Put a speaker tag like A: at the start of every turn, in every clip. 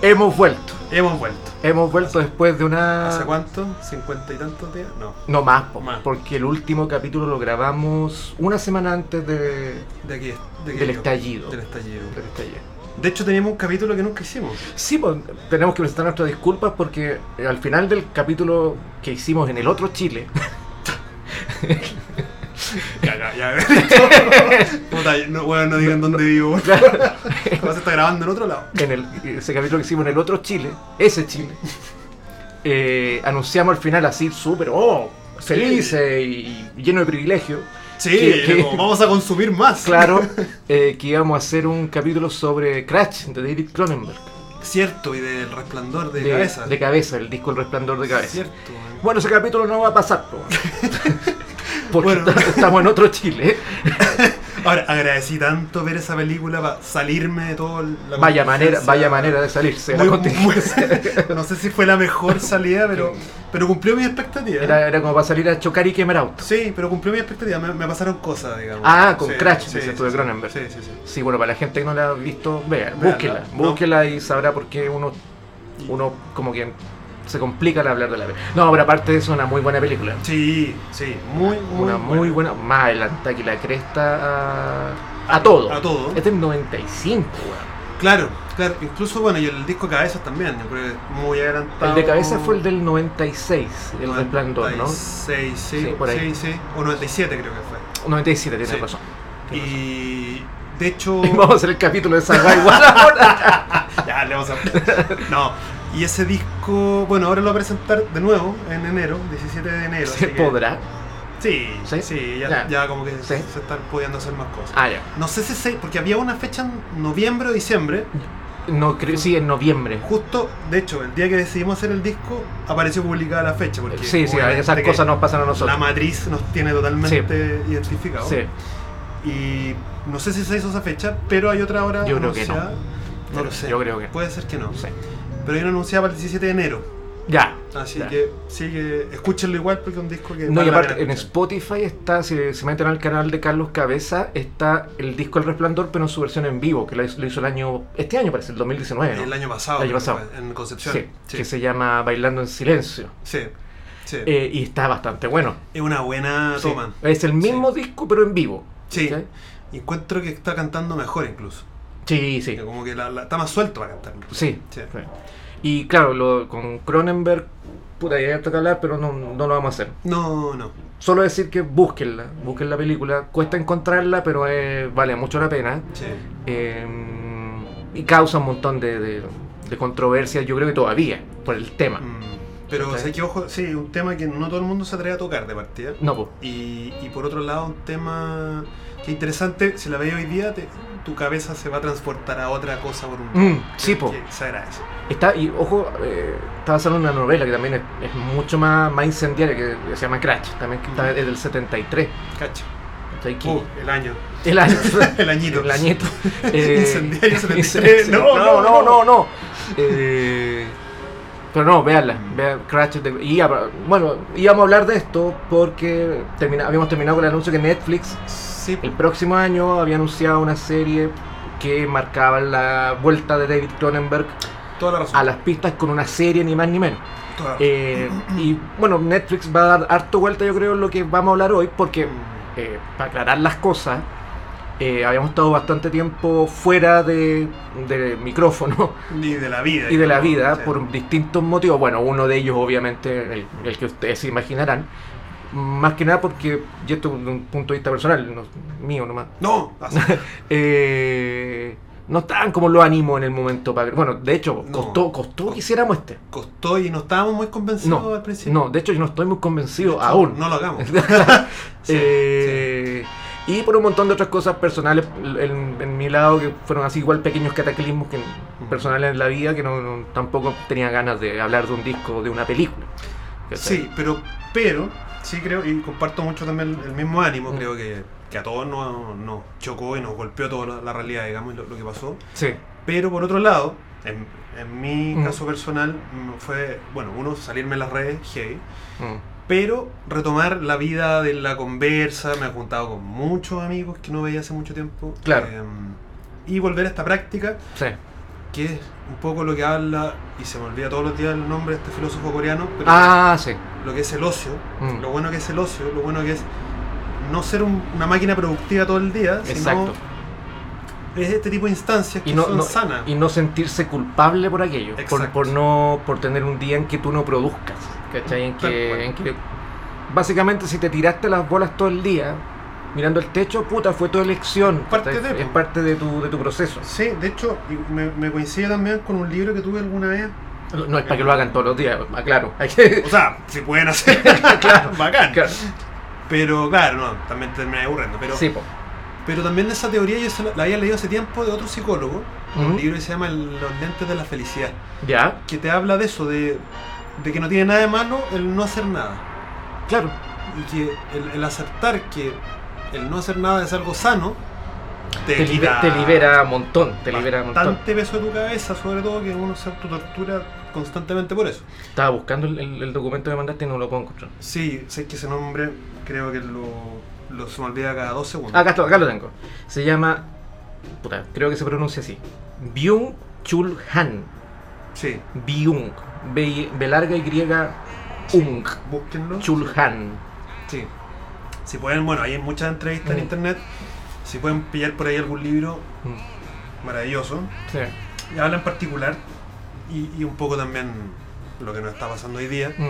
A: Hemos vuelto.
B: Hemos vuelto.
A: Hemos vuelto después de una.
B: ¿Hace cuánto? ¿Cincuenta y tantos días? No.
A: No más, po,
B: Más.
A: porque el último capítulo lo grabamos una semana antes de,
B: De aquí. De aquí
A: del
B: yo.
A: estallido.
B: Del estallido.
A: Del estallido.
B: De hecho, teníamos un capítulo que nunca hicimos.
A: Sí, po, tenemos que presentar nuestras disculpas porque eh, al final del capítulo que hicimos en el otro Chile,
B: Ya, ya, ya. Puta, no, bueno, no digan dónde vivo. por favor. Ahora se está grabando en otro lado.
A: en el, ese capítulo que hicimos en el otro Chile, ese Chile, eh, anunciamos al final así súper, oh, felices y, y lleno de privilegio,
B: Sí,
A: ¿Qué- qué?
B: como, vamos a consumir más.
A: claro, eh, que íbamos a hacer un capítulo sobre Crash de David Cronenberg.
B: Cierto, y del resplandor de, cabeza.
A: De cabeza, el disco El Resplandor de Cabeza.
B: Cierto, man.
A: Bueno, ese capítulo no va a pasar, po. porque
B: Bueno.
A: est- estamos en otro Chile.
B: Ahora, agradecí tanto ver esa película para salirme de todo el- la
A: Vaya manera,
B: contingencia.
A: vaya manera de salirse. de la
B: Muy-
A: contingencia.
B: muy- no sé si fue la mejor salida, pero, pero cumplió mis expectativas.
A: Era, era como para salir a chocar y quemar autos.
B: Sí, pero cumplió mis expectativas. Me, me pasaron cosas, digamos.
A: Ah, con
B: Sí,
A: Crash,
B: sí,
A: dices tú,
B: sí,
A: de
B: sí.
A: Cronenberg.
B: Sí, sí, sí.
A: Sí, bueno, para la gente que no la ha visto, vea,
B: Véanla.
A: búsquela,
B: No.
A: búsquela y sabrá por qué uno, uno como que se complica al hablar de la película. No, pero aparte de eso, una muy buena película.
B: Sí, sí. Muy, muy
A: una muy buena, más adelantada que la cresta a, a todo.
B: a todo.
A: Este es 95, weón.
B: Claro, claro. Incluso, bueno, y el disco Cabezas también. Yo creo que es muy adelantado.
A: El de cabeza fue el del 96, el resplandor, ¿no?
B: 96, sí,
A: Sí, por ahí.
B: sí, sí. O 97 creo que fue.
A: 97, tienes
B: Sí. Uh.
A: razón. Tienes
B: Y de hecho.
A: razón. Vamos a hacer el capítulo de esa guay igual ahora.
B: ya, le vamos a. No. Y ese disco, bueno, ahora lo va a presentar de nuevo en enero, 17 de enero.
A: Se
B: así que-
A: podrá.
B: Sí,
A: ¿Sí?
B: sí, ya,
A: Ya.
B: ya como que
A: Sí.
B: se están pudiendo hacer más cosas.
A: Ah, ya.
B: No sé si se, porque había una fecha en noviembre o diciembre,
A: No creo, sí, en noviembre.
B: justo, de hecho, el día que decidimos hacer el disco, apareció publicada la fecha. Porque
A: Sí, sí,
B: obviamente
A: esas
B: que
A: cosas nos pasan a
B: La
A: nosotros.
B: matriz nos tiene totalmente identificados.
A: Sí.
B: Y no sé si se hizo esa fecha, pero hay otra hora.
A: Yo creo que
B: anunciada.
A: Yo-
B: No lo sé.
A: yo creo que-
B: Puede ser que no.
A: Sí.
B: Pero hay una anunciada para el 17 de enero.
A: Ya.
B: Así
A: ya.
B: que sí que escúchenlo igual porque es un disco que.
A: No, y
B: vale la
A: aparte,
B: pena
A: en
B: escuchar.
A: Spotify está, si se meten al canal de Carlos Cabeza, está el disco El Resplandor, pero en su versión en vivo, que lo hizo, lo hizo el año, este año parece, el 2019. ¿no?
B: El año pasado.
A: El año
B: creo que
A: pasado.
B: fue, En Concepción.
A: Sí,
B: Sí.
A: que se llama Bailando en Silencio.
B: Sí. sí.
A: Eh, y está bastante bueno.
B: es una buena
A: Sí.
B: toma.
A: Es el mismo disco, pero en vivo.
B: Ah, Sí.
A: ¿cachai?
B: Encuentro que está cantando mejor incluso.
A: Sí, sí.
B: Que Como que la- la- está más suelto para cantar.
A: Sí.
B: Sí.
A: sí. Y claro, lo, con Cronenberg, puta, ya hay harto que hablar, pero no, no lo vamos a hacer.
B: No, no.
A: Solo decir que búsquenla, busquen la película. Cuesta encontrarla, pero eh, vale mucho la pena.
B: Sí.
A: Eh, y causa un montón de, de, de controversia, yo creo que todavía, por el tema.
B: Mm, Pero
A: ¿Cachai?
B: sé que ojo, sí, un tema que no todo el mundo se atreve a tocar de partida.
A: No, pues.
B: Y, y por otro lado, un tema que interesante, si la veis hoy día, te- tu cabeza se va a transportar a otra cosa por un
A: Mm, sí, po.
B: que se agradece.
A: Está, y ojo, eh, estaba haciendo una novela que también es, es mucho más, más incendiaria, que, que se llama Crash, también que está,
B: Ujú.
A: es del 73.
B: Cacha.
A: ¿cachai? Que-
B: Uh, el año.
A: el año.
B: El añito.
A: El añito.
B: Incendiario 73.
A: incendiario.
B: No,
A: no,
B: no,
A: no.
B: no.
A: no. Eh, pero no, véanla. Vean Crash. de- y, ab- bueno, íbamos a hablar de esto porque termina- habíamos terminado con el anuncio que Netflix
B: Sí, po.
A: el próximo año había anunciado una serie que marcaba la vuelta de David Cronenberg
B: toda la razón.
A: a las pistas con una serie ni más ni menos.
B: Toda la razón.
A: Eh, y bueno, Netflix va a dar harto vuelta yo creo en lo que vamos a hablar hoy porque
B: Mm,
A: eh, para aclarar las cosas, eh, habíamos estado bastante tiempo fuera de, de micrófono
B: Y de la vida.
A: y de la
B: digamos,
A: vida
B: sí.
A: por distintos motivos. Bueno, uno de ellos obviamente el, el que ustedes se imaginarán. Más que nada porque, y esto desde un punto de vista personal, no- mío nomás,
B: No, así.
A: eh, no estaban como los ánimos en el momento para... Bueno, de hecho,
B: No.
A: costó, costó que hiciéramos este.
B: costó y no estábamos muy convencidos
A: No,
B: al principio.
A: no, de hecho yo no estoy muy convencido
B: Chao,
A: aún.
B: No lo hagamos. Sí,
A: Eh, Y por un montón de otras cosas personales en, en mi lado que fueron así igual pequeños cataclismos que, personales en la vida que no, no- tampoco tenía ganas de hablar de un disco o de una película. ¿cachai?
B: Sí, pero, pero sí creo, y comparto mucho también el, el mismo ánimo,
A: Mm.
B: creo que, que a todos nos, nos chocó y nos golpeó toda la, la realidad, digamos, y lo, lo que pasó.
A: Sí.
B: Pero por otro lado, en, en mi
A: Mm.
B: caso personal mm, fue, bueno, uno salirme en las redes, heavy,
A: Mm.
B: pero retomar la vida de la conversa, me he juntado con muchos amigos que no veía hace mucho tiempo.
A: Claro.
B: em, y volver a esta práctica
A: Sí.
B: que es un poco lo que habla, y se me olvida todos los días el nombre de este filósofo coreano, pero
A: Ah, sí.
B: lo que es el ocio,
A: Mm.
B: lo bueno que es el ocio, lo bueno que es no ser un- una máquina productiva todo el día,
A: Exacto.
B: sino es este tipo de instancias que
A: Y no,
B: son
A: no-
B: sanas.
A: y no sentirse culpable por aquello, por,
B: Exacto.
A: por no por tener un día en que tú no produzcas, ¿cachai? En
B: Tal cual.
A: que, en que- básicamente si te tiraste las bolas todo el día mirando el techo, puta, fue tu elección,
B: Parte
A: ¿cachai?
B: de,
A: es
B: po.
A: parte de tu, de tu proceso.
B: Sí, de hecho, y me, me coincide también con un libro que tuve alguna vez.
A: No es para que lo hagan todos los días, aclaro. Hay que-
B: O sea, si pueden hacer, claro, bacán.
A: claro.
B: Pero claro, no, también terminé aburriendo. Pero,
A: Sí, po.
B: pero también de esa teoría yo se la, la había leído hace tiempo de otro psicólogo, un
A: Ujú.
B: libro que se llama El- Los lentes de la felicidad,
A: Ya,
B: que te habla de eso, de, de que no tiene nada de malo el no hacer nada.
A: claro.
B: Y que el, el aceptar que el no hacer nada es algo sano, te,
A: Te, libe-
B: quita
A: te libera un montón, te libera un montón.
B: bastante peso de tu cabeza, sobre todo que uno se autotortura constantemente por eso.
A: Estaba buscando el, el- el documento que mandaste y no lo puedo encontrar.
B: Sí, sé que ese nombre creo que lo, lo se me olvida cada dos segundos.
A: Ah, Acá, está- acá lo tengo. Se llama. Puta, creo que se pronuncia así. Byung Chul Han.
B: Sí,
A: Byung. B, B larga y griega. Ung.
B: búsquenlo.
A: Chul Han.
B: Sí. Si pueden, bueno, hay muchas entrevistas en
A: Mm.
B: internet. Si pueden pillar por ahí algún libro, maravilloso.
A: Sí.
B: Y habla en particular, y, y un poco también lo que nos está pasando hoy día,
A: Mm.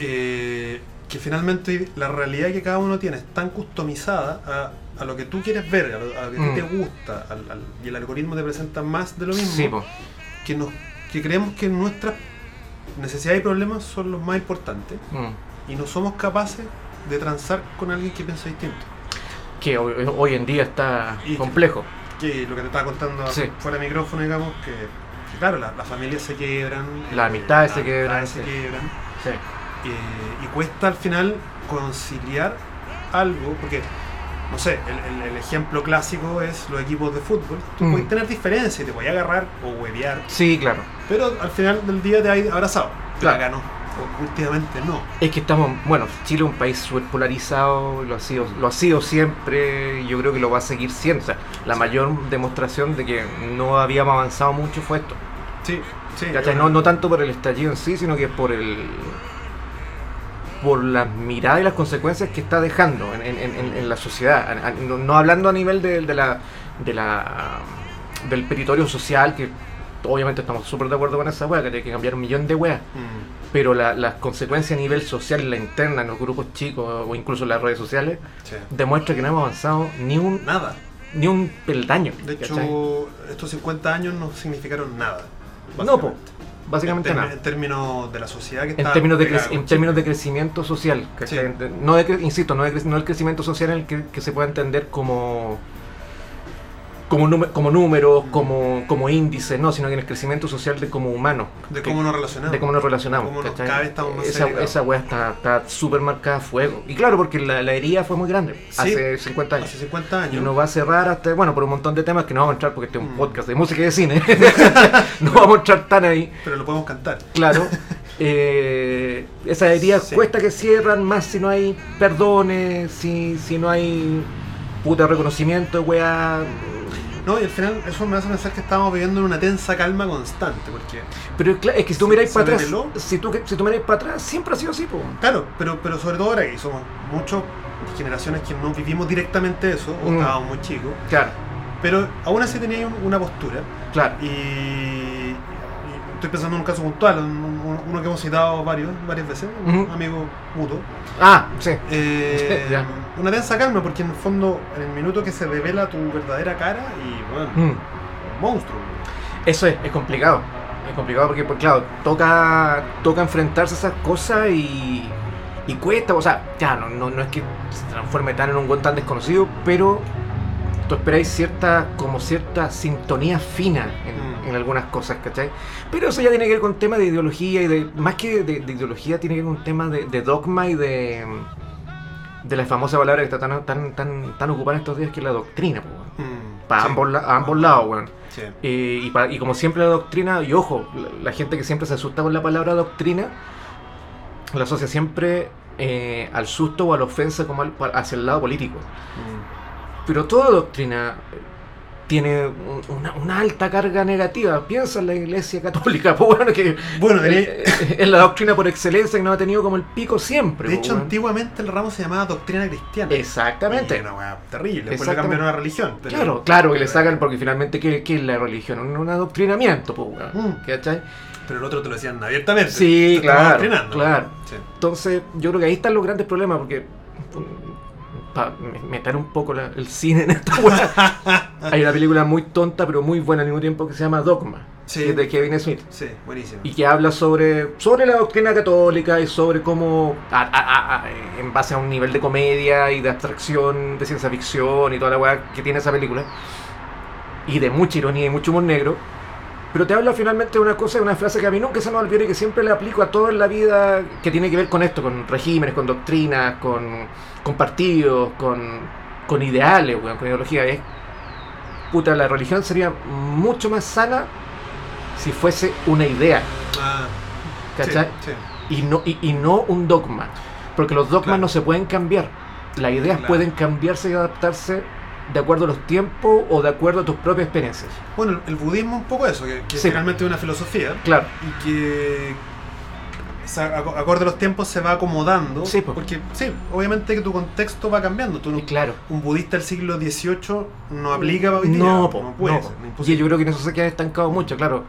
B: eh, que finalmente la realidad que cada uno tiene es tan customizada a, a lo que tú quieres ver, a lo, a lo que a ti
A: Mm.
B: te gusta, al- al- y el algoritmo te presenta más de lo mismo,
A: Sí, po.
B: que, nos, que creemos que nuestras necesidades y problemas son los más importantes,
A: Mm.
B: y no somos capaces de transar con alguien que piensa distinto.
A: Que hoy, hoy en día está
B: Y-
A: complejo.
B: que lo que te estaba contando
A: Sí.
B: fuera de micrófono, digamos, que, que claro, la- las familias se quebran,
A: Las
B: eh,
A: amistades se
B: las
A: quebran,
B: amistades se
A: sí.
B: quebran,
A: Sí.
B: eh, y cuesta al final conciliar algo, porque, no sé, el, el- el ejemplo clásico es los equipos de fútbol. Tú
A: Mm.
B: puedes tener diferencias y te puedes agarrar o huevear,
A: Sí, claro.
B: pero al final del día te hay abrazado. Pero
A: Claro.
B: acá no, o últimamente no.
A: Es que estamos, bueno, Chile es un país súper polarizado, lo ha sido, lo ha sido siempre, y yo creo que lo va a seguir siendo. O sea, la
B: Sí.
A: mayor demostración de que no habíamos avanzado mucho fue esto.
B: Sí, sí.
A: ¿Cachai? No, no tanto por el estallido en sí, sino que por el por las miradas y las consecuencias que está dejando en, en- en- en la sociedad. A- a- no, no hablando a nivel de, de la, de la del peritorio social, que obviamente estamos súper de acuerdo con esa wea, que tiene que cambiar un millón de weas,
B: Mm,
A: pero la- las consecuencias a nivel social, en la interna, en los grupos chicos o incluso en las redes sociales,
B: sí.
A: demuestra que no hemos avanzado ni un,
B: Nada.
A: ni un peldaño.
B: De hecho,
A: ¿cachai?
B: estos 50 años no significaron nada.
A: no, po,
B: básicamente. Este,
A: básicamente
B: en, termi-
A: nada.
B: en términos de la sociedad que está.
A: en términos de
B: pegada
A: crec-
B: con
A: en términos de crecimiento social ¿cachai?
B: Sí.
A: De- no de cre- insisto no, de cre- no el crecimiento social en el que, que se pueda entender como como, número como números
B: Mm.
A: como como índices no sino que en el crecimiento social de como humanos
B: Chile, de cómo nos relacionamos.
A: de cómo nos relacionamos
B: Cómo nos-
A: ¿cachai?
B: cada vez estamos más
A: esa,
B: segregados.
A: esa wea está está súper marcada a fuego y claro porque la, la herida fue muy grande
B: Sí.
A: hace 50 años
B: Hace 50
A: y
B: años.
A: uno va a cerrar hasta, bueno, por un montón de temas que no vamos a entrar porque este es un
B: Mm.
A: podcast de música y de cine. no vamos a entrar tan ahí.
B: Pero lo podemos cantar.
A: Claro. eh, esas heridas
B: Sí.
A: cuesta que cierran más si no hay perdones, si, si no hay puta reconocimiento, weá.
B: No, y al final eso me hace pensar que estamos viviendo en una tensa calma constante. Porque,
A: Pero es, cla- es que si tú
B: Se-
A: miráis
B: se
A: para atrás,
B: reveló.
A: si tú, si tú miráis para atrás, siempre ha sido así, po.
B: claro, pero, pero sobre todo ahora que somos muchas generaciones que no vivimos directamente eso, o
A: Mm.
B: estábamos muy chicos.
A: Claro,
B: Pero aún así teníais un- una postura.
A: claro.
B: Y, y estoy pensando en un caso puntual, un- un- uno que hemos citado varios, varias veces, un
A: Ujú.
B: amigo mutuo.
A: Ah, sí.
B: Eh,
A: Ya.
B: una tensa calma, porque en el fondo, en el minuto que se revela tu verdadera cara, y bueno,
A: Mm.
B: un monstruo.
A: Eso es, es complicado. Es complicado porque, pues, claro, toca, toca enfrentarse a esas cosas y, y cuesta. O sea, ya, no, no, no es que se transforme tan en un buen tan desconocido, pero tú esperáis cierta, como cierta sintonía fina en,
B: Mm.
A: en algunas cosas, ¿cachai? Pero eso ya tiene que ver con temas de ideología y de. Más que de, de ideología, tiene que ver con temas de, de dogma y de. De la famosa palabra que está tan, tan, tan, tan ocupada en estos días que es la doctrina, Para
B: Sí.
A: ambos, la- a ambos lados, weón.
B: Mm. Sí.
A: Eh, y, pa- y como siempre la doctrina, y ojo, la, la gente que siempre se asusta con la palabra doctrina, la asocia siempre eh, al susto o a la ofensa como al- pa- hacia el lado político.
B: Mm.
A: Pero toda doctrina, eh, tiene un- una, una alta carga negativa. Piensa en la iglesia católica, pues, bueno, que
B: Bueno,
A: eh,
B: tenía-
A: eh, es la doctrina por excelencia que nos ha tenido como el pico siempre.
B: de
A: pues,
B: hecho,
A: bueno.
B: antiguamente el ramo se llamaba doctrina cristiana. Y
A: Exactamente.
B: Una weá terrible. Después le
A: Exactamente.
B: cambiaron a religión. pero-
A: Claro, claro que le sacan porque finalmente ¿qué, qué es la religión? Un, un adoctrinamiento, pues, weón,
B: Mm.
A: ¿cachai?
B: Pero el otro te lo decían abiertamente.
A: Sí,
B: Te estaban
A: claro,
B: adoctrinando.
A: claro.
B: Sí.
A: Entonces, yo creo que ahí están los grandes problemas porque mm, pa me- meter un poco la- el cine en esta weá. Hay una película muy tonta pero muy buena al mismo tiempo que se llama Dogma,
B: Sí.
A: que es de Kevin Smith.
B: Sí, buenísimo.
A: y que habla sobre, sobre la doctrina católica y sobre cómo, a- a- a- a- en base a un nivel de comedia y de abstracción, de ciencia ficción y toda la weá que tiene esa película, y de mucha ironía y mucho humor negro, pero te habla finalmente de una cosa, de una frase que a mí nunca se me olvida y que siempre le aplico a todo en la vida que tiene que ver con esto, con regímenes, con doctrinas, con, con partidos, con, con ideales, weón, con ideología. Es, puta, la religión sería mucho más sana si fuese una idea.
B: Ah, sí,
A: ¿cachai?
B: sí.
A: Y, no, y, y no un dogma, porque los dogmas
B: Claro.
A: no se pueden cambiar. Las ideas
B: Claro.
A: pueden cambiarse y adaptarse de acuerdo a los tiempos o de acuerdo a tus propias experiencias.
B: Bueno, el budismo un poco eso, que, que
A: Sí.
B: realmente es una filosofía
A: Claro,
B: y que o sea, aco- acorde a los tiempos se va acomodando.
A: Sí, po.
B: Porque sí, obviamente que tu contexto va cambiando. Tú no-
A: y claro.
B: un budista del siglo XVIII no aplica para hoy día,
A: Mm, No, po, no,
B: puede
A: po.
B: ser, no es
A: Y
B: imposible.
A: yo creo que en eso se queda estancado mucho, claro.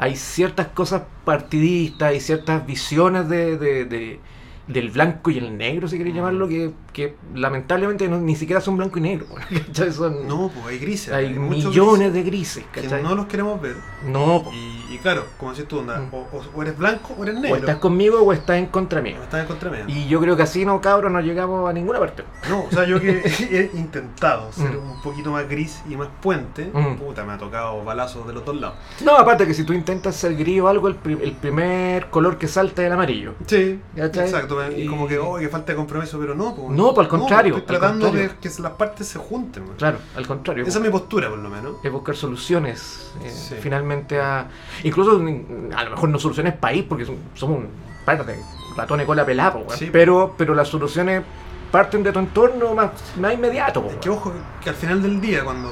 A: Hay ciertas cosas partidistas y ciertas visiones de, de- de- del blanco y el negro, si
B: Mm.
A: queréis llamarlo, que, que lamentablemente no- ni siquiera son blanco y negro. ¿cachai? Son-
B: No, pues hay grises.
A: hay
B: muchos
A: millones de grises,
B: grises
A: ¿cachai?
B: que no los queremos ver.
A: No, po.
B: Y, y claro, como decís tú, onda,
A: Mm.
B: o, o- o eres blanco o eres
A: o
B: negro.
A: estás conmigo o estás en contra mío.
B: O estás en contra media.
A: Y yo creo que así no, cabros, no llegamos a ninguna parte.
B: No, o sea, yo que he intentado ser
A: Mm.
B: un poquito más gris y más puente,
A: Mm.
B: puta, me ha tocado balazos de los dos lados.
A: No, aparte que si tú intentas ser gris o algo, el, pri- el primer color que salta es el amarillo.
B: Sí,
A: ¿Cachai?
B: exacto. Y...
A: Y-
B: Como que, oh, que falta de compromiso, pero no. po.
A: No, po, al contrario,
B: estoy tratando
A: al contrario.
B: de que las partes se junten. man.
A: Claro, al contrario.
B: Esa es mi postura, por lo menos.
A: Es buscar soluciones. eh,
B: Sí.
A: Finalmente a... Incluso mm, a lo mejor no soluciones país, porque son- somos un par de ratones con la pelada, po, weón.
B: Sí.
A: pero, pero las soluciones parten de tu entorno más, más inmediato. po,
B: Es que,
A: weón.
B: ojo, que al final del día, cuando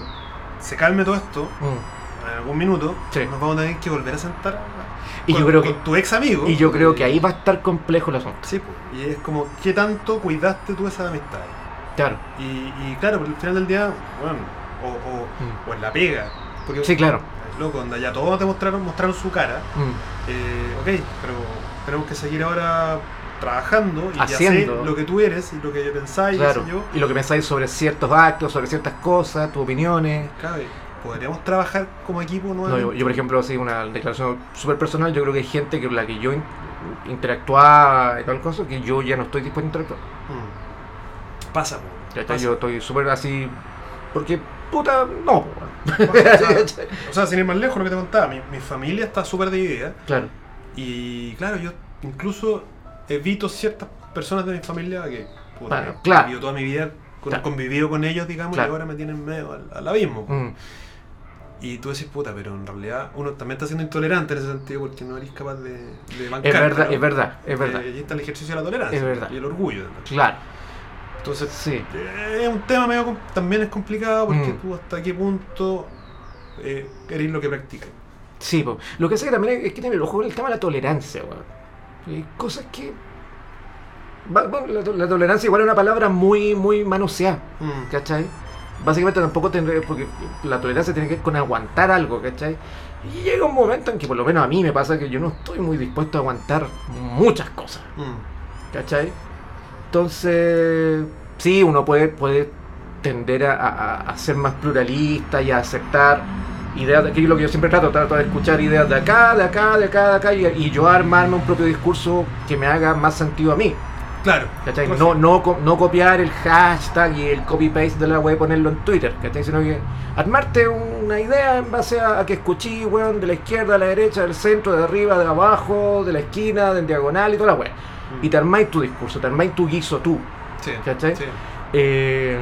B: se calme todo esto,
A: Mm.
B: en algún minuto,
A: Sí.
B: nos vamos a tener que volver a sentar.
A: Y
B: con-
A: yo creo
B: con
A: que-
B: tu ex amigo.
A: Y yo creo que ahí va a estar complejo el asunto.
B: Sí, po. y es como, ¿qué tanto cuidaste tú esa amistad?
A: Claro.
B: Y, y claro, por el final del día, bueno, o, o-
A: Mm.
B: o en la pega. Porque,
A: Sí, claro.
B: loco, onda, ya todos te mostraron, mostraron su cara.
A: Mm.
B: Eh, ok, pero tenemos que seguir ahora trabajando y ya
A: Haciendo.
B: sé lo que tú eres y lo que yo pensáis,
A: Claro.
B: y qué sé yo.
A: Y lo que pensáis sobre ciertos actos, sobre ciertas cosas, tus opiniones.
B: Cabe. Podríamos trabajar como equipo
A: No, yo,
B: nuevamente.
A: yo, por ejemplo, así una declaración súper personal, yo creo que hay gente con la que yo in- interactuaba y tal cosa, que yo ya no estoy dispuesto a interactuar.
B: Mm. Pasa, po.
A: ¿Cachai?
B: Pasa.
A: Yo estoy súper así, porque puta, no. po, weón.
B: Pasa. o sea, sin ir más lejos, lo que te contaba, mi, mi familia está súper dividida
A: Claro,
B: y claro, yo incluso evito ciertas personas de mi familia que, puta,
A: Bueno,
B: que
A: claro.
B: yo toda mi vida con-
A: Claro.
B: convivido con ellos, digamos,
A: Claro.
B: y ahora me tienen medio al, al abismo. po.
A: Mm,
B: Y tú decís, puta, pero en realidad uno también está siendo intolerante en ese sentido porque no eres capaz de, de
A: es verdad,
B: bancártelo.
A: es verdad, es verdad,
B: Eh, ahí está el ejercicio de la tolerancia
A: Es verdad.
B: y el orgullo. también.
A: claro,
B: Entonces,
A: sí,
B: eh, es un tema medio com- también es complicado porque
A: Mm.
B: tú hasta qué punto eh, eres lo que practicas.
A: sí, po. lo que sé que también es que tiene el ojo con el tema de la tolerancia, weón. Hay cosas que... va- bueno, la, to- la tolerancia igual es una palabra muy, muy manoseada.
B: Mm.
A: ¿cachai? Básicamente tampoco tendré, porque la tolerancia tiene que ver con aguantar algo, ¿cachai? Y llega un momento en que por lo menos a mí me pasa que yo no estoy muy dispuesto a aguantar muchas cosas,
B: Mm.
A: ¿cachai? Entonces, sí, uno puede, puede tender a, a- a ser más pluralista y a aceptar ideas, de, que es lo que yo siempre trato, trato de escuchar ideas de acá, de acá, de acá, de acá, y, y yo armarme un propio discurso que me haga más sentido a mí.
B: Claro.
A: ¿Cachai?
B: Pues
A: No,
B: sí.
A: no, co- no copiar el hashtag y el copy-paste de la web y ponerlo en Twitter, ¿cachai? Sino que armarte una idea en base a, a que escuché, weón, de la izquierda a la derecha, del centro, de arriba, de abajo, de la esquina, del diagonal y toda la web.
B: Mm.
A: Y te armáis tu discurso, te armáis tu guiso tú.
B: Sí,
A: ¿cachai?
B: sí.
A: Eh,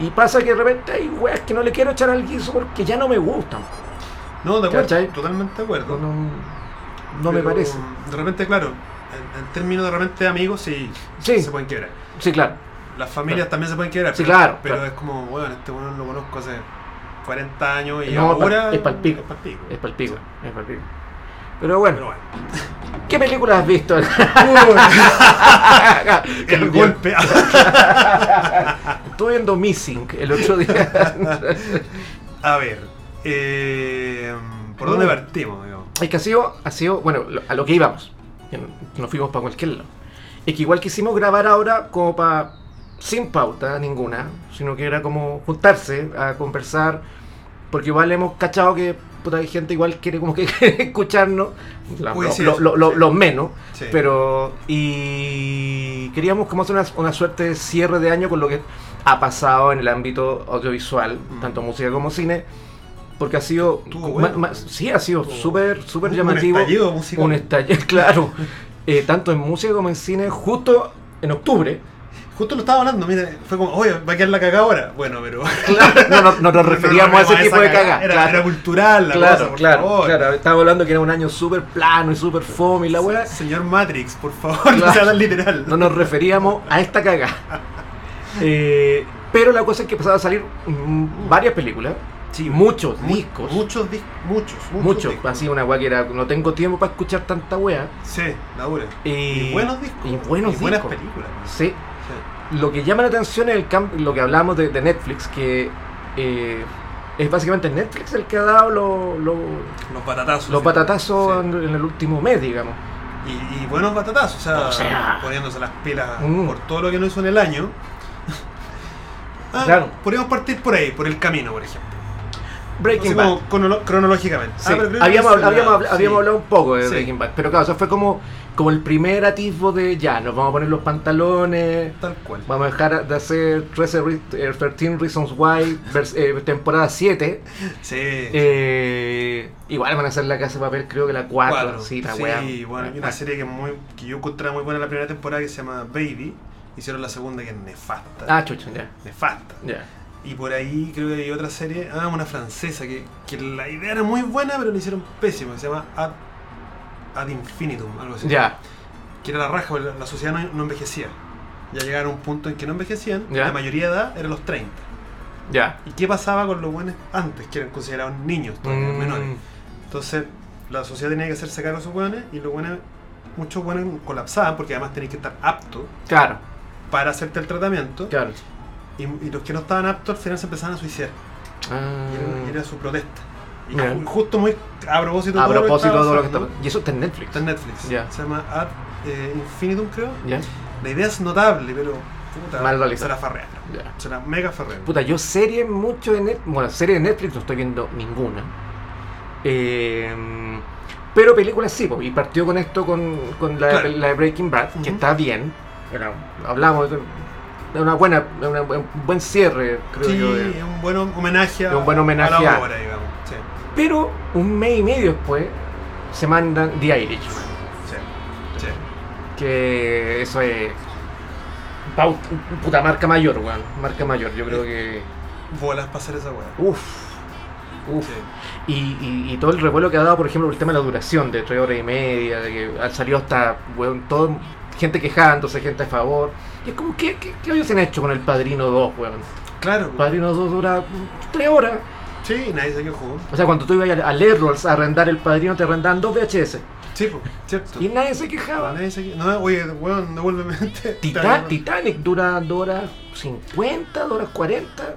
A: y pasa que de repente hay weas que no le quiero echar al guiso porque ya no me gustan.
B: No, de acuerdo.
A: ¿Cachai?
B: Totalmente de
A: No,
B: acuerdo.
A: no- no me
B: Pero,
A: parece.
B: De repente, claro, en, en términos de repente de amigos, sí,
A: Sí.
B: se pueden quebrar.
A: Sí, claro.
B: Las familias también se pueden quebrar.
A: Sí,
B: pero-
A: claro,
B: Pero
A: claro.
B: es como, bueno, este bueno lo conozco hace 40 años y
A: No, es pa-
B: ahora.
A: es pa'l pico.
B: palpico.
A: Es palpico, es palpico. Pero bueno,
B: Pero bueno.
A: ¿qué películas has visto?
B: el
A: Cambió.
B: golpe.
A: Estuve viendo Missing el otro día.
B: A ver. eh, ¿Por dónde
A: Uh.
B: partimos? digamos?
A: Es que ha sido, ha sido, bueno, lo- a lo que íbamos. que no- Nos fuimos para cualquier lado. Es que igual quisimos grabar ahora como para, sin pauta ninguna, sino que era como juntarse a conversar, porque igual hemos cachado que puta, hay gente igual quiere como que escucharnos, la-
B: Uy,
A: lo-
B: sí,
A: lo-
B: eso,
A: lo- lo-
B: sí.
A: los menos,
B: Sí.
A: pero y queríamos como hacer una, una suerte de cierre de año con lo que ha pasado en el ámbito audiovisual,
B: Mm.
A: tanto música como cine, porque ha sido
B: Estuvo
A: ma-
B: bueno.
A: ma- sí ha sido
B: Estuvo-
A: súper súper
B: Un
A: llamativo,
B: estallido musical.
A: un estallido, claro, eh, tanto en música como en cine justo en octubre.
B: Justo lo estaba hablando, mira, fue como, oye, va a quedar la caga ahora. Bueno, pero.
A: Claro, no, no- no nos referíamos
B: no,
A: a
B: no,
A: ese
B: esa
A: tipo de
B: cagada.
A: cagada.
B: Era,
A: claro.
B: era cultural la
A: Claro,
B: cosa, por
A: claro,
B: favor.
A: claro. Estaba hablando que era un año súper plano y súper fome y la weá.
B: Señor Matrix, por favor,
A: Claro.
B: no sea tan literal.
A: No nos referíamos a esta cagada. Eh, pero la cosa es que empezaron a salir mm, varias películas,
B: Sí,
A: muchos
B: mu-
A: discos, muchos,
B: Muchos discos. Muchos, muchos. discos.
A: Así una weá que era, no tengo tiempo para escuchar tanta weá.
B: Sí, la dura.
A: Y,
B: Y buenos discos.
A: Y buenos
B: Y buenas
A: discos.
B: películas.
A: Sí.
B: Sí.
A: Lo que llama la atención es el camp- lo que hablamos de, de Netflix, que eh, es básicamente Netflix el que ha dado lo- lo-
B: Los patatazos.
A: los
B: sí.
A: patatazos
B: Sí.
A: en, en el último mes, digamos.
B: Y, y buenos patatazos, o sea,
A: O sea.
B: poniéndose las pilas
A: Mm.
B: por todo lo que no hizo en el año. Ah,
A: Claro.
B: Podríamos partir por ahí, por el camino, por ejemplo. Así
A: Breaking Bad.
B: como cronolo- cronológicamente. Ah,
A: Sí,
B: pero creo que
A: habíamos,
B: no hizo
A: habl- habíamos,
B: nada.
A: habl-
B: Sí.
A: habíamos hablado un poco de
B: Sí.
A: Breaking Bad, pero claro, eso fue como, como el primer atisbo de ya, nos vamos a poner los pantalones,
B: Tal cual.
A: vamos a dejar de hacer 13, re- eh, 13 Reasons Why, vers- eh, temporada 7.
B: Sí.
A: eh, igual van a hacer la casa de papel, creo que la 4.
B: Cuatro.
A: Sí, la
B: Sí,
A: wea. Ah,
B: bueno, hay una serie que, es muy, que yo encontraba muy buena la primera temporada que se llama Baby. Hicieron la segunda que es nefasta.
A: Ah, chucha, ya.
B: Nefasta.
A: ya.
B: Y por ahí creo que hay otra serie, ah, una francesa, que, que la idea era muy buena, pero la hicieron pésima, que se llama Ad, Ad Infinitum, algo así.
A: Ya,
B: Que era la raja, porque la, la sociedad no, no envejecía. Ya llegaron a un punto en que no envejecían,
A: Ya.
B: la mayoría de edad era los 30.
A: ya.
B: ¿Y qué pasaba con los buenos antes, que eran considerados niños, todavía,
A: Mm,
B: menores? Entonces, la sociedad tenía que hacerse cargo de esos buenos y los buenos, muchos buenos colapsaban, porque además tenías que estar apto
A: Claro,
B: para hacerte el tratamiento.
A: claro.
B: Y, y los que no estaban aptos al final se empezaban a suicidar.
A: Ah,
B: Y era, y era su protesta. Y
A: Bien.
B: ju- justo muy a propósito
A: a
B: de todo lo que
A: propósito de
B: estaba
A: todo lo que
B: pasando,
A: está. Y eso está en Netflix.
B: Está en Netflix.
A: Ya.
B: Se llama Ad eh, Infinitum, creo.
A: Ya,
B: La idea es notable, pero puta,
A: Mal
B: se
A: realizada.
B: la farrearon.
A: ya.
B: Se la mega farrearon.
A: Puta, yo serie mucho de Netflix. Bueno, serie de Netflix no estoy viendo ninguna. Eh, pero películas sí, po, y partió con esto, con, con la,
B: Claro.
A: la de Breaking Bad, que
B: Ujú.
A: está bien. Era- hablamos de de una buena, de una- un buen cierre, creo
B: sí,
A: yo. de-
B: es un buen homenaje, a-
A: Es un buen homenaje
B: a
A: a-
B: la obra, digamos. Sí,
A: Pero un mes y medio después se mandan The Irishman,
B: sí, sí.
A: que eso es. paut- puta marca mayor, weón. Marca mayor, yo creo que.
B: Bolas para hacer esa weá.
A: Uff. Uff.
B: Sí.
A: Y, y- y todo el revuelo que ha dado, por ejemplo, el tema de la duración de tres horas y media, de que ha salido hasta, weón, todo, gente quejándose, gente a favor. Y es como, ¿qué, qué, qué hoyos se han hecho con el Padrino 2, weón?
B: Claro,
A: Padrino 2 dura tres horas.
B: sí, nadie se quejó.
A: O sea, cuando tú ibas a, a Lerrolls a arrendar el Padrino, te arrendaban dos VHS.
B: Sí, pues, cierto.
A: Y nadie se quejaba.
B: Nadie se quejó. No, oye, weón, devuélveme. Te-
A: Tita- Titanic dura 2 horas 50, 2 horas 40.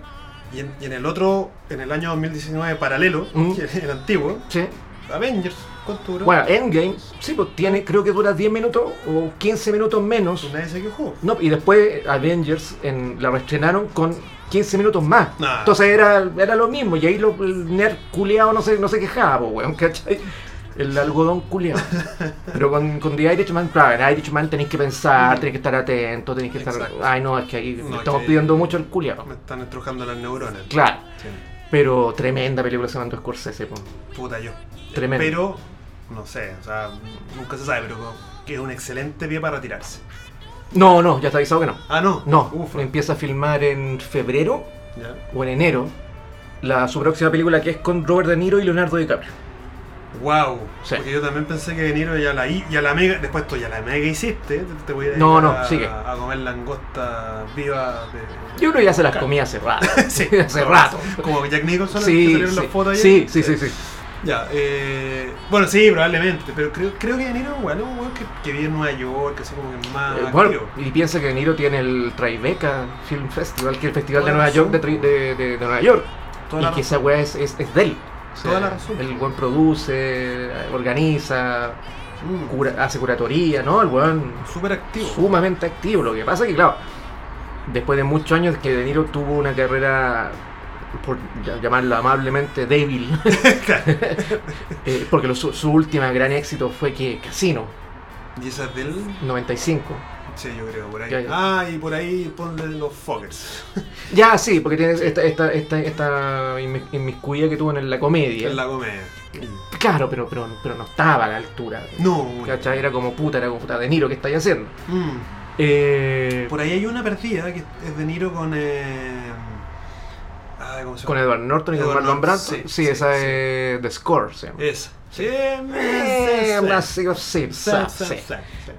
B: Y en, y en el otro, en el año 2019 paralelo,
A: Mm.
B: que el antiguo,
A: Sí.
B: Avengers, ¿cuánto duró?
A: Bueno, Endgame, sí, pues tiene, creo que dura 10 minutos o 15 minutos menos.
B: Y Pues nadie se quejó.
A: No, y después Avengers en, la reestrenaron con 15 minutos más.
B: Nah.
A: Entonces era, era lo mismo. Y ahí lo, el nerd culeado no se, no se quejaba, po, weón, ¿cachai? El algodón culeado. Pero con, con The Irishman, claro, en Irishman tenéis que pensar, tenéis que estar atento, tenéis que estar.
B: Exacto.
A: Ay, no, es que ahí
B: No,
A: le estamos
B: que-
A: pidiendo mucho al culeado.
B: Me están estrujando las neuronas.
A: Claro.
B: Sí.
A: Pero tremenda película se mandó Scorsese, po.
B: Puta, yo.
A: Tremendo.
B: Pero, no sé, o sea, nunca se sabe, pero que es un excelente pie para retirarse.
A: No, no, ya está avisado que no.
B: Ah, no.
A: No,
B: Uf,
A: empieza a filmar en febrero
B: ya.
A: o en enero la, su próxima película que es con Robert De Niro y Leonardo DiCaprio.
B: Wow.
A: Sí.
B: Porque yo también pensé que venir ya la I- y a la mega. Después tú ya la mega hiciste. te- Te voy a ir
A: No, no,
B: a,
A: sigue.
B: a comer langosta viva de.
A: Yo creo que ya se las comía hace rato.
B: Sí.
A: hace rato.
B: Como Jack Nicholson que
A: Sí,
B: salieron las fotos ayer.
A: sí, sí, sí, sí, sí.
B: Ya, eh, bueno, sí, probablemente, pero creo, creo que De Niro, bueno, un weón que, que vive en Nueva York, que así como que es más
A: Eh,
B: activo.
A: bueno, y piensa que De Niro tiene el Tribeca Film Festival, que es el festival de
B: Toda
A: Nueva
B: la
A: York de,
B: razón.
A: tri- de- de- de Nueva York.
B: Toda
A: y
B: la
A: que esa weá es, es, es de él. O sea,
B: Toda la razón.
A: El weón produce, organiza,
B: Mm,
A: cura- hace curatoría, ¿no? El weón
B: súper activo.
A: sumamente activo. Lo que pasa que, claro, después de muchos años que De Niro tuvo una carrera, por ya- llamarla amablemente, débil. Eh, porque lo- su, su última gran éxito fue que Casino,
B: y esa es del.
A: 95.
B: Sí, yo creo, por ahí.
A: Ya, ya.
B: Ah, y por ahí ponle los fuckers.
A: Ya, sí, porque tienes esta, esta, esta, esta inmi- inmiscuida que tuvo en la comedia.
B: En la comedia.
A: Claro, pero, pero, pero no estaba a la altura.
B: No,
A: ¿Cachai? Era como puta, era como puta, De Niro, ¿qué estáis haciendo?
B: Mm,
A: Eh,
B: Por ahí hay una perdida que es De Niro con. Eh, ay, ¿cómo se
A: con
B: llama?
A: Edward Norton y con
B: Edward
A: Marlon Brando.
B: Norton,
A: Sí,
B: sí, sí,
A: esa
B: sí.
A: es The Score, se llama.
B: Esa. Sí,
A: Eh, más-
B: sí,
A: sí, sí,
B: sí, sí,
A: sí.
B: sí, sí.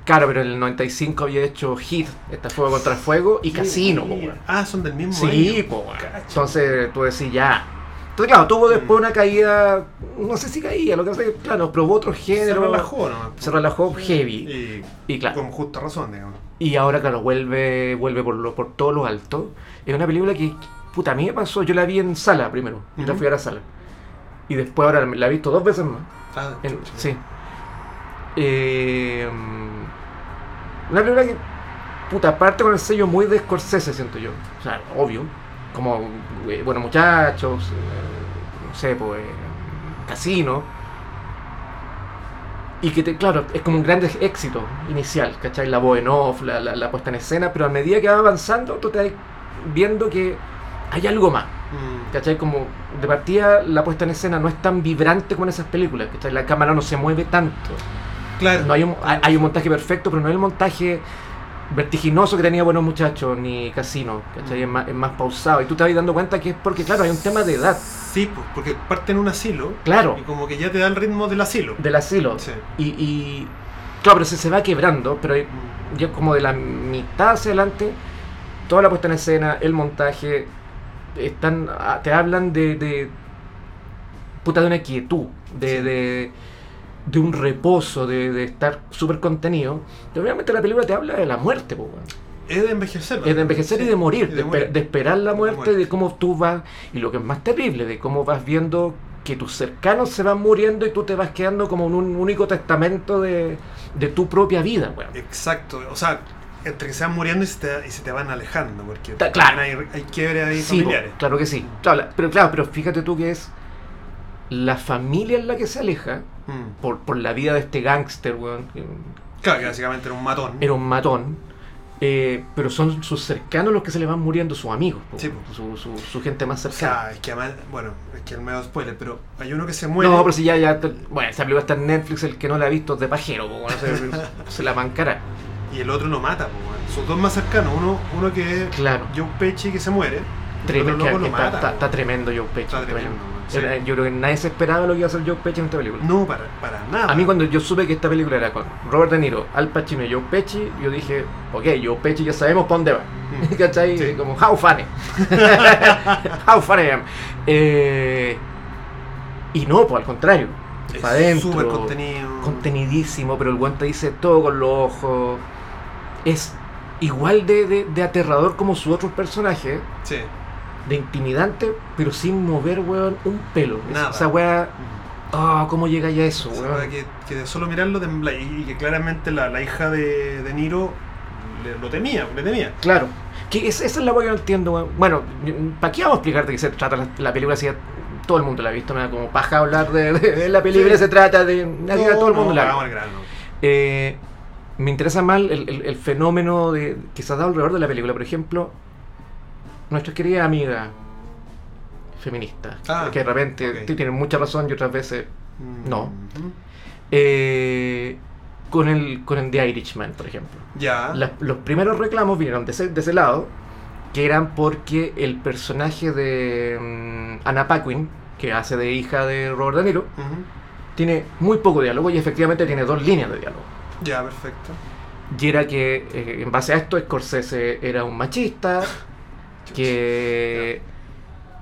A: Claro, pero en el 95 había hecho Hit, esta Fuego contra Fuego, y Casino, po, weón.
B: Ah, son del mismo
A: Sí,
B: año.
A: po, weón.
B: Cacha.
A: Entonces tú decís ya. Entonces, claro, tuvo después
B: Mm.
A: una caída, no sé si caía, lo que pasa es que, claro, probó otro género.
B: Se relajó nomás.
A: se relajó heavy.
B: Y
A: Y claro,
B: con justa razón, digamos.
A: y ahora claro, vuelve, vuelve por lo, por todo lo alto. Es una película que, puta, a mí me pasó, yo la vi en sala primero, yo la
B: Ujú.
A: fui a la sala. Y después ahora la he visto dos veces más.
B: Ah,
A: en-
B: chucha.
A: sí. Eh, mm, una película que, puta, parte con el sello muy de Scorsese, siento yo. O sea, obvio. Como, eh, bueno, muchachos, eh, no sé, pues, eh, casino. Y que, te, claro, es como un gran éxito inicial, ¿cachai? La voz en off, la, la- la puesta en escena, pero a medida que va avanzando, tú te vas viendo que hay algo más.
B: Mm.
A: ¿Cachai? Como de partida la puesta en escena no es tan vibrante como en esas películas, ¿cachai? La cámara no se mueve tanto.
B: Claro.
A: No hay, un, hay- hay un montaje perfecto, pero no es el montaje vertiginoso que tenía Buenos Muchachos ni Casino, ¿cachai? Es
B: Mm.
A: más, es más pausado. Y tú te vas dando cuenta que es porque, claro, hay un tema de edad,
B: Sí, pues, porque parten un asilo
A: claro,
B: y como que ya te da el ritmo del asilo.
A: del asilo.
B: Sí.
A: Y, y- claro, pero se, se va quebrando, pero hay-
B: Mm.
A: ya como de la mitad hacia adelante, toda la puesta en escena, el montaje, están, a- te hablan de, de- puta de una quietud, de,
B: Sí.
A: de, de un reposo, de, de estar súper contenido. Y obviamente la película te habla de la muerte, po, weón.
B: Es de envejecer.
A: es de envejecer
B: Sí,
A: y de morir,
B: y
A: de, esper- de esperar la
B: De
A: muerte,
B: muerte.
A: de cómo tú vas, y lo que es más terrible, de cómo vas viendo que tus cercanos se van muriendo y tú te vas quedando como en un único testamento de, de tu propia vida, weón.
B: Exacto. O sea, entre que se van muriendo y se te, y se te van alejando, porque
A: Ta- claro.
B: también hay, hay quiebres ahí
A: Sí,
B: familiares.
A: po, claro que sí. Claro, la- pero claro, pero fíjate tú que es la familia en la que se aleja
B: Mm.
A: por, por la vida de este gángster, weón, que
B: Claro, que básicamente era un matón.
A: era un matón. eh, pero son sus cercanos los que se le van muriendo, sus amigos, po,
B: Sí, po.
A: su, su- su gente más
B: O
A: cercana.
B: sea, es que además, bueno, es que el medio spoiler, pero hay uno que se muere.
A: no, pero si ya, ya, te- bueno, esa película está en Netflix, el que no la ha visto es de pajero, po, weón, se, se la mancará.
B: Y el otro lo mata, pues, weón. Sus dos más cercanos, uno, uno que es
A: Claro,
B: John Pesci que se muere, y
A: Trem-
B: el otro
A: que-
B: loco
A: que
B: lo
A: está,
B: mata.
A: está- está
B: weón.
A: tremendo Joe Pesci.
B: Está tremendo, sí.
A: Era- Yo creo que nadie se esperaba lo que iba a hacer Joe Pesci en esta película.
B: No, para, para nada.
A: A mí cuando yo supe que esta película era con Robert De Niro, Al Pacino y Joe Pesci, yo dije, ok, Joe Pesci ya sabemos para dónde va.
B: Mm.
A: ¿Cachai?
B: Sí.
A: Como, how funny. how funny I am. Eh, y no, pues al contrario.
B: Es
A: Para adentro.
B: Súper contenido.
A: Contenidísimo, pero el guante dice todo con los ojos. Es igual de, de- de aterrador como sus otros personajes,
B: Sí.
A: de intimidante, pero sin mover, weón, un pelo.
B: Nada.
A: Esa weá, ah, ¿cómo llega ya eso,
B: Mm. O sea,
A: weón?
B: que, que de solo mirarlo tembla y, y que claramente la, la hija de, de Niro le- lo temía, le temía.
A: Claro. Que es- esa es la cosa que no entiendo. weón. Bueno, ¿para qué vamos a explicarte que se trata la, la película si ya todo el mundo la ha visto? Me da como paja hablar de, de- de la película,
B: Sí.
A: se trata de... así que todo el mundo
B: no,
A: la ha
B: vamos
A: visto.
B: al grano.
A: Eh, me interesa más el, el- el fenómeno de, que se ha dado alrededor de la película. Por ejemplo, nuestra querida amiga feminista,
B: Ah,
A: que de repente
B: ok.
A: t- tiene mucha razón y otras veces...
B: Mm.
A: No. eh, con, el, con el The Irishman, por ejemplo.
B: Ya.
A: La- los primeros reclamos vinieron de ese, de ese lado, que eran porque el personaje de mm, Anna Paquin, que hace de hija de Robert De Niro,
B: Ujú.
A: tiene muy poco diálogo y efectivamente tiene dos líneas de diálogo.
B: Ya, perfecto.
A: Y era que, eh, en base a esto, Scorsese era un machista, que,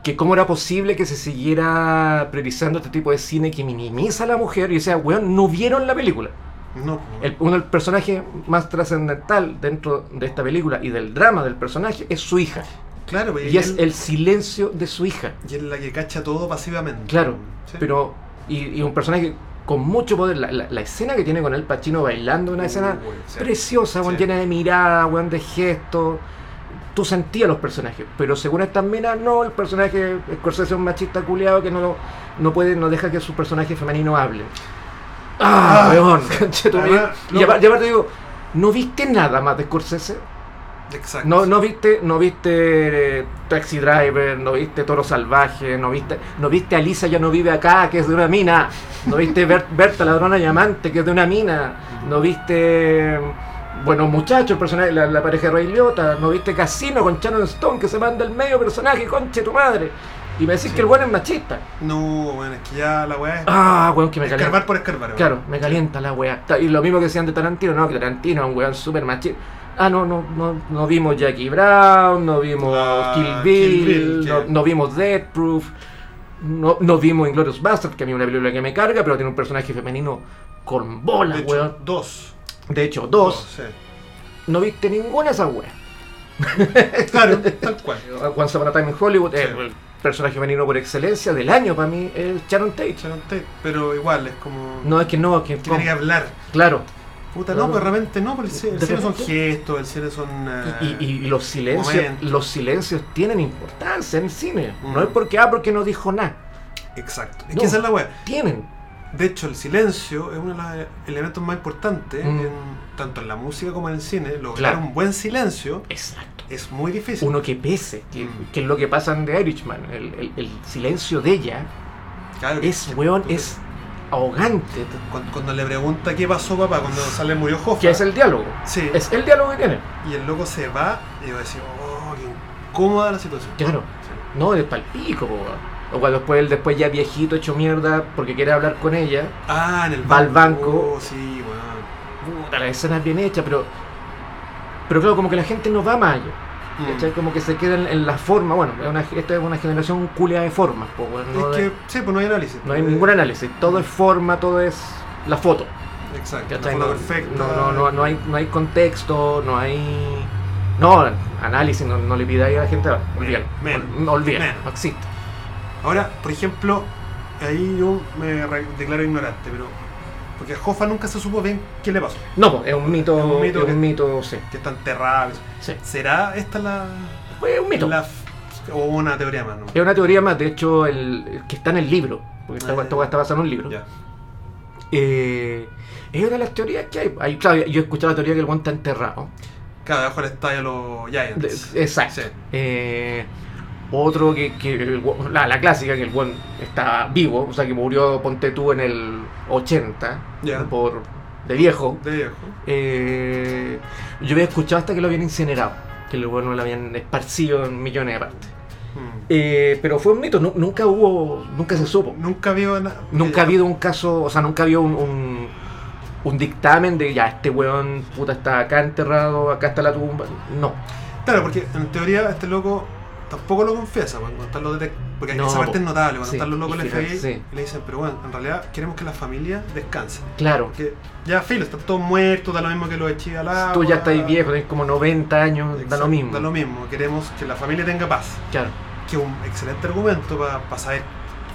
A: que cómo era posible que se siguiera priorizando este tipo de cine que minimiza a la mujer y decía, weón, no vieron la película.
B: No, pues,
A: El, uno del personaje más trascendental dentro de esta película y del drama del personaje es su hija.
B: claro, pues,
A: Y es
B: él-
A: el silencio de su hija.
B: y es la que cacha todo pasivamente.
A: Claro,
B: Sí.
A: pero. Y, y un personaje con mucho poder. La, la- la escena que tiene con el Pachino bailando, una
B: Uh,
A: escena
B: bueno, sí.
A: preciosa, weón,
B: Sí.
A: llena de mirada, weón, de gestos. Tú sentías los personajes, pero según estas minas, no, el personaje Scorsese es un machista culiado que no, lo- no puede, no deja que su personaje femenino hable. ¡Ah,
B: Ah,
A: weón! conche tu
B: Además,
A: madre. y
B: no-
A: apar- y aparte digo, ¿no viste nada más de Scorsese?
B: Exacto.
A: No, no viste, no viste eh, Taxi Driver, no viste Toro Salvaje, no viste, no viste Alisa ya no vive acá, que es de una mina, no viste Ber- Berta ladrona llamante, que es de una mina, no viste mm, bueno muchachos, el personaje, la, la pareja de Ray Liotta, no viste Casino con Shannon Stone que se manda el medio personaje, conche tu madre. Y me decís que el bueno es machista.
B: No, bueno, es que ya la weá es.
A: Ah, weón, que me calienta.
B: escarbar por escarbar. weón.
A: Claro, me calienta la weá. Ta- Y lo mismo que decían de Tarantino, no, que Tarantino es un weón súper machista. Ah, no, no, no, no vimos Jackie Brown, no vimos
B: Ah,
A: Kill Bill,
B: Kill Bill,
A: no,
B: ya.
A: no vimos Death Proof, no, no vimos Inglorious Bastard, que a mí es una película que me carga, pero tiene un personaje femenino con bolas,
B: De hecho,
A: weón.
B: dos.
A: De hecho, dos.
B: sí.
A: No viste ninguna de esas weas.
B: Claro, tal cual.
A: Once Upon a Time in Hollywood, eh,
B: Sí.
A: el personaje femenino por excelencia del año para mí es Sharon Tate.
B: Sharon Tate, Pero igual, es como.
A: No, es que no, es que...
B: Tiene que hablar.
A: Claro.
B: Puta,
A: No,
B: no,
A: no.
B: pero de repente no, porque el, ci- el
A: De
B: cine son
A: repente-
B: gestos, el cine son. eh,
A: Y, y- y los silencios
B: Momento.
A: los silencios tienen importancia en el cine. No
B: Mm.
A: es porque, ah, porque no dijo nada.
B: ah, Exacto. Es
A: No.
B: que esa es la weá.
A: Tienen.
B: De hecho, el silencio es uno de los elementos más importantes,
A: Mm.
B: en- tanto en la música como en el cine. Lograr
A: Claro.
B: un buen silencio
A: Exacto.
B: es muy difícil.
A: Uno que pese, que,
B: Mm.
A: que es lo que pasa en The Irishman. El, el- el silencio de ella
B: Claro,
A: es, weón,
B: tú-
A: es ahogante.
B: Cuando, cuando le pregunta qué pasó, papá, cuando sale murió Hoffa.
A: Que es el diálogo.
B: Sí,
A: Es el diálogo que tienen.
B: y el loco se va y yo decía, oh, qué incómoda la situación.
A: Claro.
B: Sí.
A: No, es palpico, po, weón. O cuando después, él después ya viejito, hecho mierda, porque quiere hablar con ella.
B: Ah, en el
A: Va al banco.
B: Oh, sí, weón.
A: Puta, la escena es bien hecha, pero... Pero claro, como que la gente no va más allá. ¿Cachai?
B: Mm.
A: Como que se quedan en la forma. Bueno, es una- esta es una generación culia de formas. po, weón, no,
B: es
A: de-
B: que, sí, pues no hay análisis.
A: no hay
B: Eh,
A: ningún análisis. Todo es forma, todo es la foto.
B: Exacto.
A: ¿cachai?
B: No,
A: No,
B: perfecto.
A: no, no, no, no hay, no hay contexto, no hay. No, análisis, no, no le pidáis a la gente. Olvídalo.
B: Men,
A: ol- no, olvídalo,
B: men.
A: no existe.
B: Ahora, por ejemplo, ahí yo me re- declaro ignorante, pero. Porque a Hoffa nunca se supo bien qué le pasó.
A: No, po, es un mito.
B: Es un mito
A: es
B: que-
A: un mito, sí.
B: Que está enterrado.
A: sí.
B: ¿Será esta la.
A: Pues es un mito.
B: la f- o una teoría más, no?
A: Es una teoría más, de hecho, el, que está en el libro. Porque esta
B: Ah,
A: weá- esta weá está basada en un libro.
B: Ya.
A: Eh, es una de las teorías que hay. Hay- claro, yo he escuchado la teoría que el guante está enterrado.
B: Claro, debajo del estadio los
A: De-
B: Giants.
A: exacto.
B: Sí.
A: Eh, otro que, que el gua- la, la clásica, que el buen está vivo, o sea que murió, ponte tú, en el 80,
B: Ya.
A: por de viejo.
B: De viejo.
A: Eh, yo había escuchado hasta que lo habían incinerado, que el bueno lo habían esparcido en millones de partes.
B: Mm.
A: Eh, pero fue un mito, nu- nunca hubo, nunca se supo.
B: Nunca vio nada.
A: Nunca ha habido un caso, o sea, nunca ha habido un, un, un dictamen de ya, este weón puta está acá enterrado, acá está la tumba. No.
B: Claro, porque en teoría este loco tampoco lo confiesa, pues, cuando están los detec- Porque
A: No,
B: esa parte
A: po.
B: es notable, cuando
A: Sí,
B: están los locos
A: y
B: del
A: fíjate,
B: FBI
A: sí.
B: y le dicen, pero bueno, en realidad queremos que la familia descanse.
A: Claro.
B: Porque ya filo, están todos muertos, da lo mismo que los eché al agua.
A: Tú ya estás viejo, tenés como 90 años, da
B: Exacto,
A: lo mismo.
B: Da lo mismo, queremos que la familia tenga paz.
A: Claro,
B: Que es un excelente argumento para saber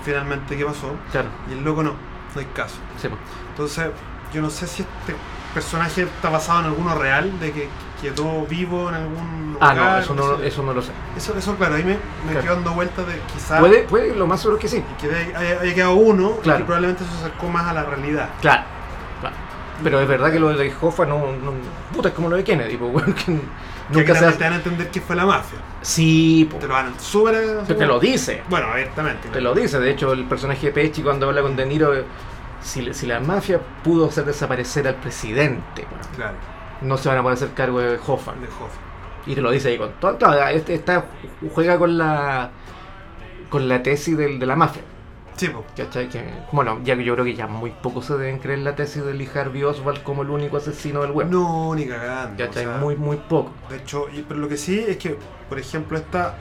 B: finalmente qué pasó.
A: claro,
B: Y el loco no, no hay caso.
A: sí, po.
B: Entonces, yo no sé si este personaje está basado en alguno real, de que quedó vivo en algún
A: Ah, no,
B: lugar,
A: eso
B: sé
A: no,
B: yo.
A: eso no lo sé.
B: Eso, eso claro, ahí me, me
A: Claro.
B: quedo dando vueltas de quizás
A: Puede, puede, lo más seguro es que sí.
B: que de ahí haya, haya quedado uno
A: Claro.
B: y que probablemente se acercó más a la realidad.
A: Claro, claro. Pero es verdad que lo de Hoffa no, no- Puta, es como lo de Kennedy, po, weón, que
B: Que
A: nunca
B: aquí
A: se
B: también te
A: hace.
B: van a entender que fue la mafia.
A: Sí, po,
B: Te lo van a súper...
A: te, te lo dice,
B: Bueno, abiertamente.
A: te lo dice. De hecho, el personaje de Pesci cuando habla con De Niro, eh, si, le- si la mafia pudo hacer desaparecer al presidente, weón,
B: Claro,
A: no se van a poder hacer cargo de Hoffa.
B: de Hoffa.
A: Y te lo dice ahí con todo. ah, todo, este está, juega con la con la tesis del- de la mafia.
B: Sí, po.
A: ¿Cachai? Que, bueno, ya que yo creo que ya muy pocos se deben creer la tesis de Lee Harvey Oswald como el único asesino del web.
B: No, ni cagando.
A: ¿Cachai?
B: o sea,
A: muy, muy poco.
B: De hecho, y- pero lo que sí es que, por ejemplo, esta.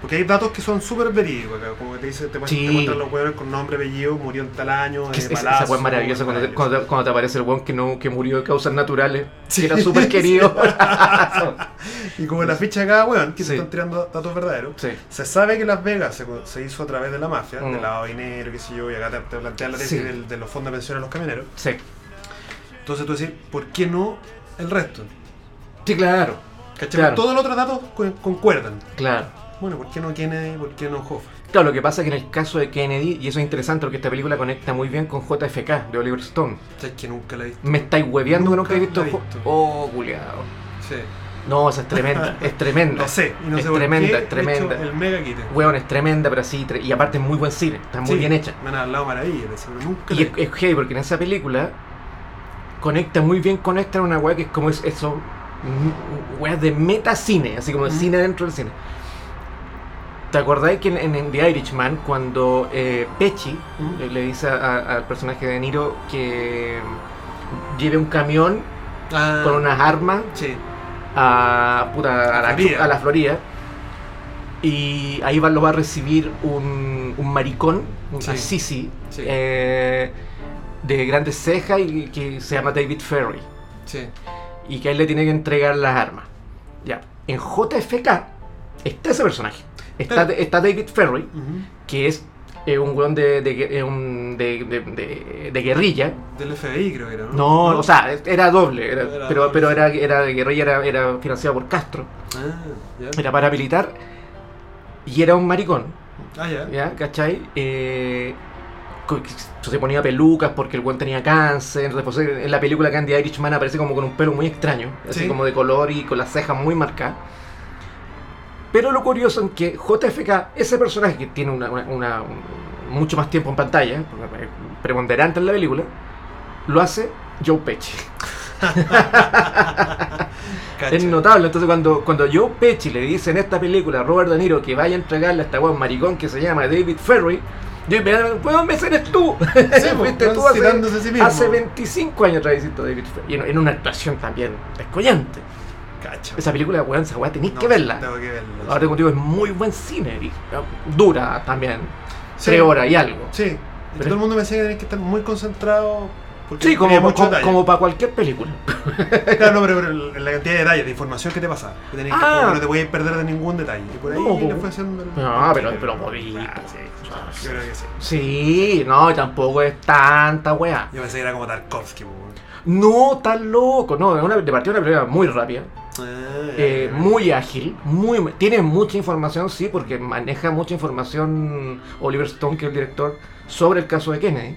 B: Porque hay datos que son súper verídicos, acá, como que te dicen, te, muest-
A: Sí.
B: te muestran los hueones con nombre, apellido, murió en tal año,
A: Que es-
B: eh,
A: es- esa
B: balazo,
A: weá es maravillosa cuando te,
B: maravilloso.
A: cuando te- cuando te aparece el weón que, no, que murió de causas naturales,
B: Sí.
A: que era súper querido.
B: Y como la ficha de cada hueón, que
A: Sí.
B: se están tirando datos verdaderos.
A: sí.
B: Se sabe que Las Vegas se, se hizo a través de la mafia,
A: Mm.
B: de lavado de dinero, qué sé yo, y acá te, te plantean la
A: Sí.
B: tesis del- de los fondos de pensiones a los camioneros.
A: Sí.
B: Entonces tú decís, ¿por qué no el resto?
A: Sí, claro.
B: ¿Cachai?
A: Claro.
B: Todos los otros datos co- concuerdan.
A: Claro.
B: Bueno, ¿por qué no Kennedy? ¿Por qué no Hoffa?
A: Claro, lo que pasa es que en el caso de Kennedy, y eso es interesante porque esta película conecta muy bien con JFK de Oliver Stone.
B: O sea, es que nunca la he visto.
A: Me estáis hueveando que nunca he visto.
B: Nunca la he visto.
A: Oh, culiado.
B: Sí.
A: No, esa es tremenda, es tremenda.
B: Lo sé, y no
A: es
B: sé
A: tremenda,
B: por qué.
A: es tremenda.
B: he hecho el mega quite.
A: Weón, es tremenda, pero así, tre- y aparte es muy buen cine, está muy
B: Sí,
A: bien hecha.
B: Me han hablado maravilla, pero siempre nunca. la
A: Y
B: he
A: es, es heavy porque en esa película conecta muy bien con esta una weá que es como es- eso, mm, weá de metacine, así como de
B: Ujú.
A: cine dentro del cine. ¿Te acordáis que en, en- en The Irishman, cuando eh, Pesci
B: Ujú.
A: le, le dice a- al personaje de Niro que lleve un camión
B: visto. Ah,
A: con unas armas
B: Sí.
A: a, puta, a, la,
B: Florida.
A: a la Florida. Y ahí va, lo va a recibir un, un maricón, un
B: Sí.
A: Sisi,
B: Sí.
A: de grandes cejas y que se llama David Ferry.
B: Sí.
A: Y que a él le tiene que entregar las armas. Ya. En JFK está ese personaje. Está,
B: Pero-
A: está David Ferry,
B: Ujú.
A: que es eh, un weón de, de- eh, un- de- de- de- de guerrilla.
B: Del FBI creo que era, ¿no?
A: No, o sea, era doble, era-
B: Era
A: pero,
B: doble,
A: pero
B: sí.
A: era, era de guerrilla, era, era financiado por Castro
B: Ah, ya.
A: era paramilitar y era un maricón,
B: Ah, ya.
A: ¿ya? ¿Cachai? Eh, co- que se ponía pelucas porque el weón tenía cáncer. Después en la película Candy Irishman aparece como con un pelo muy extraño, así
B: Sí.
A: como de color y con las cejas muy marcadas. Pero lo curioso es que JFK, ese personaje que tiene una, una- una- un- mucho más tiempo en pantalla, porque es preponderante en la película, lo hace Joe Pesci.
B: Cacha.
A: Es notable, entonces cuando, cuando Joe Pesci le dice en esta película a Robert De Niro que vaya a entregarle a esta weón maricón que se llama David Ferry, yo inmediatamente, weón, ese eres tú.
B: Sí, po,
A: pues, Fuiste tú
B: weón,
A: hace,
B: citándose a sí mismo.
A: hace 25 años atrás hiciste David Ferry. Y en, en una actuación también descollante.
B: Cacha.
A: Esa película, weón, esa weá tenéis
B: No,
A: que verla.
B: Tengo que verla.
A: Ahora te contigo es muy buen cine, y, ah, dura también,
B: Sí.
A: tres horas y algo. Sí,
B: Sí. Y
A: Pero-
B: todo el mundo me decía que tenés que estar muy concentrado. Porque
A: como,
B: tenía mucho
A: como-
B: detalle.
A: como para cualquier película.
B: Claro, no, pero, pero la cantidad de detalles, de información que te pasa. Que tenés que-
A: Ah.
B: como que no te voy a perder de ningún detalle. Y por ahí
A: No,
B: le
A: po.
B: fue haciendo el-
A: No, pero, pero morí,
B: Ah,
A: po.
B: sí. Yo creo que sí.
A: Sí, no, tampoco es tanta weá.
B: Yo pensé que era como Tarkovsky, po.
A: No, tan loco. No, es una, de partida una película muy rápida,
B: Ah, ya,
A: eh,
B: ya, ya.
A: muy ágil, muy, tiene mucha información, sí, porque maneja mucha información Oliver Stone, que es el director, sobre el caso de Kennedy.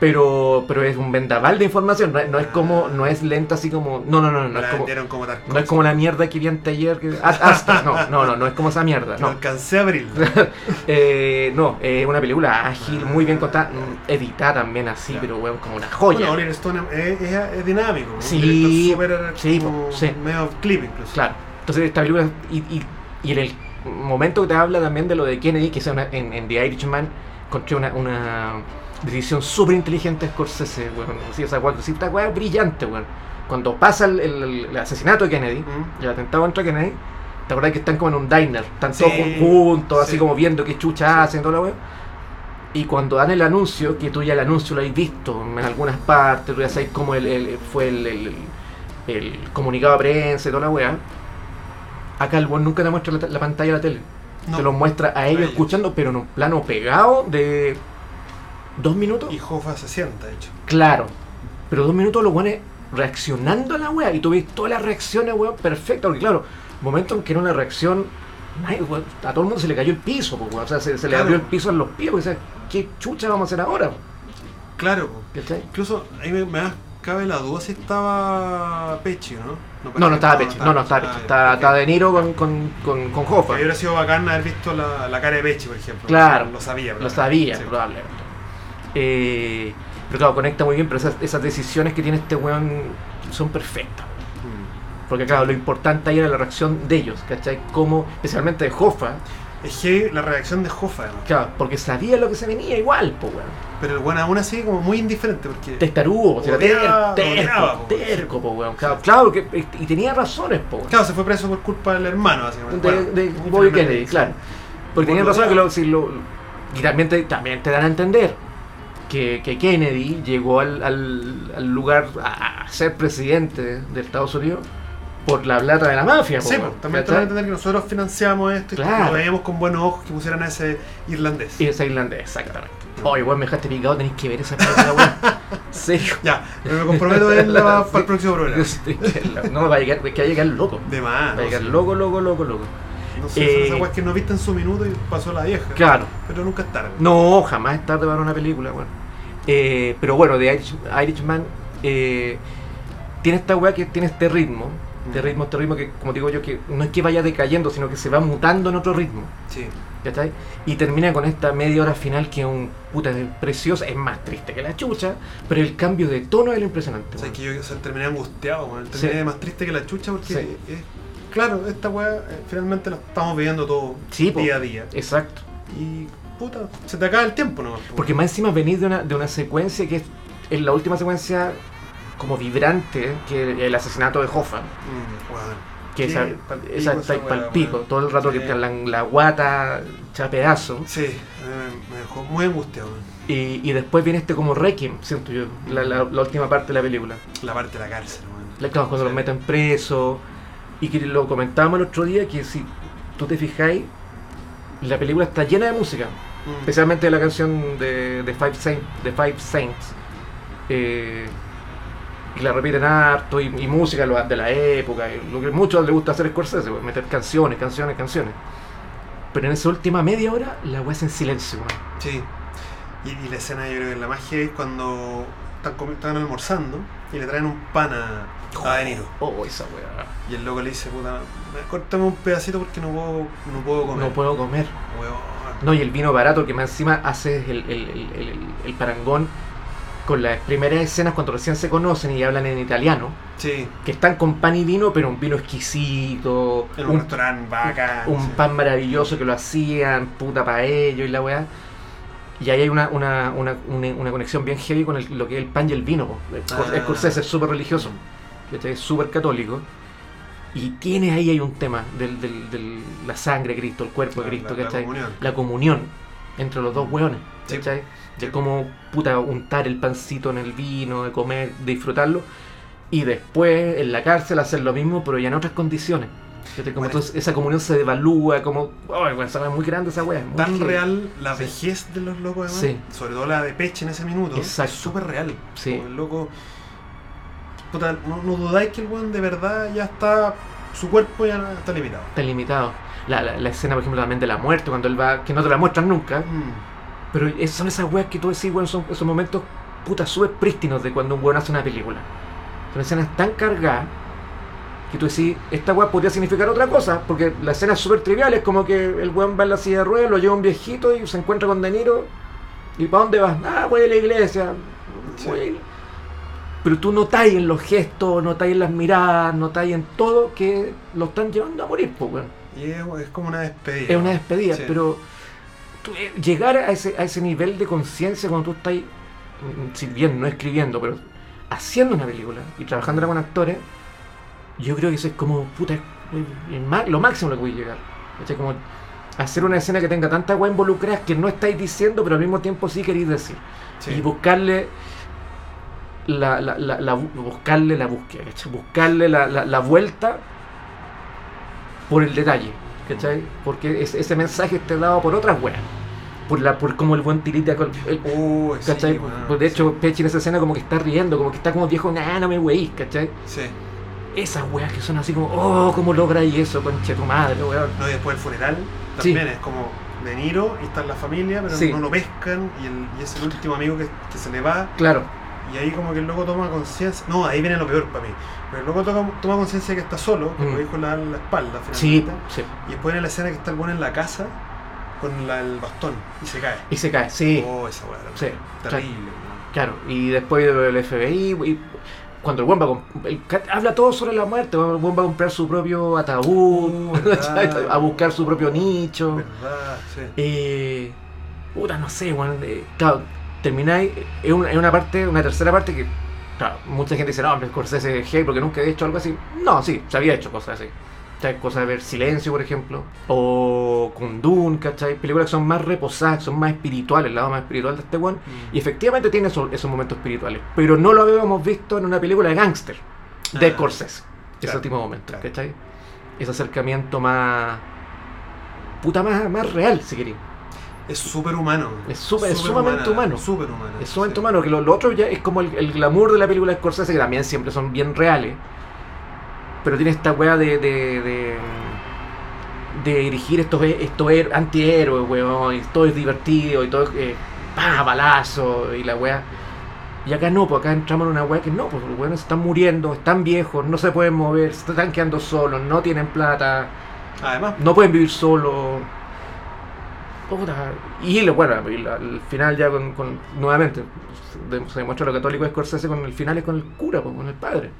A: Pero, pero es un vendaval de información, no, no es como, no es lenta así como, no, no, no, no,
B: Me
A: es
B: la
A: como,
B: vendieron como Tarkovsky.
A: no es como la mierda que vi anteayer, que, Ad Astra, no, no, no, no es como esa mierda,
B: No
A: no.
B: alcancé a abrirlo.
A: Eh, no, es una película ágil, muy bien contada, mm, editada también así,
B: Claro.
A: pero weón, como una joya.
B: Bueno, Oliver Stone es, es, es dinámico. ¿no?
A: Sí,
B: Un director súper
A: sí,
B: como
A: po, sí.
B: medio clip incluso.
A: Claro. Entonces esta película y, y- y en el momento que te habla también de lo de Kennedy, que sea una- en, en The Irishman, encontré una, una decisión súper inteligente de Scorsese, weón. Así, esa weá, sí, esta weá es brillante, weón. Cuando pasa el, el- el asesinato de Kennedy,
B: Mm.
A: el atentado contra Kennedy, te acordás que están como en un diner, están
B: Sí,
A: todos jun- juntos, así
B: sí.
A: como viendo qué chucha hacen, toda la weá. Y cuando dan el anuncio, que tú ya el anuncio lo has visto en algunas partes, tú ya sabes cómo el, el- fue el, el- el- el comunicado a prensa y toda la weá. Acá el weón nunca te muestra la, la pantalla de la tele.
B: No.
A: Te lo muestra a ellos
B: ellos.
A: escuchando, pero en un plano pegado de dos minutos.
B: Y Hoffa se sienta, de hecho.
A: Claro. Pero dos minutos los weones reaccionando a la weá. Y tú ves todas las reacciones, weón, perfectas. Porque claro, momento en que era una reacción. ay, weón, a todo el mundo se le cayó el piso, pues, weón. O sea, se, se le
B: Claro.
A: abrió el piso en los pies. Porque, o sea, ¿qué chucha vamos a hacer ahora?
B: Claro, po.
A: ¿Cachai?
B: Incluso ahí me, me cabe la duda si estaba Pechi, ¿no? parece
A: No, no
B: que
A: estaba Peche. No, no estaba
B: Ah,
A: Peche.
B: ya,
A: Estaba,
B: ok.
A: estaba De Niro con, con, con, con Hoffa.
B: Porque hubiera sido bacán haber visto la, la cara de Pechi, por ejemplo.
A: Claro.
B: Lo sabía.
A: Lo
B: probablemente.
A: sabía,
B: Sí.
A: probablemente. Eh, pero claro, conecta muy bien. Pero esas, esas decisiones que tiene este weón son perfectas.
B: Mm.
A: Porque claro, lo importante ahí era la reacción de ellos, ¿cachai? Como, especialmente de Hoffa,
B: Es heavy la reacción de Hoffa, además.
A: Claro, porque sabía lo que se venía igual, pues, weón.
B: Pero el weón aún así como muy indiferente porque...
A: Testarudo, po, si era
B: Odiaba,
A: ter- terco,
B: odiaba, po.
A: terco, po, weón. Claro, claro que, eh, y tenía razones, po, weón.
B: Claro, se fue preso por culpa del hermano,
A: de,
B: básicamente. Bueno,
A: de
B: finalmente,
A: Bobby Kennedy, claro. Porque
B: Bueno,
A: tenían razón
B: ya.
A: que lo, si lo- y también te, también te dan a entender que, que Kennedy llegó al, al- al lugar a, a ser presidente de Estados Unidos por la plata de la mafia.
B: Sí,
A: po,
B: pues,
A: weón,
B: también tenemos que
A: ¿cachai?
B: entender que nosotros financiamos esto y
A: Claro.
B: lo veíamos con buenos ojos que pusieran a ese irlandés.
A: Y ese irlandés, exactamente. Oye, weón, me dejaste picado, tenés que ver esa película, weón. Serio.
B: Ya, pero me comprometo a verla pa- para el próximo programa.
A: No, va a llegar, es que va a llegar loco.
B: De más.
A: Va a
B: no
A: llegar
B: sé.
A: loco, loco, loco, loco.
B: No sé, son
A: Eh,
B: esas weas que no viste en su minuto y pasó la vieja.
A: Claro.
B: Pero nunca es tarde.
A: No, jamás es tarde para una película, bueno. Eh, pero bueno, de Irish- Irishman eh, tiene esta weá que tiene este ritmo. Este
B: Mm.
A: ritmo, este ritmo que, como digo yo, que no es que vaya decayendo, sino que se va mutando en otro ritmo.
B: Sí.
A: ¿Cachai? Y termina con esta media hora final que es un puta es preciosa, es más triste que la chucha, pero el cambio de tono es lo impresionante.
B: O sea,
A: weón.
B: que yo o sea, terminé angustiado, weón. Terminé
A: Sí.
B: más triste que la chucha porque,
A: Sí.
B: eh, claro, esta weá eh, finalmente la estamos viviendo todo
A: Sí, po.
B: día a día.
A: Exacto.
B: Y puta, se te acaba el tiempo nomás. po.
A: Porque más encima venís de una, de una secuencia que es, es la última secuencia como vibrante, que el, el asesinato de Hoffa.
B: Mm, weón.
A: que
B: Sí,
A: esa,
B: palpico
A: esa
B: esa
A: está ahí
B: weá,
A: palpico,
B: weón.
A: todo el rato
B: Sí.
A: que te la, la guata hecha pedazo.
B: Sí, eh, me dejó muy angustiado, weón.
A: Y, y después viene este como Requiem, siento yo, la, la- la última parte de la película.
B: La parte de la cárcel, weón.
A: La- claro, cuando
B: Sí.
A: los meten preso. Y que lo comentábamos el otro día, que si tú te fijáis, la película está llena de música,
B: Mm.
A: especialmente de la canción de, de Five Saints. De Five Saints. Eh, y la repiten harto, y, y música lo- de la época. y lo que muchos les gusta hacer a Scorsese, pues, meter canciones, canciones, canciones. Pero en esa última media hora, la weá es en silencio, weón.
B: Sí. Y, y la escena, yo creo que la magia es cuando están, comi- están almorzando y le traen un pan a, a De Niro.
A: Oh, esa weá.
B: Y el loco le dice, puta, córtame un pedacito porque no puedo, no puedo comer.
A: No puedo comer.
B: Weón.
A: No, y el vino barato que más encima hace el, el- el- el- el parangón con las primeras escenas cuando recién se conocen y hablan en italiano.
B: Sí,
A: Que están con pan y vino, pero un vino exquisito.
B: en un, restaurante vaca.
A: un pan maravilloso que lo hacían, puta para ellos y la weá. Y ahí hay una, una, una, una- una conexión bien heavy con el- lo que es el pan y el vino. po.
B: Ah.
A: Scorsese es súper religioso, ¿cachai? es súper católico. Y tiene ahí hay un tema del, del- del- la sangre de Cristo, el cuerpo de Cristo,
B: la, la
A: ¿cachai?
B: comunión.
A: la comunión entre los dos hueones,
B: Sí.
A: ¿cachai?
B: Sí.
A: De cómo puta untar el pancito en el vino, de comer, de disfrutarlo. Y después en la cárcel hacer lo mismo, pero ya en otras condiciones. ¿cachai? Como
B: Bueno.
A: entonces esa comunión se devalúa, como. ¡Ay, weón, esa weá es muy grande esa weá! es muy
B: Tan
A: heavy".
B: real la
A: Sí.
B: vejez de los locos, además.
A: Sí.
B: Sobre todo la de Peche en ese minuto.
A: Exacto.
B: Es súper real.
A: Sí.
B: Como el loco. Puta, no, no dudáis que el weón de verdad ya está. Su cuerpo ya está limitado.
A: Está limitado. La, la- la escena, por ejemplo, también de la muerte, cuando él va. que no te la muestran nunca.
B: Mm.
A: Pero es- son esas weas que tú decís, weón, son esos momentos puta súper prístinos de cuando un weón hace una película. Son escenas tan cargadas que tú decís, esta wea podría significar otra cosa, porque la escena es súper trivial, es como que el weón va en la silla de ruedas, lo lleva un viejito y se encuentra con De Niro. ¿Y para dónde vas? Ah, voy a la iglesia.
B: Sí.
A: Voy a ir. Pero tú notáis en los gestos, notáis en las miradas, notáis en todo que lo están llevando a morir, pues, weón.
B: Y es, es como una despedida.
A: Es una despedida,
B: Sí.
A: pero tú, eh, llegar a ese, a ese nivel de conciencia cuando tú estás, mm, si bien no escribiendo, pero haciendo una película y trabajándola con actores, yo creo que eso es como, puta, es el- el ma- lo máximo a lo que voy a llegar. ¿Cachai? Como hacer una escena que tenga tanta agua involucrada que no estáis diciendo, pero al mismo tiempo sí queréis decir.
B: Sí.
A: Y buscarle la, la, la, la bu- buscarle la búsqueda, ¿cachai? Buscarle la, la, la vuelta por el detalle, ¿cachai? Porque es- ese mensaje está dado por otras weas. Por la, por como el buen tirita con el-
B: Oh, sí,
A: ¿Cachai? Por-
B: weón,
A: por- de hecho, Pechi en esa escena como que está riendo, como que está como viejo, nah, no me weís, ¿cachai?
B: Sí. Sí.
A: Esas weas que son así como, oh, ¿cómo logra y eso, concha tu madre, weón?
B: No, y después el funeral
A: Sí.
B: también es como De Niro y está en la familia, pero
A: Sí.
B: no lo pescan y, el- y es el último amigo que, que se le va.
A: Claro,
B: Y ahí como que el loco toma conciencia. No, ahí viene lo peor para mí. Pero el loco toca- toma conciencia que está solo, que
A: Mm.
B: lo dijo la, la espalda
A: sí,
B: finalmente.
A: sí.
B: Y después en la escena que está el bueno en la casa con la- el bastón y se cae.
A: Y se cae, sí,
B: Oh, esa weá.
A: sí.
B: Terrible. weón.
A: Claro, y después del FBI, y cuando el buen va a comp- el cat- habla todo sobre la muerte, el buen va a comprar su propio ataúd,
B: Uh,
A: ¿cachai?
B: verdad.
A: a buscar su propio nicho.
B: ¿Verdad? Sí.
A: Eh, puta, no sé, weón. eh, claro, termináis. Es una, es una parte, una tercera parte que. Claro, mucha gente dice, no, hombre, Scorsese es gay porque nunca he hecho algo así. No, sí, se había hecho cosas así. ¿Cachai? Cosas de ver Silencio, por ejemplo. O con Dune, ¿cachai? Películas que son más reposadas, que son más espirituales, el lado más espiritual de este weón.
B: Mm.
A: Y efectivamente tiene esos, esos momentos espirituales. Pero no lo habíamos visto en una película de gángster de
B: Ah,
A: Scorsese. Ese
B: claro,
A: último momento,
B: claro.
A: ¿cachai? Ese acercamiento más. puta, más, más real, si queréis.
B: Es súper humano.
A: Es súper- es sumamente humano.
B: Súper humano.
A: Es sumamente humano, que lo, lo otro ya es como el, el glamour de la película de Scorsese, que también siempre son bien reales. Pero tiene esta weá de. de, de de dirigir estos, he- estos her- antihéroes, weón, y todo es divertido, y todo es eh, pa, balazo, y la weá. Y acá no, pues acá entramos en una weá que no, pues los weones están muriendo, están viejos, no se pueden mover, se están quedando solos, no tienen plata,
B: Además,
A: no pueden vivir solo. Puta. Y lo, bueno, y la- el final ya con, con- nuevamente de- se demuestra lo católico de Scorsese con el final es con el cura, pues, con el padre.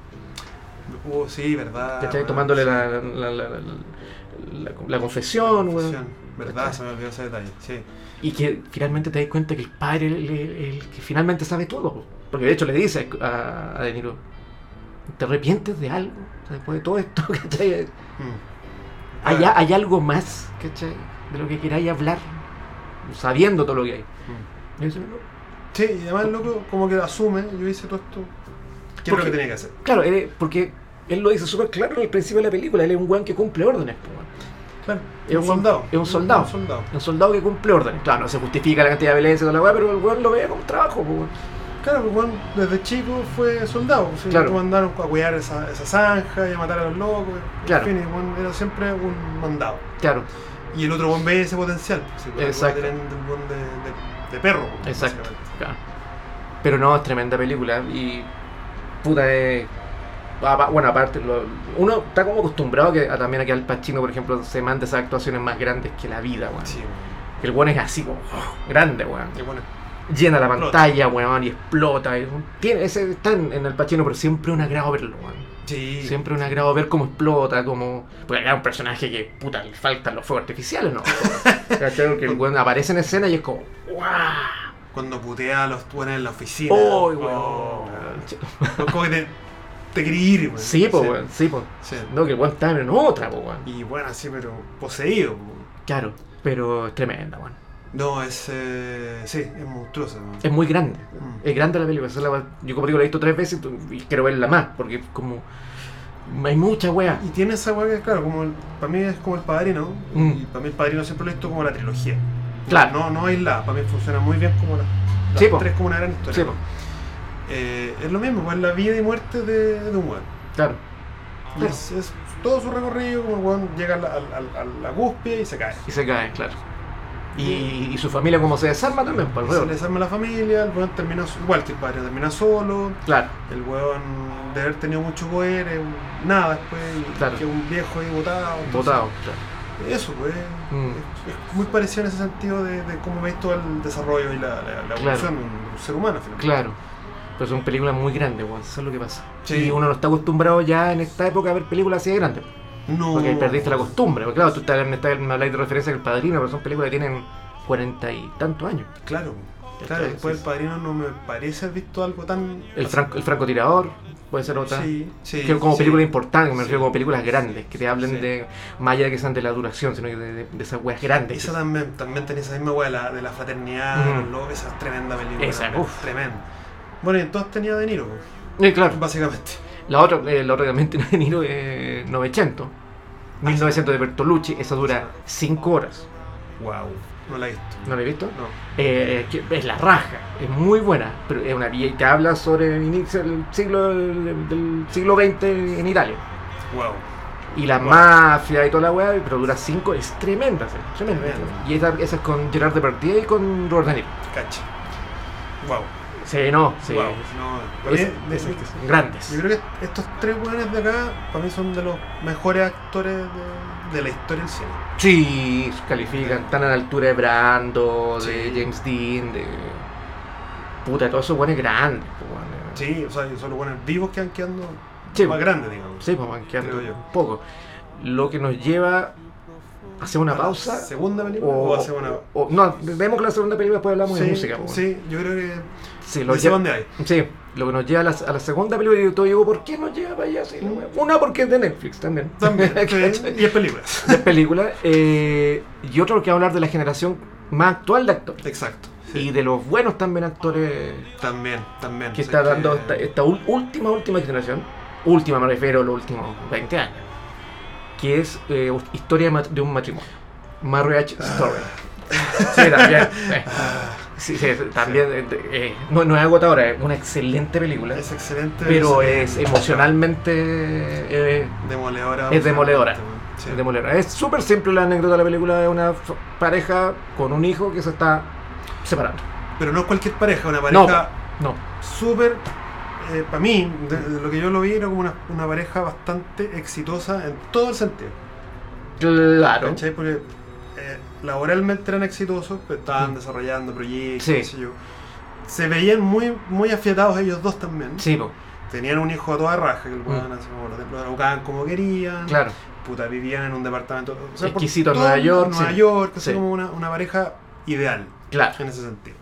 B: uh, sí, ¿verdad?
A: ¿Cachai?
B: weón,
A: Tomándole
B: sí.
A: la, la, la, la, la- la confesión, weón.
B: Confesión. ¿Verdad?
A: ¿Cachai?
B: Se me olvidó ese detalle. Sí.
A: Y que finalmente te das cuenta que el padre el, el- el que finalmente sabe todo. po. Porque de hecho le dice a, a De Niro, ¿te arrepientes de algo? O sea, después de todo esto, ¿cachai?
B: Mm.
A: ¿Hay,
B: Claro.
A: hay algo más, Ah. ¿cachai? De lo que queráis hablar, sabiendo todo lo que hay.
B: Mm.
A: Y dice, "No".
B: Sí, y además el loco como que asume, yo hice todo esto. ¿Qué es lo
A: Porque-
B: que tenía que hacer?
A: Claro, él es- porque él lo dice súper claro al principio de la película, él es un weón que cumple órdenes. po, weón.
B: Claro.
A: Es un- es un soldado.
B: Un soldado.
A: Un soldado que cumple órdenes. Claro, no se justifica la cantidad de violencia y toda la weá, pero el weón lo veía como trabajo. po, weón.
B: Claro, pues bueno, desde chico fue soldado. pues, ¿sí?
A: Claro.
B: Lo mandaron a cuidar esa, esa zanja y a matar a los locos.
A: Claro.
B: En fin, bueno, era siempre un mandado.
A: Claro,
B: Y el otro buen ve ese potencial. ¿sí? pues, Porque
A: Exacto.
B: Tienen un buen de, de- de perro. pues,
A: exacto.
B: básicamente.
A: claro. Pero no, es tremenda película y puta es... Bueno, aparte, lo- uno está como acostumbrado que, a, también a que Al Pacino, por ejemplo, se mande esas actuaciones más grandes que la vida, weón.
B: Sí, bueno.
A: Que el weón es así, como, oh, grande, weón.
B: Y bueno,
A: llena la
B: Explota.
A: pantalla, weón, y explota. y- tiene, ese está en, en el Pachino, pero siempre un agrado verlo, weón.
B: sí.
A: Siempre un agrado ver cómo explota, cómo. Porque acá es un personaje que, puta, le faltan los fuegos artificiales, ¿no? ¿Cachai? Porque el weón aparece en escena y es como, ¡guau!
B: Cuando putea a los tuanes en la oficina.
A: ¡Oh,
B: Oh,
A: weón!
B: weón. Como que te, te quería ir, weón.
A: Sí, po, weón, sí, po.
B: Sí.
A: No, que el weón está en otra, po, weón.
B: Y bueno, sí, pero poseído. weón.
A: Claro, pero es tremenda, weón.
B: No, es. eh, sí, es monstruoso. weón.
A: Es muy grande.
B: Mm.
A: Es grande la película. esa es la- Yo, como digo, la he visto tres veces y quiero verla más, porque es como. Hay mucha wea.
B: Y tiene esa weá que, claro, como el- para mí es como el padrino.
A: Mm.
B: Y para mí el padrino siempre lo he visto como la trilogía.
A: Claro.
B: No, no aislada. Para mí funciona muy bien como la. Las
A: Sí, po.
B: tres como una gran historia.
A: Sí, po,
B: Eh, es lo mismo, pues, es la vida y muerte de, de un weón.
A: claro.
B: Y
A: Claro.
B: Es, es todo su recorrido, como el weón llega a la, al- al- a la cúspide y se cae.
A: Y se cae, claro. Y, y su familia como se desarma también, pues, por
B: Y se le desarma la familia, el weón termina, so- igual que el padre, termina solo,
A: Claro,
B: el weón de haber tenido mucho poder, eh, nada después, y
A: Claro.
B: que un viejo ahí botado. entonces,
A: votado. claro.
B: Eso, pues, es-
A: Mm.
B: es, es muy parecido en ese sentido de, de cómo veis todo el desarrollo y la, la- la
A: Claro.
B: evolución de un, de un ser humano, finalmente.
A: Claro. Pero son películas muy grandes, weón. Eso es lo que pasa.
B: Sí.
A: Y uno no está acostumbrado ya en esta época a ver películas así de grandes.
B: No,
A: Porque ahí perdiste la costumbre. Porque claro, tú estás, me, estás, me habláis de referencia del padrino, pero son películas que tienen cuarenta y tantos años.
B: Claro, claro,
A: Sí,
B: después
A: sí.
B: el padrino no me parece haber visto algo tan.
A: El, franco, el francotirador puede ser otra.
B: Sí, sí.
A: Que como
B: sí.
A: películas importantes, me
B: Sí.
A: refiero como películas grandes, que te hablen
B: Sí.
A: de, más allá de que sean de la duración, sino que de, de- de esas weas grandes.
B: Esa también, también tenía esa misma weá la- de la fraternidad,
A: Ujú.
B: los lobos, esa es tremenda película.
A: Esa,
B: también,
A: uf.
B: Tremenda. Bueno, y entonces tenía De Niro,
A: Eh, claro.
B: básicamente.
A: La otra, eh, la otra que también tiene De Niro es 900.
B: Ah,
A: 1900 de Bertolucci, esa dura 5 horas.
B: Wow. No la he visto.
A: ¿No la he visto?
B: No.
A: Eh, que es la raja, es muy buena, pero es una vieja que habla sobre el inicio del siglo, del, del siglo XX en Italia.
B: Wow.
A: Y la
B: Wow.
A: mafia y toda la weá, pero dura 5, es tremenda, sí, tremenda.
B: Tremenda.
A: Y esa, esa es con Gerard Depardieu y con Robert De Niro.
B: Cacha. Wow.
A: Sí, no, sí.
B: Wow. No, para mí,
A: Es-
B: de-
A: es-
B: de-
A: grandes.
B: Yo creo que estos tres weones de acá, para mí son de los mejores actores de, de la historia del cine.
A: Sí, califican, están a la altura de Brando, de
B: Sí.
A: James Dean, de. Puta, todos esos buenos grandes, pues, weón.
B: Sí, o sea, son los buenos vivos que han quedando
A: Sí,
B: más
A: po.
B: grandes, digamos.
A: Sí, pues van quedando
B: Creo yo.
A: un poco. Lo que nos lleva a hacer una
B: ¿A la
A: pausa.
B: ¿Segunda película?
A: O,
B: O, hace una.
A: o- no, vemos que la segunda película después hablamos de
B: sí,
A: música. po.
B: sí, yo creo que.
A: Sí, lo
B: No sé
A: lleva-
B: dónde hay.
A: Sí, lo que nos lleva a la, a la segunda película, y yo digo, ¿por qué nos lleva para allá? Sí, la wea. Una, porque es de Netflix también.
B: También. sí,
A: ¿Cachai?
B: y es películas.
A: de película. eh, y otro que va a hablar de la generación más actual de actores.
B: Exacto.
A: Y
B: Sí.
A: de los buenos también actores
B: También, también.
A: que
B: o sea,
A: está dando
B: que-
A: esta, esta ul- última, última generación. Última, me refiero a los últimos 20 años. Que es eh, Historia de mat- de un matrimonio. Marriage
B: Ah.
A: Story. Sí, también. eh. Sí, sí, también. eh, eh, no, no es agotadora, es una excelente película.
B: Es excelente.
A: Pero es emocionalmente eh,
B: Demoledora.
A: Es demoledora.
B: absolutamente, sí.
A: demoledora. Es súper simple la anécdota de la película de una f- pareja con un hijo que se está separando.
B: Pero no es cualquier pareja, una pareja
A: No,
B: súper. Para mí, de, de lo que yo lo vi, era como una, una pareja bastante exitosa en todo el sentido.
A: claro.
B: ¿Cachai? Porque eh, laboralmente eran exitosos, pero estaban
A: Mm.
B: desarrollando proyectos,
A: Sí.
B: qué sé yo. Se veían muy, muy afiatados ellos dos también.
A: Sí, po,
B: Tenían un hijo a toda raja, que el weón
A: Mm.
B: así como lo- lo educaban como querían.
A: claro.
B: Puta, vivían en un departamento. o sea, por
A: Exquisito en
B: todo
A: Nueva
B: el mundo,
A: York,
B: Nueva
A: sí.
B: York, así
A: Sí.
B: como una, una pareja ideal
A: Claro.
B: en ese sentido.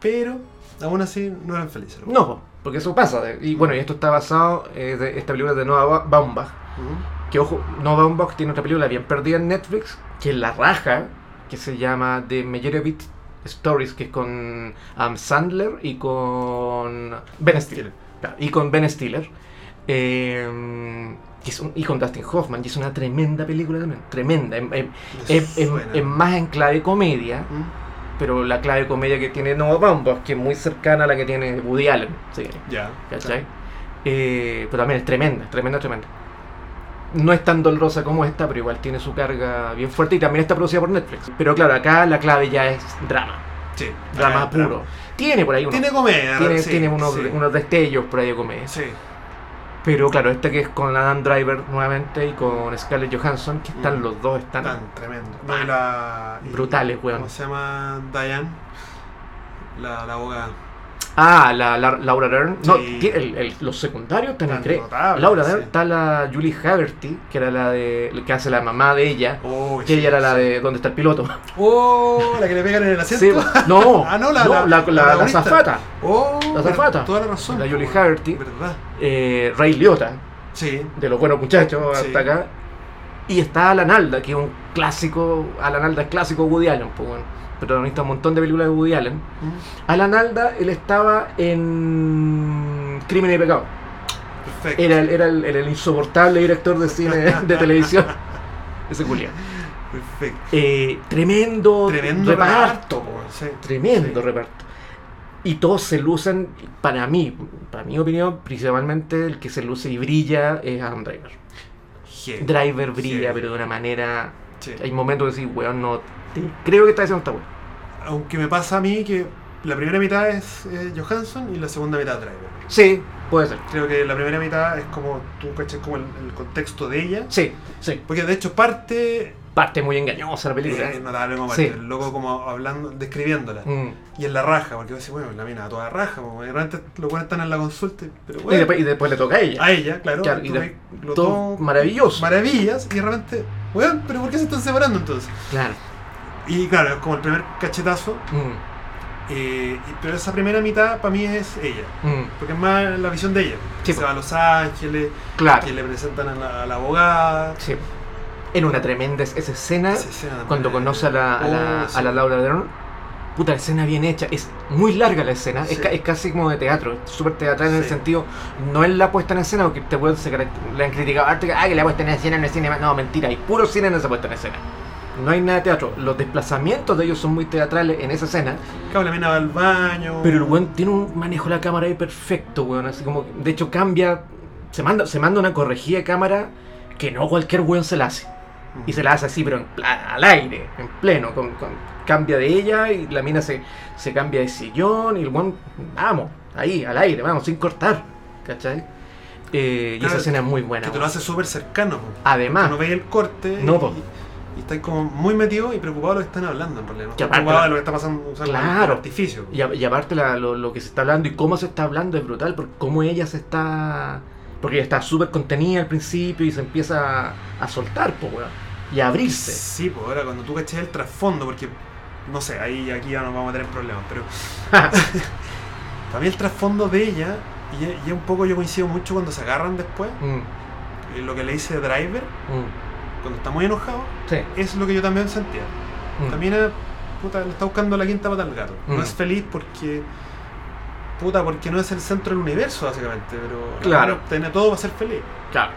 B: Pero aún así no eran felices.
A: No, po, porque eso pasa. de- Y bueno, y esto está basado eh, de esta película de Noah Ba- Baumbach.
B: Ujú.
A: Que ojo, Noah Baumbach tiene otra película bien perdida en Netflix, que es La Raja, que se llama The Meyerowitz Stories, que es con Am Sandler y con Ben Stiller. Claro, Y con Ben Stiller. eh, que es un- y con Dustin Hoffman, y es una tremenda película también. Tremenda. em- em-
B: Me
A: Es, es-
B: suena.
A: es más en clave comedia,
B: Ujú.
A: pero la clave comedia que tiene Noah Baumbach, que es muy cercana a la que tiene Woody Allen. sí,
B: Ya.
A: ¿cachai? Eh, pero también es tremenda, tremenda, tremenda. No es tan dolorosa como esta, pero igual tiene su carga bien fuerte y también está producida por Netflix. Pero claro, acá la clave ya es drama,
B: Sí.
A: drama
B: Ah,
A: puro.
B: drama.
A: Tiene por ahí unos,
B: Tiene
A: tiene,
B: comedia. sí,
A: tiene unos,
B: sí.
A: unos destellos por ahí de comedia.
B: Sí.
A: Pero claro, esta que es con Adam Driver nuevamente y con Scarlett Johansson, que están
B: Mm.
A: los dos, están...
B: Tan tremendo. No,
A: Tan
B: y la- y-
A: brutales, weón.
B: ¿Cómo se llama Diane? La, la abogada.
A: Ah, la, la- Laura Dern. No,
B: Sí.
A: tiene- el- el- los secundarios también
B: Tan
A: creen.
B: notables,
A: Laura Dern
B: sí.
A: está la Julie Haverty, que era la de que hace la mamá de ella.
B: Oh,
A: Que ella era la de ¿Dónde está el piloto?
B: Oh, la que le pegan en el
A: Sí,
B: asiento.
A: no,
B: Ah, no, la-
A: no,
B: la-
A: la, la-
B: la
A: la
B: protagonista.
A: azafata,
B: Oh,
A: La azafata.
B: Toda la razón.
A: La
B: po,
A: Julie
B: weón.
A: Haverty.
B: ¿Verdad?
A: eh, Ray Liotta,
B: Sí.
A: de los buenos muchachos
B: Sí.
A: hasta acá. Y está Alan Alda, que es un clásico, Alan Alda es clásico Woody Allen, pues bueno, protagonista de un montón de películas de Woody Allen.
B: Mm,
A: Alan Alda, él estaba en Crímenes y Pecado.
B: Perfecto.
A: Era, el- era el, era el insoportable director de cine de televisión. Ese Julián.
B: Perfecto.
A: Eh, tremendo,
B: Tremendo
A: reparto.
B: reparto, po, weón, sí.
A: Tremendo
B: Sí.
A: reparto. Y todos se lucen, para mí, para mi opinión, principalmente el que se luce y brilla es Adam Driver.
B: Je-
A: Driver brilla,
B: Sí.
A: pero de una manera.
B: sí.
A: Hay momentos que decís, weón, no. te- Creo que está diciendo esta weón.
B: Aunque me pasa a mí que la primera mitad es eh, Johansson y la segunda mitad Driver.
A: Sí, puede ser.
B: Creo que la primera mitad es como tú cachas como el, el contexto de ella.
A: Sí, sí.
B: Porque de hecho parte eh,
A: Parte muy engañosa la película.
B: es notable como parte,
A: Sí.
B: el loco como hablando, describiéndola.
A: Mm.
B: Y en la raja, porque vos decís, bueno, la mina a toda raja, porque realmente los buenos están en la consulta, y- pero
A: Y,
B: bueno,
A: después, y después le toca a ella.
B: a ella, claro,
A: Claro, y
B: tú
A: de-
B: ves lo
A: todo
B: todo
A: maravilloso.
B: maravillas, y de repente, bueno, pero ¿por qué se están separando entonces?
A: Claro.
B: Y claro, es como el primer cachetazo,
A: Mm,
B: eh, y- pero esa primera mitad para mí es ella,
A: mm,
B: porque es más la visión de ella.
A: Sí,
B: se
A: po.
B: va a Los Ángeles,
A: Claro.
B: que le presentan a la, a la abogada.
A: Sí. En una tremenda es- esa escena.
B: Esa escena
A: cuando
B: también.
A: conoce a la, a la,
B: Oh, sí.
A: a la Laura Dern, puta, la escena bien hecha, es muy larga la escena, es,
B: Sí.
A: ca- es casi como de teatro, es súper teatral en el
B: Sí.
A: sentido, no es la puesta en escena, porque te pueden, se caract- le han criticado harto que, "Ay, que la puesta en escena no es cine, no, mentira, hay puro cine en esa puesta en escena. No hay nada de teatro, los desplazamientos de ellos son muy teatrales en esa escena,
B: Claro, la mina va al baño.
A: pero el weón tiene un manejo de la cámara ahí perfecto, weón, así como, de hecho cambia, se manda, se manda una corregida de cámara que no cualquier weón se la hace.
B: Mm.
A: Y se la hace así, pero en pla- al aire, en pleno. Con, con- cambia de ella y la mina se, se cambia de sillón y el guan, vamos, ahí, al aire, vamos, sin cortar. ¿Cachai? Eh, y
B: Claro,
A: esa escena es muy buena.
B: Que te lo
A: weón.
B: hace súper cercano. po.
A: Además,
B: no veis el corte.
A: Ah. No, po.
B: y, Y estáis como muy metidos y preocupados de lo que están hablando en realidad. No
A: Que
B: estáis
A: aparte
B: preocupados
A: la-
B: de lo que está pasando o sea, con el-
A: Claro.
B: el artificio.
A: Y, a- y aparte la- lo, lo que se está hablando y cómo se está hablando es brutal, porque cómo ella se está... Porque ella está súper contenida al principio y se empieza a, a soltar, po, weón, Y a abrirse.
B: Sí, pues ahora cuando tú caches el trasfondo, porque no sé, ahí aquí ya nos vamos a tener problemas, pero para mí el trasfondo de ella, y, es- y es un poco yo coincido mucho cuando se agarran después,
A: Mm,
B: eh, lo que le dice Driver,
A: mm,
B: cuando está muy enojado,
A: sí,
B: es lo que yo también sentía.
A: mm.
B: También era, puta, le está buscando la quinta pata al gato.
A: Mm.
B: No es feliz porque, puta, porque no es el centro del universo, básicamente, pero
A: Claro.
B: tiene todo para ser feliz.
A: Claro.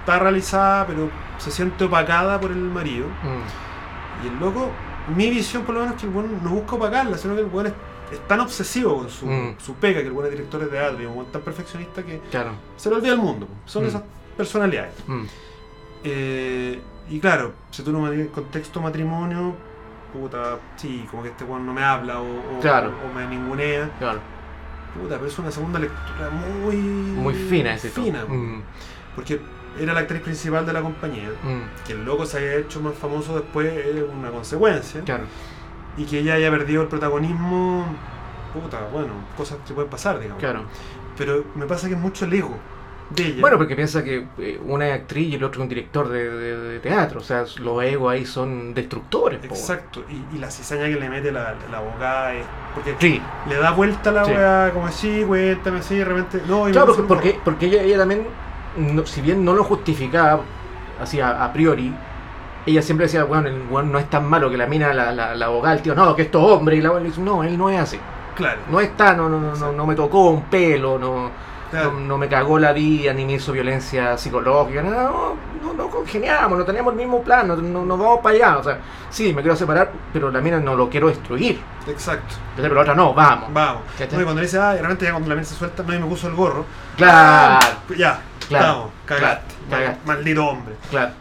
B: Está realizada, pero se siente opacada por el marido.
A: Mm,
B: Y el loco, mi visión por lo menos es que el buen no busca opacarla, sino que el buen es, es tan obsesivo con su,
A: Mm.
B: su pega, que el buen es director de teatro y un buen tan perfeccionista que
A: claro.
B: se le olvida el mundo. Son
A: Mm.
B: esas personalidades.
A: Mm,
B: Eh, y claro, si tú no manejas el contexto matrimonio, puta, sí, como que este buen no me habla o, o-
A: Claro.
B: o me ningunea.
A: claro.
B: Puta, pero es una segunda lectura muy...
A: Muy fina ese todo.
B: fina,
A: Mm,
B: Porque era la actriz principal de la compañía.
A: mm,
B: Que el loco se haya hecho más famoso después es una consecuencia.
A: claro.
B: y que ella haya perdido el protagonismo, puta, bueno, cosas que pueden pasar, digamos.
A: Claro.
B: Pero me pasa que es mucho el ego de ella.
A: Bueno, porque piensa que eh, una es actriz y el otro es un director de, de- de teatro. O sea, los egos ahí son destructores. po, weón.
B: exacto. Y, y la cizaña que le mete la, la abogada es. Porque
A: Sí,
B: le da vuelta a la
A: Sí.
B: weá, como así, cuéntame así, y de repente. No, y
A: Claro,
B: me
A: porque,
B: pasa
A: porque, porque ella, ella también, no- si bien no lo justificaba así a, a priori, ella siempre decía, bueno, el weón no es tan malo que la mina, la, la, la abogada, el tío, no, que esto hombre, y la weón le dice, no, él no es así,
B: lo- Claro.
A: no está, no, no, no, no, no me tocó un pelo, no, no,
B: claro.
A: no me cagó la vida, ni me hizo violencia psicológica, no, no, no, no congeniamos, no tenemos el mismo plan, no, no, no vamos para allá, o sea, sí, me quiero separar, pero la mina no lo quiero destruir,
B: Exacto.
A: pero la otra no, vamos,
B: Vamos.
A: ¿Cachai?
B: No, y cuando le dice, ah, y realmente ya cuando la mente se suelta, no, y me puso el gorro.
A: Claro.
B: Ah, ya,
A: Claro.
B: vamos, cagaste.
A: Claro, cagaste.
B: Maldito hombre.
A: claro,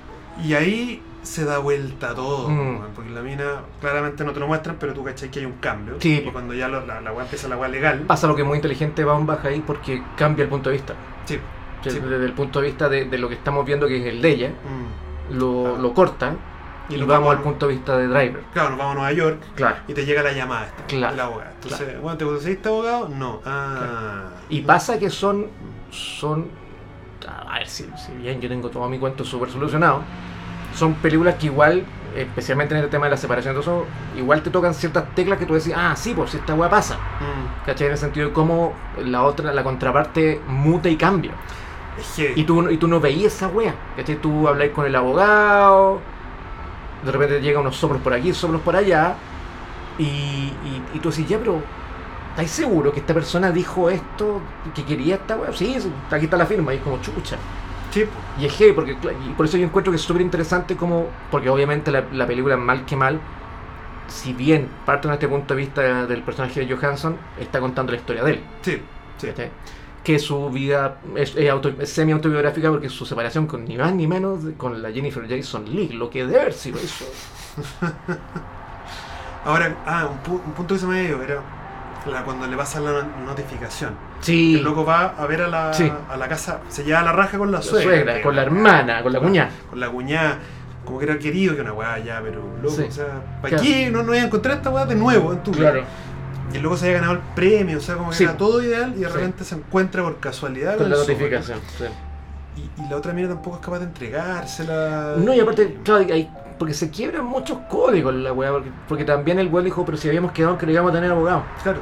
B: Y ahí se da vuelta todo,
A: Mm.
B: weón, porque la mina claramente no te lo muestran, pero tú cachai que hay un cambio.
A: Sí,
B: Y
A: po. Ah.
B: cuando ya lo- la, la weá empieza la weá legal.
A: pasa lo que es muy inteligente va un baja ahí porque cambia el punto de vista.
B: Sí.
A: Que
B: Sí.
A: Desde el punto de vista de, de lo que estamos viendo, que es el de ella,
B: mm.
A: lo,
B: Ah.
A: lo corta y,
B: nos
A: vamos al
B: a-
A: punto de vista de Driver.
B: Claro, nos vamos a Nueva York
A: Claro.
B: y te llega la llamada esta,
A: Claro,
B: la abogada. Entonces, bueno, ¿te conseguiste abogado? No. Ah.
A: Y pasa que son. son a ver, si, si bien yo tengo todo mi cuento súper solucionado, son películas que igual, especialmente en el tema de la separación, entonces, igual te tocan ciertas teclas que tú decís, ah, sí, por si esta weá pasa.
B: Mm.
A: ¿Cachai? En el sentido de cómo la otra, la contraparte muta y cambia.
B: Es heavy.
A: Y tú, y tú no veías esa wea. ¿Cachai? Tú habláis con el abogado. De repente te llegan unos soplos por aquí, soplos por allá. Y, y, y tú decís, ya, pero ¿estáis seguro que esta persona dijo esto? ¿Que quería esta wea? Sí, sí, aquí está la firma. Y es como chucha.
B: Sí, po.
A: Y es heavy, porque, cla- y por eso yo encuentro que es súper interesante como... Porque obviamente la, la película Mal que Mal, si bien parte de este punto de vista de- del personaje de Johansson, está contando la historia de él.
B: Sí. Sí.
A: ¿cachai? que su vida es, es auto- es semi-autobiográfica porque su separación con ni más ni menos de- con la Jennifer Jason Leigh, lo que debe haber sido eso.
B: Ahora, ah, un, pu- un punto que se me había ido era la- cuando le pasa la no- notificación.
A: Sí,
B: El loco va a ver a la,
A: Sí.
B: a la casa, se lleva la raja con la,
A: la suegra, con la hermana,
B: Ah,
A: con la cuñada.
B: con la cuñada, como que era querido que una weá ya, pero loco,
A: Sí.
B: o sea, ¿para
A: Claro.
B: qué no, no voy a encontrar esta weá de nuevo en tu vida? Y el loco se había ganado el premio, o sea, como que
A: Sí.
B: era todo ideal y de
A: Sí.
B: repente se encuentra por casualidad
A: con la
B: el sobre.
A: notificación. sí.
B: Y, y la otra mina tampoco es capaz de entregársela.
A: No, y aparte, claro, hay- porque se quiebran muchos códigos la weá, porque, porque también el güey dijo, pero si habíamos quedado que le íbamos a tener abogado,
B: Claro,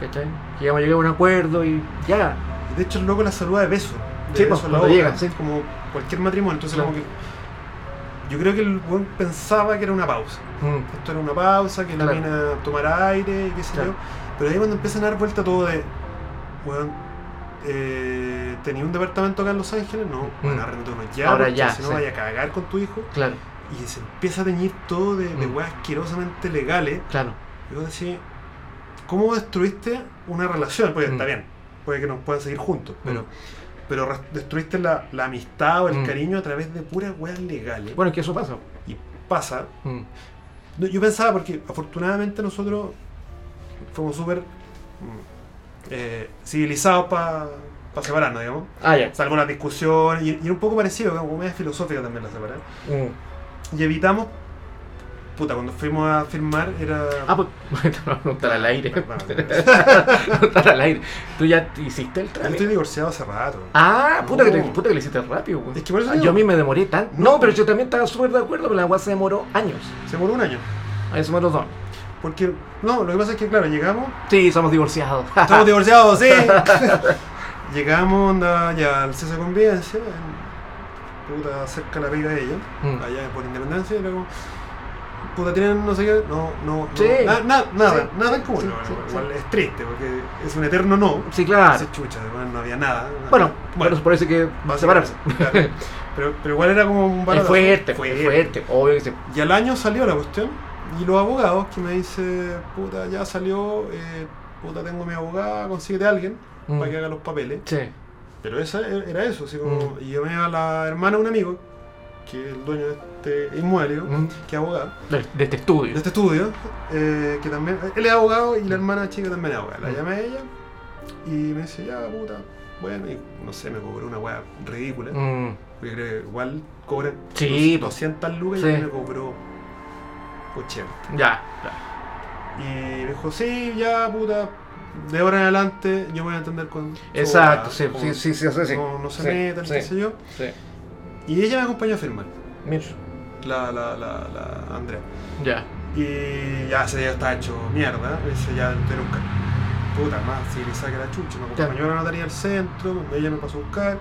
A: ¿cachai? Que íbamos a llegar a un acuerdo y ya.
B: y de hecho el loco la saluda de beso. De
A: Sí,
B: beso
A: pues,
B: en la
A: cuando
B: boca,
A: llegan, sí.
B: como cualquier matrimonio, entonces
A: Claro.
B: como que. Yo creo que el buen pensaba que era una pausa.
A: Mm,
B: esto era una pausa, que la
A: Claro.
B: mina tomara aire, y qué sé
A: Claro.
B: yo. Pero ahí cuando empiezan a dar vuelta todo de, weón, eh, tenía un departamento acá en Los Ángeles, no, bueno,
A: Mm.
B: arrendónos ya,
A: Ahora
B: porque
A: ya,
B: si no
A: sí.
B: vaya a cagar con tu hijo.
A: claro,
B: Y se empieza a teñir todo de, de
A: Mm.
B: weas asquerosamente legales.
A: claro.
B: Y vos decís, ¿cómo destruiste una relación? Porque
A: Mm.
B: está bien, puede que nos puedan seguir juntos, pero...
A: Mm.
B: Pero ras- destruiste la, la amistad o el
A: Mm.
B: cariño a través de puras weas legales.
A: Bueno, es que eso pasa.
B: Y pasa,
A: Mm,
B: no, yo pensaba porque afortunadamente nosotros fuimos súper mm, eh, civilizados para separarnos, digamos.
A: Ah, ya.
B: Salvo las discusiones, y, y era un poco parecido, como media filosófica también la separar.
A: Mm,
B: y evitamos. Puta, cuando fuimos a firmar era.
A: Ah, pues, no, no estar al aire.
B: Perdón.
A: No estar al aire. ¿Tú ya te hiciste el
B: Yo
A: trámite?
B: estoy divorciado hace rato.
A: Ah, puta, que,
B: No.
A: te- puta que le hiciste rápido, güey.
B: Es que por eso
A: Ah,
B: digo-
A: Yo a mí me demoré tan.
B: No.
A: No, pero yo también estaba súper de acuerdo, pero la weá se demoró años.
B: Se demoró un año. Ah,
A: A eso me lo son.
B: Porque, no, lo que pasa es que, claro, llegamos.
A: Sí, somos divorciados.
B: Estamos divorciados, sí. llegamos onda, ya al César Convivencia. en- puta, cerca de la pega de ellos.
A: Mm.
B: Allá por Independencia. Y luego. Puta, tienen no sé qué. No, no, no.
A: Sí.
B: na- na- nada,
A: Sí.
B: nada en común.
A: Sí,
B: Bueno,
A: sí,
B: igual es triste porque es un eterno no.
A: Sí, claro.
B: Entonces, chucha, bueno, no había nada.
A: Bueno, bueno, por eso que va a separarse.
B: claro. pero, pero igual era como un
A: Es
B: balazo.
A: fuerte, fue fuerte. Obvio que sí.
B: Y al año salió la cuestión. Y los abogados que me dice, puta, ya salió, eh, puta, tengo mi abogada, consíguete a alguien
A: Mm.
B: para que haga los papeles.
A: Sí.
B: Pero esa e- era eso, así como,
A: Mm.
B: y yo me a la hermana de un amigo, que es el dueño de este inmueble, digo,
A: Mm.
B: que es abogado,
A: De, de este estudio.
B: de este estudio, eh, que también, él es abogado y la hermana chica también es abogada. La
A: Mm.
B: llamé a ella y me dice, ya, puta, bueno, y no sé, me cobró una weá ridícula.
A: Mm,
B: Porque creo que igual cobran
A: Sí,
B: dos- 200 lucas
A: Sí.
B: y a mí me cobró 80.
A: ya, ya.
B: Y me dijo, sí, ya, puta, de ahora en adelante yo voy a entender con... su
A: Exacto,
B: abogada,
A: sí,
B: como
A: sí, sí, sí, sí, sí.
B: No, no se
A: Sí,
B: metan,
A: sí,
B: qué sé yo.
A: sí.
B: Y ella me acompañó a firmar,
A: Mira,
B: la, la, la, la Andrea.
A: ya.
B: Y ya ese día estaba hecho mierda, ese ya de nunca. Puta, más civilizada que la chucha. Me acompañó a la notaría del centro, ella me pasó a buscar.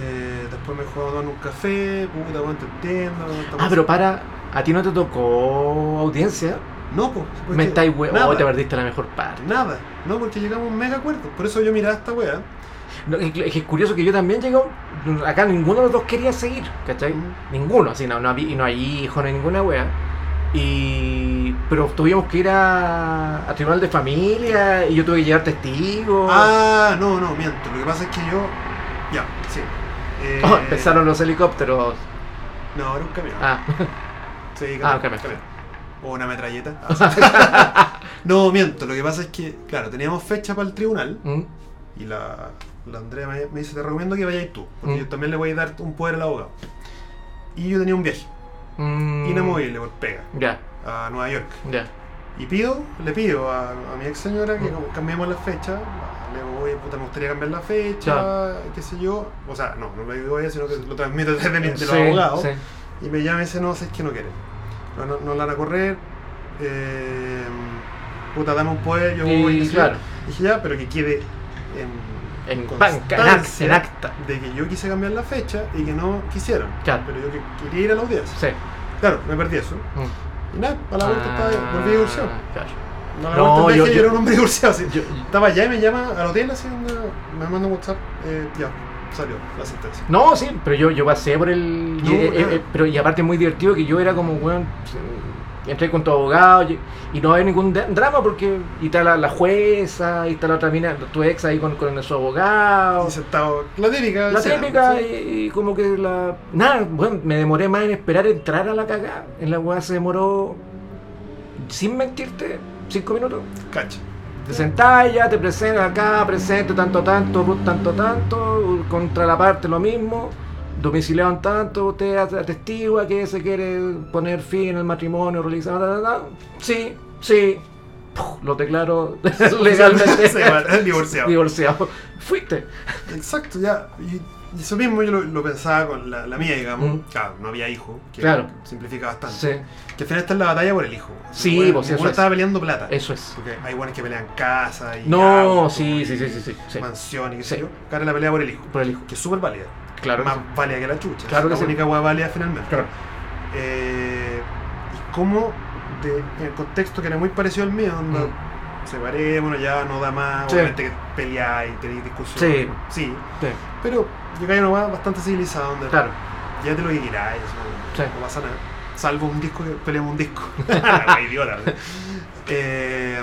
B: eh, después me dejó a tomar un café, puta, bueno, te entiendo. estamos-
A: Ah, pero para. A ti no te tocó audiencia.
B: No, pues. porque
A: Me estáis hue-
B: nada,
A: Oh, te perdiste la mejor parte.
B: Nada, no, porque llegamos a un mega acuerdo. Por eso yo miraba esta wea.
A: No, es, que- es que es curioso que yo también llegué. a un- Acá ninguno de los dos quería seguir, ¿cachai?
B: Mm.
A: Ninguno, así, no, no había, y no hay hijo, no hay ninguna wea. Y. Pero tuvimos que ir a, a tribunal de familia y yo tuve que llevar testigos.
B: Ah, no, no, miento. Lo que pasa es que yo. Ya, sí. Eh,
A: Oh, empezaron los helicópteros.
B: No, era un camión.
A: Ah,
B: Sí,
A: Ah,
B: camión,
A: camión.
B: camión. O una metralleta. Ah, sí. no, miento. Lo que pasa es que, claro, teníamos fecha para el tribunal.
A: mm,
B: Y la, la Andrea me, me dice: Te recomiendo que vayas tú. Porque
A: Mm.
B: yo también le voy a dar un poder al abogado. Y yo tenía un viaje
A: mm.
B: inamovible por pega
A: Ya,
B: a Nueva York.
A: ya.
B: Y pido, le pido a, a mi ex señora que
A: Mm.
B: como cambiemos la fecha. Le digo, oye, puta, me gustaría cambiar la fecha, qué sé yo. O sea, no, no lo digo ella, sino que lo transmito desde mi- de los
A: Sí,
B: abogados.
A: sí.
B: Y me llama y dice, no, sé que no quieren. No, no, no la van a correr. eh, puta, dame un poder, yo
A: Y,
B: voy. qué sé yo.
A: claro.
B: Dije, ya, pero que quede en,
A: En banca, en ac-
B: constancia
A: en acta.
B: de que yo quise cambiar la fecha y que no quisieron.
A: Claro.
B: Pero yo que quería ir a la audiencia.
A: Sí.
B: Claro, me perdí eso.
A: mm.
B: Y nada, a la vuelta
A: Ah,
B: estaba, volví divorciado.
A: claro.
B: No, la
A: No,
B: vuelta
A: yo-
B: yo, yo,
A: yo-
B: era un hombre divorciado. así.
A: Yo-
B: Estaba allá y me llama al hotel, así, onda, me manda un WhatsApp, eh, ya, salió la sentencia.
A: No, sí, pero yo, yo pasé por el.
B: No,
A: y, eh,
B: claro.
A: eh, pero, y aparte es muy divertido que yo era como, weón. eh, Entré con tu abogado y, y no hay ningún de- drama porque. Y está la, la jueza, y está la otra mina, tu ex ahí con, con su abogado.
B: Y sentado, la típica.
A: La
B: escena,
A: típica
B: ¿sí?
A: y, y como que la. Nada, bueno, me demoré más en esperar entrar a la cagada. En la weá se demoró. Sin mentirte, cinco minutos.
B: Cacha.
A: Te sentás ya, te presentas acá, presente tanto, tanto, Ruth tanto, tanto, contra la parte lo mismo, domiciliado en tanto, usted atestigua que se quiere poner fin al matrimonio realizado, ta, ta, ta. sí, sí, Puf, lo declaro
B: Sí,
A: legalmente
B: bueno, divorciado.
A: divorciado. Fuiste.
B: Exacto, ya. Y, y eso mismo yo lo, lo pensaba con la, la mía, digamos.
A: Mm.
B: Claro, no había hijo, que
A: Claro.
B: simplifica bastante.
A: Sí,
B: Que al final está en la batalla por el hijo.
A: Sí,
B: Bueno,
A: pues, sí,
B: ninguno
A: eso es.
B: estaba peleando plata.
A: eso es.
B: Porque hay buenas que pelean casa y.
A: No,
B: auto
A: sí,
B: y
A: sí, sí, sí, sí, sí.
B: Mansión y qué sé
A: Sí.
B: yo. Cara la pelea por el hijo.
A: Por el hijo.
B: Que es súper válida.
A: Claro. que
B: más
A: sí.
B: válida que la chucha.
A: Claro que
B: es la
A: sí.
B: única hueá válida finalmente.
A: Claro.
B: Eh, y cómo, de- en el contexto que era muy parecido al mío, donde separé, bueno, ya no da más,
A: Mm. Sí.
B: obviamente que peleáis, tenéis discusiones.
A: Sí.
B: Sí.
A: Sí,
B: Pero llegáis a una hueá bastante civilizada, donde
A: claro.
B: ya te lo que queráis, no,
A: Sí.
B: no pasa nada. Salvo un disco que peleamos un disco. La idiota. ¿no? Eh,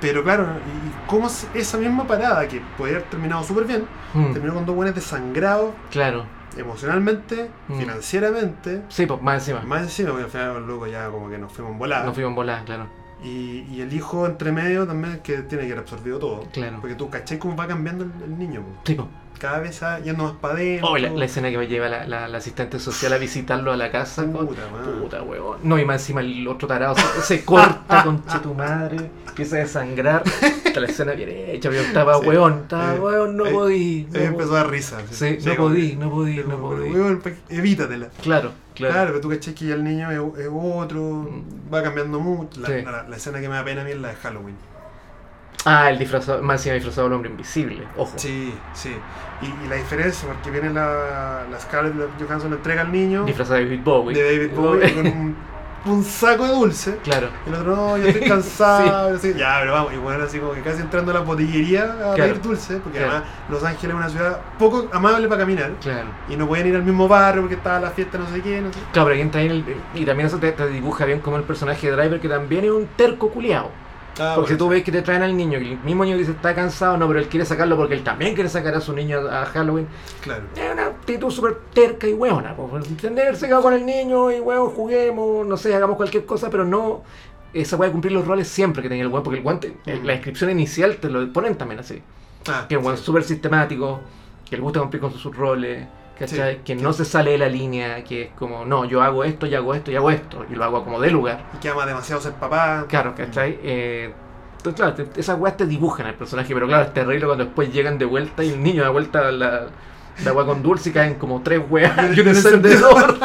B: pero claro, y y cómo es esa misma parada que podría haber terminado súper bien,
A: Mm,
B: terminó con dos buenas desangrados
A: Claro.
B: emocionalmente,
A: Mm.
B: financieramente,
A: Sí, pues más encima.
B: más encima, porque al final los locos ya como que nos fuimos en volada.
A: No fuimos en volada, claro.
B: y, y el hijo entre medio también que tiene que haber absorbido todo.
A: Claro.
B: Porque tú cachai cómo va cambiando el, el niño. po.
A: Sí, pues.
B: cada vez ah, yendo más para adentro.
A: Oh, la, la escena que me lleva la, la- la asistente social a visitarlo a la casa. con-
B: Puta, madre.
A: Puta, huevón. No, y más encima el otro tarado se, se corta, concha tu madre. Empieza a desangrar. Está la escena bien hecha. Yo estaba,
B: Sí.
A: huevón, estaba,
B: Eh,
A: huevón, no
B: eh,
A: podí.
B: Ahí
A: no
B: empezó a dar risa.
A: podí.
B: así.
A: Sí, no
B: como
A: podí,
B: que-
A: no podí,
B: pero,
A: no
B: pero,
A: podí.
B: weón, pa- evítatela.
A: Claro,
B: Claro,
A: claro.
B: pero tú cachai que ya el niño es, es otro,
A: Mm.
B: va cambiando mucho. La,
A: Sí.
B: la- la escena que me da pena a mí es la de Halloween.
A: Ah, el disfrazado, más encima disfrazado del hombre invisible. Ojo.
B: Sí, sí. Y, y la diferencia, porque viene la, la Scarlett Johansson, le entrega al niño
A: Disfrazado de David Bowie.
B: de David Bowie con un, un saco de dulce.
A: claro.
B: El otro, no, yo estoy cansado. así, ya, pero vamos, igual así como que casi entrando a la botillería a
A: Claro.
B: pedir dulce, porque
A: Claro.
B: además Los Ángeles es una ciudad poco amable para caminar.
A: Claro.
B: Y no pueden ir al mismo barrio porque estaba la fiesta, no sé qué, no sé.
A: Claro, pero aquí entra en el- y también eso te, te dibuja bien como el personaje de Driver, que también es un terco culiao.
B: Ah,
A: porque
B: bueno,
A: tú ves que te traen al niño, que el mismo niño dice está cansado, no, pero él quiere sacarlo porque él también quiere sacar a su niño a a Halloween.
B: Claro.
A: Es una actitud súper terca y hueona. Pues, entender, se queda con el niño y hueón, juguemos, no sé, hagamos cualquier cosa, pero no. Esa puede cumplir los roles siempre que tenía el hueón, porque el guante,
B: Mm.
A: la descripción inicial te lo ponen también así.
B: Ah,
A: Que es un weón
B: sí.
A: súper sistemático, que le gusta cumplir con sus roles, ¿cachai?
B: Sí,
A: que no se sale de la línea, que es como, no, yo hago esto, y hago esto, y hago esto, y lo hago como de lugar.
B: Y que ama demasiado ser papá.
A: Claro, ¿cachai? Eh, entonces, claro, te- esas weas te dibujan al personaje, pero claro, es terrible cuando después llegan de vuelta y el niño da vuelta a la, la wea con dulce y caen como tres weas y un encendedor.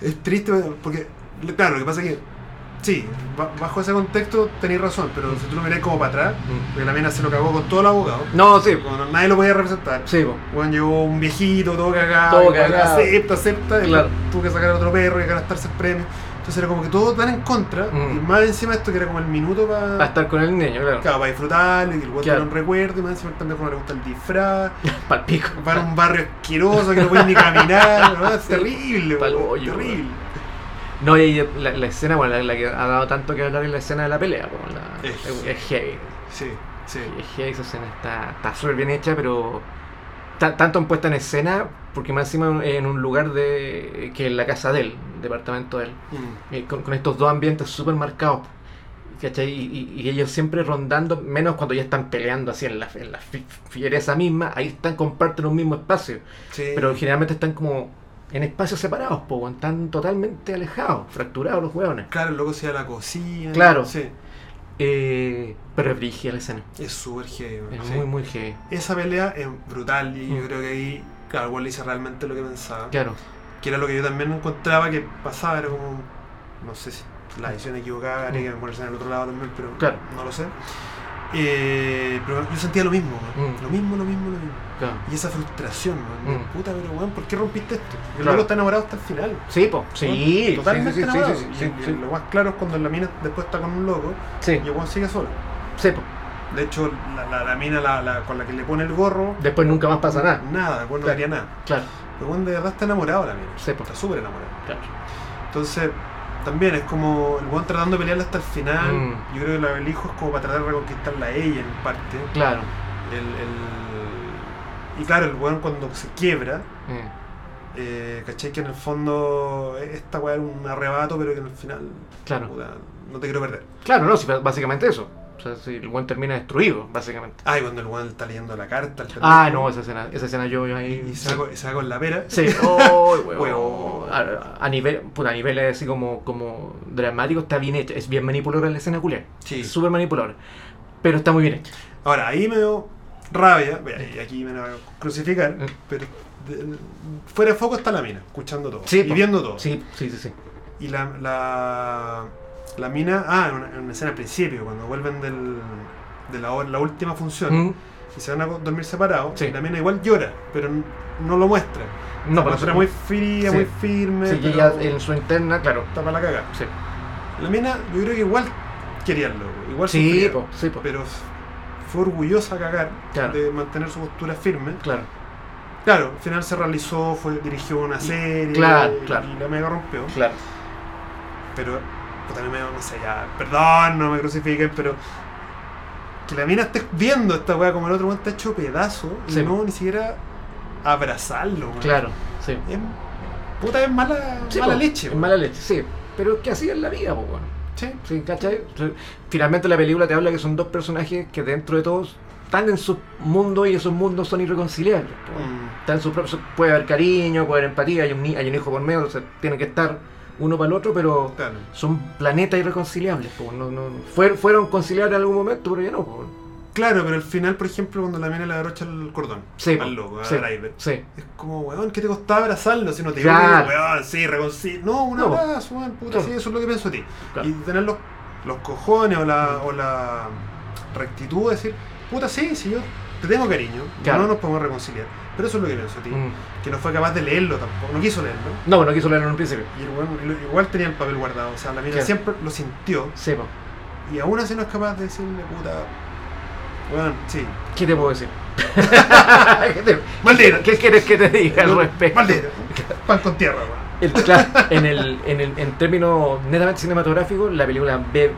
B: Es triste porque, claro, lo que pasa es que, sí, ba- bajo ese contexto tenéis razón, pero si tú lo mirás como para atrás, porque la mina se lo cagó con todo el abogado,
A: No, sí,
B: como no- nadie lo podía representar.
A: sí, po.
B: Bueno, llegó un viejito, todo cagado,
A: Todo
B: y bueno,
A: cagado.
B: acepta, acepta, y
A: Claro.
B: tuvo que sacar a otro perro y gastarse el premio. Entonces era como que todo tan en contra,
A: Mm.
B: y más encima esto que era como el minuto
A: va a
B: para
A: estar con el niño, claro.
B: para disfrutarlo, y que el guante
A: Claro.
B: no recuerdo, y más encima el pendejo no le gusta el disfraz.
A: Pal pico.
B: Para un barrio asqueroso que no puedes ni caminar, ¿no? es terrible,
A: Pa'l
B: weón,
A: hoyo,
B: terrible.
A: No, y y la, la escena, bueno, la, la que ha dado tanto que hablar es la escena de la pelea, po, la-
B: Es-
A: es- es heavy.
B: Sí, sí.
A: Y es que esa escena está está súper bien hecha, pero ta- tanto en puesta en escena, porque más encima en un lugar de que en la casa de él, departamento de él,
B: Mm,
A: eh, con, con estos dos ambientes súper marcados. ¿Cachai? Y, y- y ellos siempre rondando, menos cuando ya están peleando así en la, en la fi- fiereza misma, ahí están, comparten un mismo espacio.
B: sí.
A: Pero generalmente están como en espacios separados, po, weón, están totalmente alejados, fracturados los hueones.
B: Claro, el loco se va a la cocina.
A: Claro.
B: Sí,
A: Eh, pero es brígida la escena,
B: es súper heavy. weón,
A: es
B: sí.
A: muy, muy heavy.
B: Esa pelea es brutal y
A: Mm.
B: yo creo que ahí, claro, el weón le hice realmente lo que pensaba.
A: Claro,
B: Que era lo que yo también encontraba que pasaba, era como, no sé si la edición equivocada, haría que me ponerse en el otro lado también, pero
A: Mm. Claro.
B: no lo sé. Eh, pero yo sentía lo mismo, weón.
A: Mm.
B: lo mismo, lo mismo, lo mismo.
A: claro.
B: Y esa frustración, weón.
A: Mm.
B: Puta, pero weón, ¿por qué rompiste esto? El
A: Claro.
B: loco está enamorado hasta el final.
A: Sí, po.
B: weón.
A: Sí,
B: totalmente
A: sí, sí,
B: enamorado.
A: sí, sí,
B: Y-
A: sí,
B: y
A: sí,
B: Lo más claro es cuando la mina después está con un loco
A: sí,
B: y el weón sigue solo.
A: sí, po.
B: De hecho, la, la- la mina la- la- con la que le pone el gorro,
A: Después nunca más pasa nada.
B: nada, el weón no
A: Claro.
B: quería nada.
A: Claro,
B: El weón de verdad está enamorado la mina.
A: Sí, po.
B: Está súper enamorado.
A: claro.
B: Entonces, también es como el weón tratando de pelearla hasta el final.
A: Mm.
B: Yo creo que la del hijo es como para tratar de reconquistarla a ella en parte.
A: Claro.
B: El, el- Y claro, el weón cuando se quiebra,
A: Eh,
B: eh, ¿cachai? Que en el fondo e, esta weá era un arrebato, pero que en el final.
A: Claro.
B: puta, no te quiero perder.
A: Claro, no, sí, ba- básicamente eso. O sea, si el buen termina destruido, básicamente.
B: Ay, cuando el weón está leyendo la carta. el
A: Ah,
B: pendejo,
A: no, esa escena, esa escena yo, yo ahí.
B: Y se va con- se va con la pera.
A: Sí, oh, huevo.
B: Huevo.
A: A, a nivel, puta, a nivel así como, como dramático está bien hecha. Es bien manipuladora la escena culia.
B: Sí.
A: Es súper manipuladora. Pero está muy bien hecha.
B: Ahora, ahí me dio rabia, vea, y aquí me van a crucificar,
A: Eh.
B: pero de- fuera de foco está la mina, escuchando todo
A: Sí,
B: y
A: po.
B: viendo todo.
A: Sí, sí, sí, sí.
B: Y la, la, la mina, ah, en una, en una escena al principio, cuando vuelven del, de la, hora- la última función
A: Mm.
B: y se van a co- dormir separados,
A: Sí.
B: y la mina igual llora, pero n- no lo muestra.
A: No,
B: la
A: pero
B: muestra muy fría,
A: Sí.
B: muy firme,
A: Sí, y
B: pero
A: ella en su interna, claro.
B: está para la caga.
A: Sí,
B: La mina, yo creo que igual quería el loco, igual
A: sí,
B: sufría,
A: po, sí, po.
B: pero f- fue orgullosa a cagar
A: Claro.
B: de mantener su postura firme.
A: Claro.
B: Claro, al final se realizó, fue, dirigió una serie
A: claro,
B: y,
A: claro.
B: y la mega rompió.
A: Claro.
B: Pero, puta, no me, no sé, ya, perdón, no me crucifiquen, pero que la mina esté viendo esta weá como el otro weón está hecho pedazo y
A: Sí.
B: no ni siquiera abrazarlo, weón.
A: Claro, sí.
B: Es- puta, es mala,
A: Sí,
B: mala
A: po,
B: leche.
A: es
B: weón.
A: mala leche, sí. Pero es que así es la vida, po, weón.
B: Sí.
A: Sí, ¿cachai? Finalmente la película te habla que son dos personajes que dentro de todos están en sus mundos y esos mundos son irreconciliables. pues.
B: Mm.
A: Está en su propio- puede haber cariño, puede haber empatía, hay un, ni- hay un hijo por medio, o sea, tiene que estar uno para el otro, pero
B: Claro.
A: son planetas irreconciliables. pues, no- no- fue- fueron conciliables en algún momento, pero ya no. pues.
B: Claro, pero al final, por ejemplo, cuando la mina le abrocha el cordón
A: Sí,
B: al
A: pues,
B: loco,
A: sí,
B: al Iver,
A: sí.
B: es como, weón, ¿qué te costaba abrazarlo si no te
A: Claro.
B: digo, weón, sí, reconcilio? No, un
A: No, pues.
B: abrazo, weón, puta,
A: Claro.
B: sí, eso es lo que pienso de ti.
A: Claro. Mm.
B: Y tener los, los cojones o la, o la rectitud de decir, puta, sí, sí, yo te tengo cariño,
A: Claro.
B: no nos podemos reconciliar. Pero eso es lo que pienso de ti.
A: Mm.
B: Que no fue capaz de leerlo tampoco, no quiso leerlo.
A: No, no quiso leer en un principio.
B: Y el weón lo- igual tenía el papel guardado, o sea, la mina
A: Claro.
B: siempre lo sintió
A: Sí, pues.
B: y aún así no es capaz de decirle, puta, weón, sí,
A: ¿Qué te puedo decir? ¿Qué, te-
B: Maldito.
A: ¿Qué quieres que te diga al respecto?
B: Maldito. Pan con tierra, weón.
A: El- claro, en, el, en, el, en términos netamente cinematográficos, la película ve-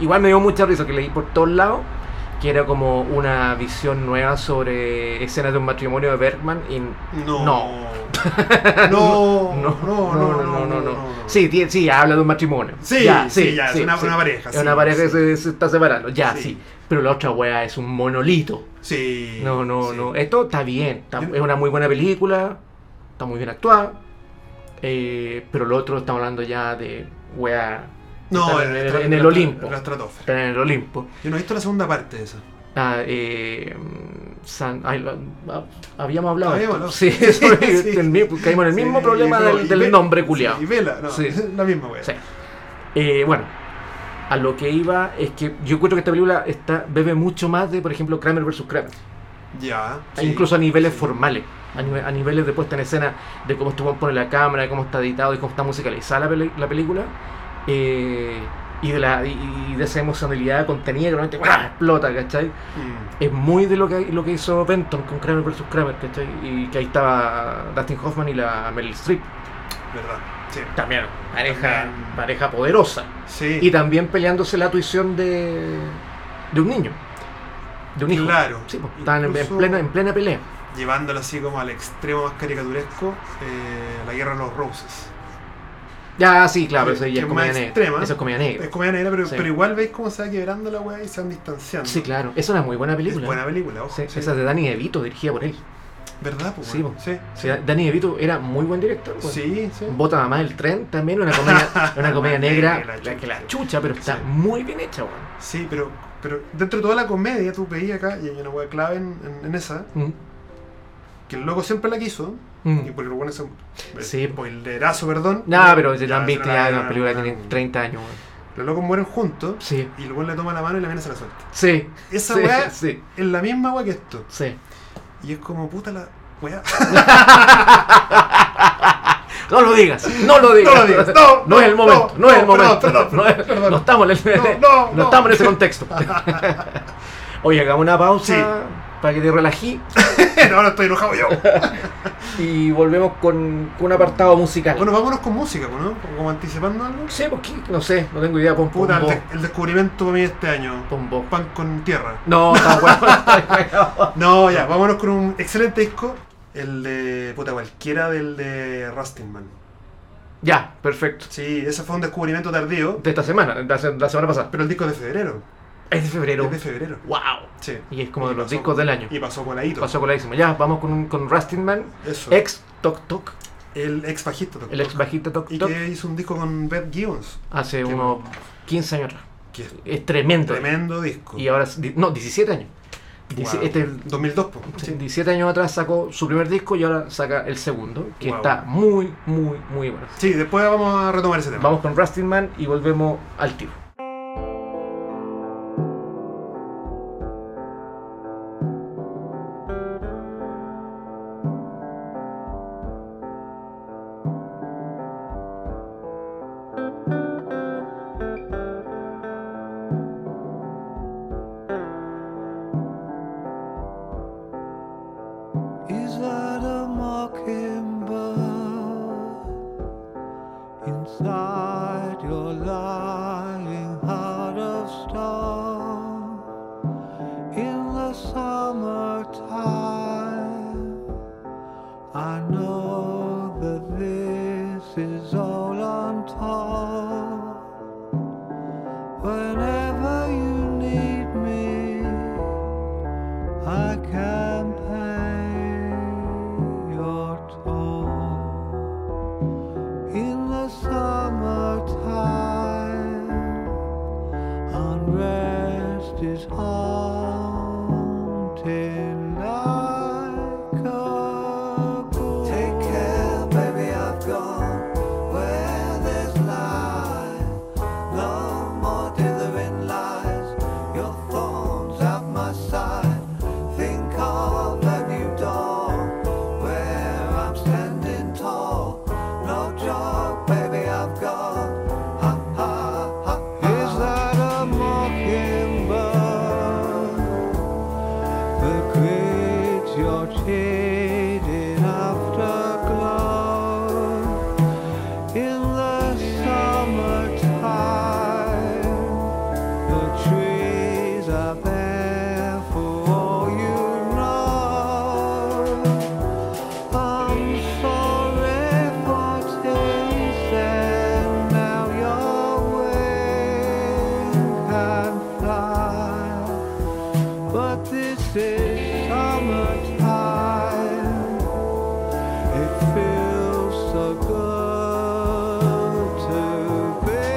A: igual me dio mucha risa que leí por todos lados, que era como una visión nueva sobre escenas de un matrimonio de Bergman y
B: No.
A: No.
B: No,
A: no, no, no, no, no, no. Sí, tie- sí, habla de un matrimonio.
B: Sí, sí, ya, es una- una pareja,
A: Es
B: sí,
A: una pareja que
B: sí.
A: se, se está separando, ya,
B: Sí.
A: sí. Pero la otra wea es un monolito.
B: Sí.
A: No, no,
B: sí.
A: no. Esto está bien. está-
B: Yo-
A: es una muy buena película. Está muy bien actuada. eh, pero lo otro estamos hablando ya de wea.
B: No,
A: está en, el-
B: estra-
A: en el
B: la-
A: Olimpo.
B: La estratosfera.
A: Está en el Olimpo.
B: Yo no he visto la segunda parte de esa.
A: Ah, eh, mm, San- ay, lo- ah, habíamos hablado. de
B: Habíamos
A: esto.
B: hablado.
A: Sí, sobre
B: Sí,
A: el mismo- caímos en el mismo
B: Sí,
A: problema
B: no,
A: del,
B: y
A: del
B: ve-
A: nombre
B: sí,
A: culiado.
B: y vela, no.
A: Sí.
B: La misma, weón.
A: Sí. Eh, bueno, a lo que iba es que yo encuentro que esta película está, bebe mucho más de, por ejemplo, Kramer vs. Kramer.
B: Ya.
A: E
B: sí.
A: incluso a niveles
B: Sí.
A: formales, a, nive- a niveles de puesta en escena, de cómo estuvo pone la cámara, de cómo está editado, de cómo está musicalizada la, peli- la película, eh, y, de la, y, y de esa emocionalidad contenida que realmente ¡guau! explota, ¿cachai?
B: Mm.
A: Es muy de lo que, lo que hizo Benton con Kramer vs. Kramer, ¿cachai? Y que ahí estaba Dustin Hoffman y la Meryl Streep.
B: Verdad. Sí.
A: También, pareja,
B: También.
A: pareja poderosa.
B: Sí.
A: Y también peleándose la tuición de, de un niño. De un hijo.
B: Claro.
A: Sí, pues, estaban en-
B: Incluso-
A: en, plena, en plena pelea.
B: Llevándolo así como al extremo más caricaturesco, eh, la guerra de los roses.
A: Ya, sí, claro, pero eso
B: Que-
A: ya
B: que
A: es
B: más
A: comedia negra.
B: extrema.
A: Eso es comedia
B: Es
A: negra.
B: comedia negra, pero,
A: Sí.
B: pero igual veis cómo se va quebrando la weá y se van distanciando.
A: Sí, claro. Es una muy buena película.
B: Es buena película, ojo.
A: Sí,
B: sí.
A: Esa es de Danny DeVito, dirigida por él.
B: ¿Verdad? Pues,
A: Sí,
B: weón?
A: po.
B: sí.
A: Sí, Danny DeVito era muy buen director. pues.
B: Sí, sí.
A: Bota Mamá del Tren también, una comedia, una comedia negra
B: La
A: la que la
B: chucha.
A: chucha, pero está
B: Sí.
A: muy bien hecha, weón.
B: Sí, pero, pero dentro de toda la comedia, tú veías acá, y hay una weá clave en, en- en esa, que el loco siempre la quiso,
A: Mm,
B: y
A: mm.
B: por el bueno ese.
A: Sí.
B: Spoilerazo, perdón.
A: Nah, pero ya la han
B: no,
A: visto,
B: no,
A: ya
B: no,
A: la
B: no,
A: película
B: no,
A: tiene
B: no.
A: 30 años, weón.
B: Los locos mueren juntos,
A: Sí,
B: y el weón le toma la mano y la mina se la suelta.
A: sí.
B: Esa
A: sí,
B: weá
A: sí,
B: es la misma weá que esto.
A: sí.
B: Y es como puta la weá.
A: No lo digas, no lo digas.
B: No lo digas, no,
A: No es el
B: no,
A: momento, no, es el
B: no, perdón,
A: momento.
B: perdón,
A: no, es-
B: perdón.
A: no estamos en, el-
B: No, no,
A: no
B: no.
A: estamos en ese contexto. Oye, hagamos una pausa
B: Sí.
A: para que te relají
B: Ahora estoy enojado yo.
A: y volvemos con, con un apartado musical.
B: Bueno, vámonos con música, po, ¿no? Como anticipando algo.
A: no sé, pues, ¿qué? no sé, no tengo idea. Pon
B: Puta, el,
A: pombo.
B: de- el descubrimiento para mí este año.
A: Pombo.
B: Pan con tierra.
A: No, está bueno.
B: No, ya, vámonos con un excelente disco. El de. puta, cualquiera del de Rustin Man.
A: ya, perfecto.
B: Sí, ese fue un descubrimiento tardío.
A: De esta semana, de la, se- la semana pasada.
B: Pero el disco es de febrero.
A: Es de febrero.
B: Es de febrero.
A: Wow.
B: Sí.
A: Y es como de
B: Y
A: los
B: pasó-
A: discos del año.
B: Y pasó coladito.
A: Pasó con la décima. Ya, vamos con, un- con Rustin Man,
B: Eso.
A: ex Tok Tok,
B: El ex bajista. tocó.
A: el ex bajista Tok
B: Y
A: Tok.
B: que hizo un disco con Beth Gibbons.
A: hace
B: Qué
A: unos 15 años atrás.
B: Que es
A: Es tremendo.
B: tremendo disco.
A: Y ahora, es di- no, 17 años. Dieci-
B: Wow.
A: este,
B: 2002, po.
A: sí, 17 años atrás sacó su primer disco y ahora saca el segundo, que
B: Wow.
A: está muy, muy, muy bueno.
B: Sí, después vamos a retomar ese tema.
A: Vamos con Rustin Man y volvemos al tiro.
C: Is that a mockingbird inside your lying heart of stone? In the summertime, I know that this is all untold. Whenever you need me, oh, feels so good to be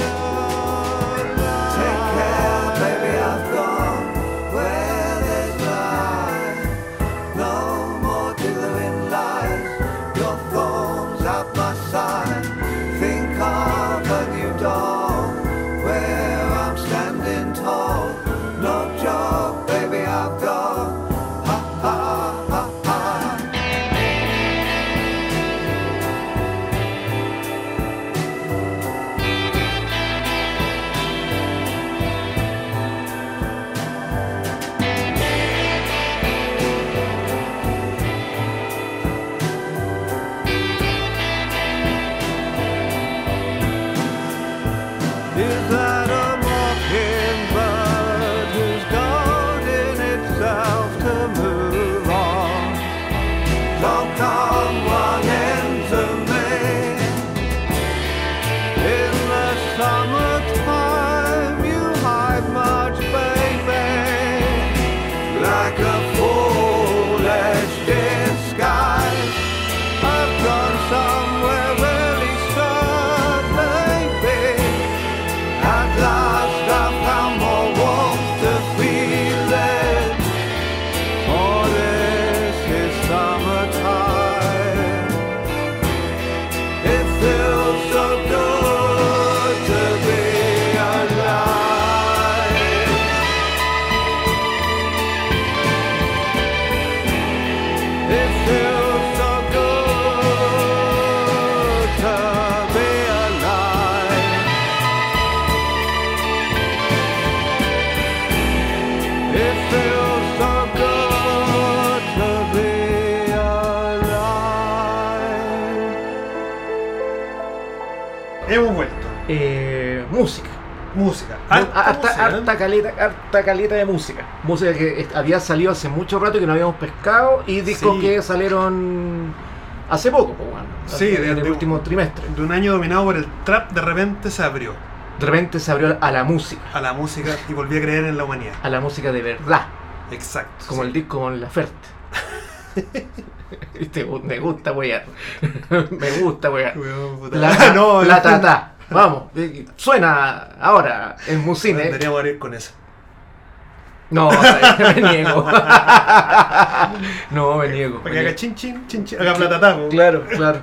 C: alive. Take care, baby, I've gone where there's life. No more dithering lies. Your phone's at my side. Think of a new dawn where I'm standing tall. No job, baby, I've gone. Ha ha ha ha. Is that a mockingbird who's golden itself to move on? So come one into me in the summertime. You hide much, baby, like a foolish disguise. I've gone somewhere really sad, baby. At last I found my warmth to feel it. For this is summertime. It feels so good to be alive. It feels so good to be alive. It feels so good to be alive.
B: Hemos vuelto.
A: Eh, música.
B: Música.
A: Harta, harta,
B: música.
A: harta caleta, harta caleta de música. Música que es- había salido hace mucho rato y que no habíamos pescado y discos
B: Sí.
A: que salieron hace poco, pues, bueno,
B: Sí,
A: hace-
B: de-
A: en el
B: de-
A: último trimestre.
B: De un año dominado por el trap, de repente se abrió
A: De repente se abrió a la música,
B: a la música y volví a creer en la humanidad.
A: a la música de verdad,
B: Exacto.
A: como
B: Sí.
A: el disco con la Ferte. Viste, me gusta wear. me gusta wear.
B: Weón, puta.
A: La,
B: no,
A: la ta, ta. Vamos, eh, suena ahora en Musine.
B: Deberíamos abrir con eso.
A: No, me niego. no, me niego. me
B: Para que haga
A: niego.
B: chin chin, chin chin, haga platatá. po.
A: Claro, claro.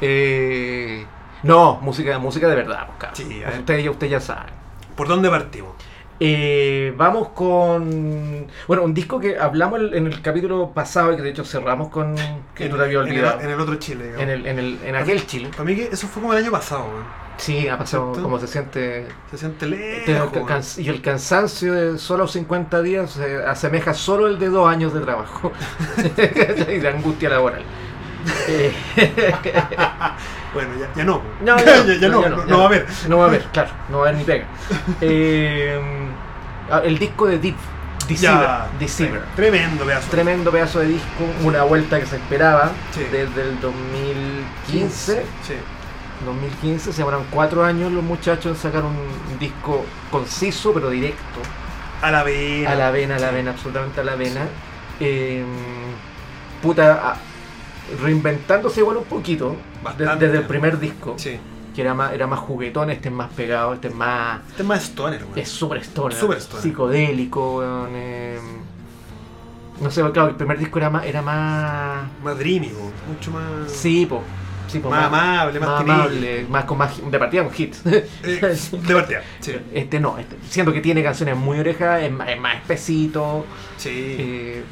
A: Eh, no, música, música de verdad, pues, cabrón.
B: Sí, a ver.
A: usted, ya- usted ya sabe.
B: ¿Por dónde partimos?
A: Eh, vamos con. Bueno, un disco que hablamos el- en el capítulo pasado y que de hecho cerramos con. Que tú te habías
B: en, el,
A: olvidado.
B: en el otro Chile, digamos.
A: En, el, en, el, en aquel Chile.
B: Para mí que eso fue como el año pasado, weón.
A: Sí, ha pasado
B: ¿Cierto? Eh,
A: como se siente.
B: Se siente
A: te-
B: lejos. weón.
A: can- y el cansancio de solo 50 días se asemeja solo el de dos años de trabajo y de angustia laboral. Eh,
B: Bueno, ya, ya no.
A: No,
B: ya, ya no, no, no va a haber.
A: No va a haber, claro, no va a haber ni pega. Eh, ah, el disco de Deep, Deceiver,
B: Ya,
A: Deceiver.
B: Tremendo pedazo.
A: Tremendo pedazo de disco, una vuelta que se esperaba
B: Sí.
A: desde el 2015.
B: Sí.
A: 2015 se demoraron cuatro años los muchachos en sacar un disco conciso pero directo,
B: A la vez.
A: a la vena, a la vena, absolutamente a la vena. Eh, puta, ah, reinventándose igual un poquito de-
B: Bastante.
A: desde el primer disco
B: Sí.
A: que era más, era más juguetón, este es más pegado, este es más.
B: Este es más stoner, weón.
A: es super stoner,
B: Super stoner.
A: psicodélico, weón, eh, no sé, claro, el primer disco era más. Era más
B: Más dreamy, weón. Mucho más.
A: sí, po, sí, po,
B: Más amable, más tenible.
A: amable, más con más. de partida con hits.
B: Eh, de partida. Sí.
A: Este no, este, siento que tiene canciones muy orejas, es más, es más espesito,
B: Sí.
A: eh,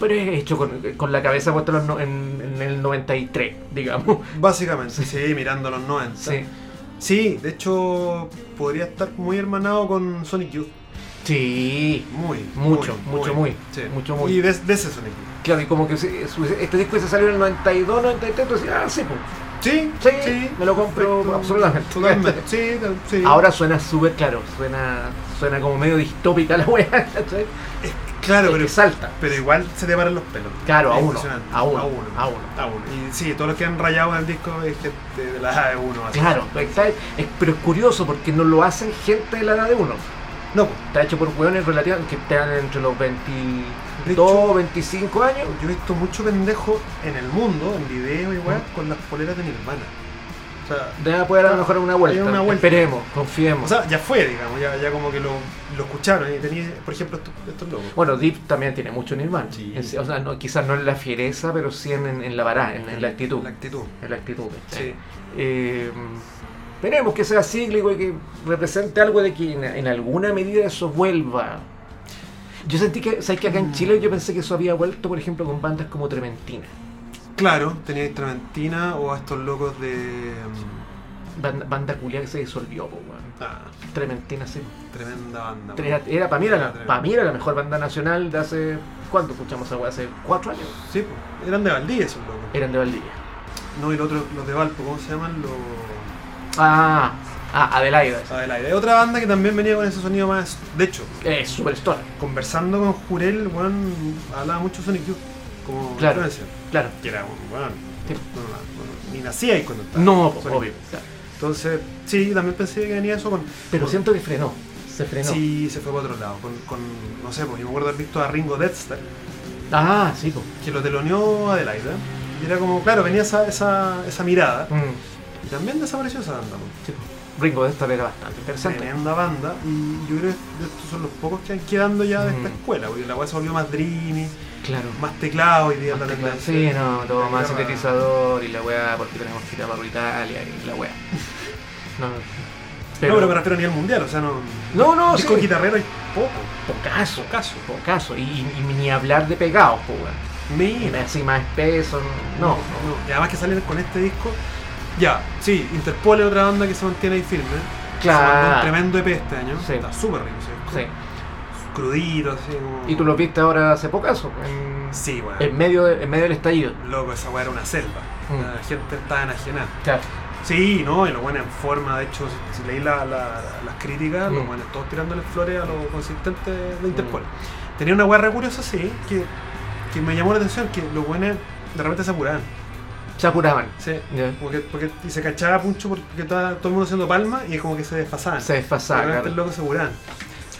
A: pero es hecho con, con la cabeza puesta en los no- en, en el 93, digamos.
B: Básicamente, sí, mirando los 90.
A: Sí,
B: Sí, de hecho, podría estar muy hermanado con Sonic Youth.
A: sí,
B: Muy.
A: Mucho, mucho, muy. Mucho, muy.
B: Y de, de ese Sonic Youth.
A: Claro, y como que se- su- este disco se salió en el 92, 93, tú decías, ah, sí, pues,
B: Sí,
A: Sí, me lo compro
B: perfecto,
A: absolutamente.
B: Totalmente. Sí, tal- sí.
A: Ahora suena súper claro, suena suena como medio distópica la wea, ¿cachai?
B: claro,
A: Es
B: pero,
A: que salta.
B: pero igual se te paran los pelos.
A: Claro, a
B: Es
A: uno,
B: impresionante.
A: a uno,
B: a uno,
A: a uno.
B: a uno. Y sí, todos los que han rayado en el disco es gente de la edad de uno. así.
A: pues, Claro, ¿cachai? Es- pero es curioso porque no lo hacen gente de la edad de uno.
B: No, pues,
A: Está hecho por hueones relativamente que están entre los 22,
B: De hecho-
A: 25 años.
B: yo he visto mucho pendejo en el mundo, en video y weá, con las poleras de mi hermana. O sea,
A: Debe poder a lo mejor una vuelta.
B: Hay una vuelta.
A: Esperemos, confiemos.
B: o sea, ya fue, digamos, ya, ya como que lo, lo escucharon y tenía, por ejemplo, estos, estos locos.
A: bueno, Deep también tiene mucho Nirvana.
B: Sí.
A: En- O sea, no, quizás no en la fiereza, pero sí en, en- en la vara, en, en la actitud.
B: La actitud.
A: En la actitud. ¿cachai?
B: Sí.
A: Eh, esperemos que sea cíclico y que represente algo de que en, en alguna medida eso vuelva. Yo sentí que, ¿sabes que acá
B: Mm.
A: en Chile yo pensé que eso había vuelto, por ejemplo, con bandas como Trementina?
B: Claro, tenía Traventina o a estos locos de. mm,
A: Banda, banda culia que se disolvió, po, weón.
B: Ah,
A: Trementina se
B: tremenda banda.
A: Era, era para mí era, la-
B: Era
A: pa' mí era la mejor banda nacional de hace. ¿Cuánto escuchamos esa weá? Hace cuatro años.
B: Sí, pues, eran de Valdivia esos locos.
A: Eran de Valdivia.
B: No, y los otros, los de Valpo, ¿cómo se llaman? Los.
A: Ah, ah Adelaida.
B: Adelaide. Otra banda que también venía con ese sonido más. De hecho,
A: Eh, Superstore,
B: conversando con Jurel, el weón hablaba mucho de Sonic Youth como
A: Claro.
B: influencia.
A: claro.
B: Que era un weón.
A: Sí.
B: No, no, no, ni nacía ahí cuando estaba.
A: No, po,
B: Sonic
A: obvio.
B: Youth.
A: claro.
B: Entonces, sí, yo también pensé que venía eso con.
A: Pero
B: con-
A: siento que frenó. Se frenó.
B: Sí, se fue para otro lado. Con, con, no sé, pues yo me acuerdo haber visto a Ringo Deadstar,
A: Ah, sí, po.
B: que lo teloneó Adelaide. Y era como, claro, venía esa, esa, esa mirada.
A: Mm.
B: Y también desapareció esa banda. pues.
A: Sí, po. Ringo de esta era bastante interesante.
B: Tremenda banda. Y yo creo que estos son los pocos que han quedando ya de esta
A: Mm.
B: escuela, porque la weá se volvió más dreamy,
A: Claro.
B: más teclado y día
A: Más
B: la
A: teclado.
B: tendencia.
A: Sí, no, todo
B: La
A: más
B: guitarra-
A: sintetizador y la weá, porque tenemos que ir a Barro Italia y la weá. No, no.
B: No, pero me refiero a nivel mundial, o sea, no.
A: No, no,
B: disco
A: sí.
B: guitarrero hay poco.
A: Pocaso,
B: Pocaso.
A: pocaso. Y, y- y ni hablar de pegados, po, weón. Y
B: Mira.
A: así más espeso, no.
B: no. Y además que salen con este disco. Ya, sí, Interpol es otra banda que se mantiene ahí firme.
A: Claro.
B: Se mandó un tremendo EP este año.
A: Sí.
B: Está súper rico ese disco.
A: Sí.
B: Crudito, así como.
A: ¿Y tú los viste ahora hace pocaso? En,
B: Sí, bueno.
A: en medio, de- en medio del estallido.
B: Loco, esa weá era una selva.
A: Mm.
B: La gente estaba enajenada.
A: Claro.
B: Sí, no, y los buenos en forma, de hecho, si, si leí la- la- las críticas,
A: Mm.
B: los buenos todos tirándole flores a los consistentes de Interpol.
A: Mm.
B: Tenía una guerra curiosa, sí, que, que me llamó la atención, que los buenos de repente se apuraban.
A: Se apuraban.
B: Sí.
A: Ya.
B: Como que- porque, y se cachaba puncho porque estaba todo el mundo haciendo palmas y como que se desfasaban.
A: Se desfasaban,
B: De repente
A: claro.
B: el loco se apuraban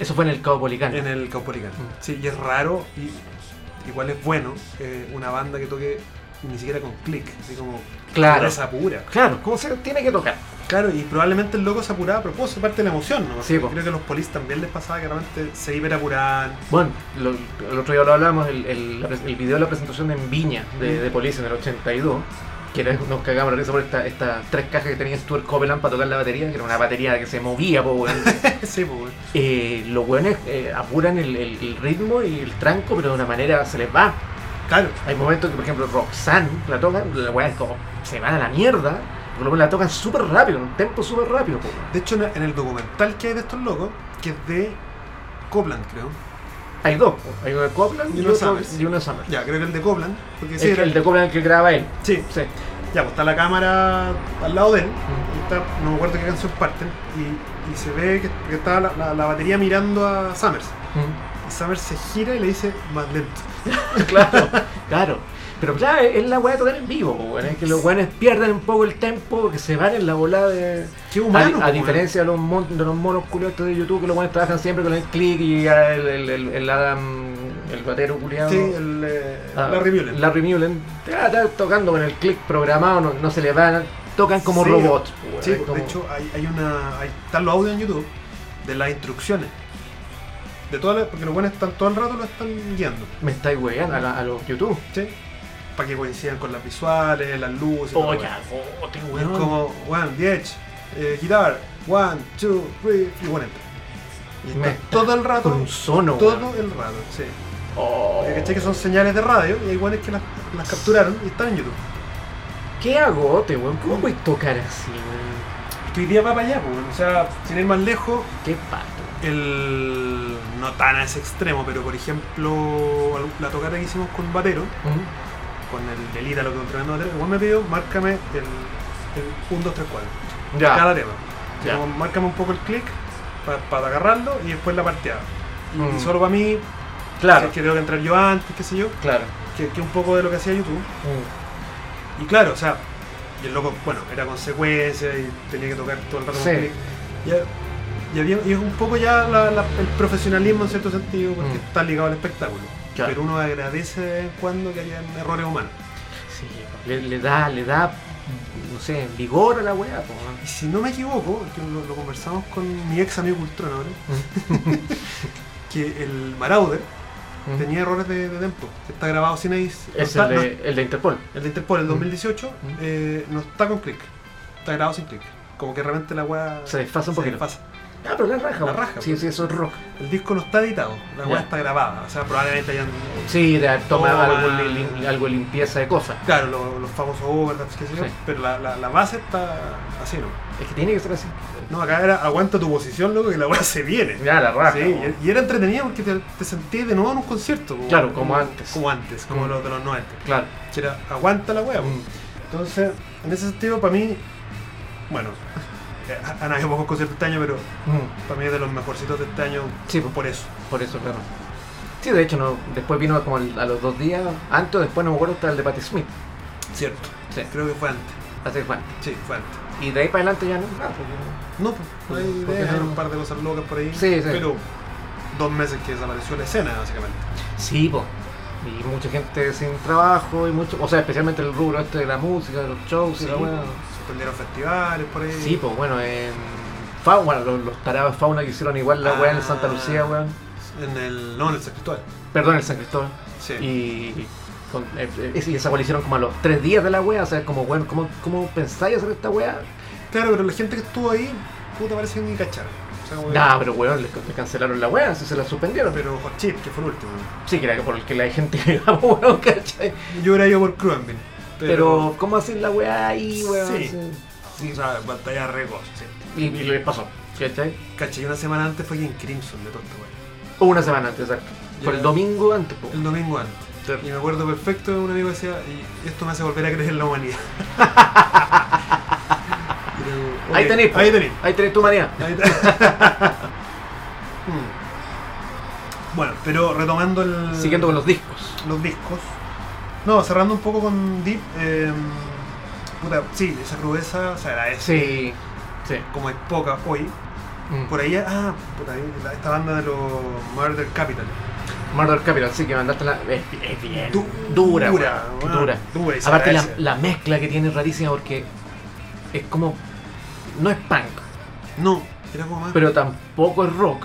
A: Eso fue en el Caupolicán.
B: en el Caupolicán.
A: Mm.
B: Sí, y es raro y igual es bueno eh, una banda que toque ni siquiera con click, así como
A: Claro.
B: esa pura.
A: Claro, ¿cómo se tiene que tocar?
B: Claro, y probablemente el loco se apuraba a propósito, parte de la emoción, ¿no?
A: Sí, po.
B: Creo que a los polis también les pasaba que realmente se hiperapuraban.
A: Bueno, lo- el otro día lo hablábamos, el, el- la pres- el video de la presentación en Viña de, de Police en el 82, que era- nos cagamos la risa por esta- estas tres cajas que tenía Stuart Copeland para tocar la batería, que era una batería que se movía, po, weón.
B: sí, pues.
A: Eh, los weones eh, apuran el, el- el ritmo y el tranco, pero de una manera se les va.
B: Claro.
A: Hay momentos que, por ejemplo, Roxanne la tocan, la weá es como se van a la mierda, pero luego la tocan súper rápido, en un tempo súper rápido, po, weón.
B: De hecho, en el documental que hay de estos locos, que es de Copland, creo.
A: Hay dos, po. hay uno de Copeland
B: Y
A: y,
B: uno de
A: otro-
B: Summers.
A: y uno de Summers.
B: Ya, creo que el de Copland. Porque
A: Es
B: sí,
A: que
B: era-
A: el de Copeland que graba él.
B: Sí,
A: Sí.
B: ya, pues está la cámara al lado de él.
A: Mm.
B: y está- no me acuerdo qué canción parten. Y, y se ve que, que está la, la- la batería mirando a Summers.
A: Mm.
B: Y Summers se gira y le dice más lento.
A: claro, claro. Pero claro, es es la weá de tocar en vivo, po, weón. Es que los weones pierden un poco el tempo, que se van en la volada de.
B: Qué
A: A,
B: humano.
A: di- a
B: pues,
A: diferencia de los, mon- de los monos culiados de YouTube, que los weones trabajan siempre con el click y ya el, el, el, el Adam, el batero
B: weón.
A: culiado.
B: Sí, el, eh,
A: Ah,
B: Larry Mullen.
A: Larry Mullen. Ah, está tocando con el click programado, no, no se le van. Tocan como
B: Sí,
A: robots. po, weón.
B: Sí,
A: Es
B: pues,
A: como-
B: de hecho hay, hay una. Hay, están los audios en YouTube de las instrucciones. De todas las- porque los buenos están todo el rato lo están guiando.
A: Me estáis weando a, la- a los YouTube.
B: ¿Sí? Para que coincidan con las visuales, las luces. y todo,
A: Oye,
B: weón.
A: agote,
B: Y es
A: weón.
B: como, one, the edge, eh, guitar, one, two, three, y bueno, entra. Y está
A: Me-
B: todo el rato,
A: Con un sono,
B: todo
A: weón.
B: el rato, sí.
A: Oh.
B: Porque caché que son señales de radio y hay guanes que las, las capturaron y están en YouTube.
A: ¿Qué agote, weón? ¿Cómo puedes tocar así, weón?
B: Que hoy día va para allá, pues, bueno, o sea, sin ir más lejos,
A: Qué pato.
B: el. no tan a ese extremo, pero por ejemplo, la tocata que hicimos con Batero, con el Delita, lo que un tremendo Batero, igual me pidió, márcame el, el 1, 2, 3, 4.
A: Ya.
B: cada tema.
A: Ya.
B: Como, márcame un poco el clic pa- para agarrarlo y después la parteada. Y,
A: Mm.
B: y solo para mí,
A: Claro,
B: que tengo que entrar yo antes, qué sé yo,
A: claro.
B: que que un poco de lo que hacía YouTube.
A: Mm,
B: Y claro, o sea, y el loco, bueno, era consecuencia y tenía que tocar todo el rato con
A: Sí.
B: clic. Y, eh, Y, había- y es un poco ya la- la- el profesionalismo en cierto sentido, porque
A: Mm.
B: está ligado al espectáculo.
A: Claro.
B: Pero uno agradece de vez en cuando que hayan errores humanos.
A: Sí, le, le da, le da, no sé, vigor a la weá. po.
B: Y si no me equivoco, que lo, lo conversamos con mi ex amigo Ultron ahora, que el Marauder
A: Mm.
B: tenía errores de, de tempo, que está grabado sin Ace. No
A: Es
B: está-
A: el
B: no-
A: de, el de Interpol.
B: el de Interpol, el 2018,
A: Mm.
B: eh, no está con click, está grabado sin click. Como que realmente la weá
A: Se desfasa un poquito.
B: desfasa.
A: Ah, pero la raja.
B: La
A: po.
B: raja,
A: Sí,
B: po.
A: sí, eso es rock.
B: El disco no está editado, la weá
A: Ya.
B: está grabada, o sea, probablemente hayan
A: Sí, de haber tomado
B: Toma.
A: algo, de lim- algo de limpieza de cosas.
B: Claro, lo- los famosos overlaps, qué sé yo,
A: Sí.
B: pero la, la, la base está así, ¿no?
A: Es que tiene que ser así.
B: No, acá era aguanta tu posición, loco, que la weá se viene.
A: Ya, la raja.
B: Sí,
A: po.
B: y, y era entretenida porque te, te sentías de nuevo en un concierto. como-
A: Claro, como antes.
B: Como antes, como
A: Mm.
B: los de los 90.
A: Claro.
B: Que era aguanta la weá. pues.
A: Mm,
B: Entonces, en ese sentido, para mí, bueno, eh, han habido pocos conciertos este año, pero
A: Mm,
B: para mí es de los mejorcitos de este año
A: Sí, po.
B: por eso.
A: por eso, claro. Sí, de hecho, no, después vino como al- a los dos días, antes o después, no me acuerdo, está el de Patti Smith.
B: Cierto.
A: Sí,
B: Creo que fue antes.
A: hace Juan.
B: Sí, fue antes.
A: Y de ahí para adelante ya no. nada, porque-
B: No, pues, no hay
A: Porque
B: idea,
A: no-
B: hay un par de cosas locas por ahí.
A: Sí, sí.
B: Pero dos meses que desapareció la escena, básicamente.
A: Sí, po. Y mucha gente sin trabajo, y mucho, o sea, especialmente el rubro este de la música, de los shows y la
B: pues,
A: weá.
B: Suspendieron festivales por ahí.
A: Sí, pues bueno, en Fauna, los, los tarados de Fauna que hicieron igual la weá en Santa
B: Ah.
A: Lucía, weón.
B: En el. No, en el sector.
A: Perdón, en San Cristóbal.
B: Sí.
A: Y, con- eh, eh, y esa weá la hicieron como a los tres días de la weá, o sea, como, bueno, ¿cómo, cómo pensáis hacer esta weá?
B: Claro, pero la gente que estuvo ahí, puta, parece que ni cacharon. O sea, como que-
A: Nah, pero weón, les, les cancelaron la weá, se, se la suspendieron.
B: Pero Hot Chip, que fue el último.
A: Sí, que era por el que la gente llegaba, weón, ¿cachai?
B: Yo hubiera ido por Cruenville.
A: Pero, ¿cómo hacer la weá ahí, weón?
B: Sí.
A: Sí.
B: Sí, o sea, batalla regos. Sí.
A: Y, y les pasó, ¿cachai?
B: Caché, y una semana antes fue King Crimson de todo esto, güey.
A: Una semana antes, exacto. Fue
B: Ya.
A: el domingo antes, po.
B: El domingo antes. Y me acuerdo perfecto, un amigo decía, y esto me hace volver a creer en la humanidad. Y luego,
A: Ahí
B: ok,
A: tenés, po.
B: Ahí tenés.
A: Ahí tenés tu manía.
B: Ahí ta- Mm. Bueno, pero retomando el,
A: Siguiendo con los discos.
B: los discos. No, cerrando un poco con Deep. eh, puta, sí, esa crudeza se agradece.
A: Sí, sí.
B: Como es poca hoy.
A: Mm.
B: Por ahí, ah, por ahí, la- esta banda de los Murder Capital.
A: Murder Capital, sí, que mandaste la. Es, es bien.
B: Du-
A: dura,
B: dura,
A: weón,
B: weón,
A: dura.
B: dura, y se
A: Aparte, la,
B: agradece.
A: la mezcla que tiene es rarísima porque es como. No es punk,
B: No, era como más.
A: pero tampoco es rock.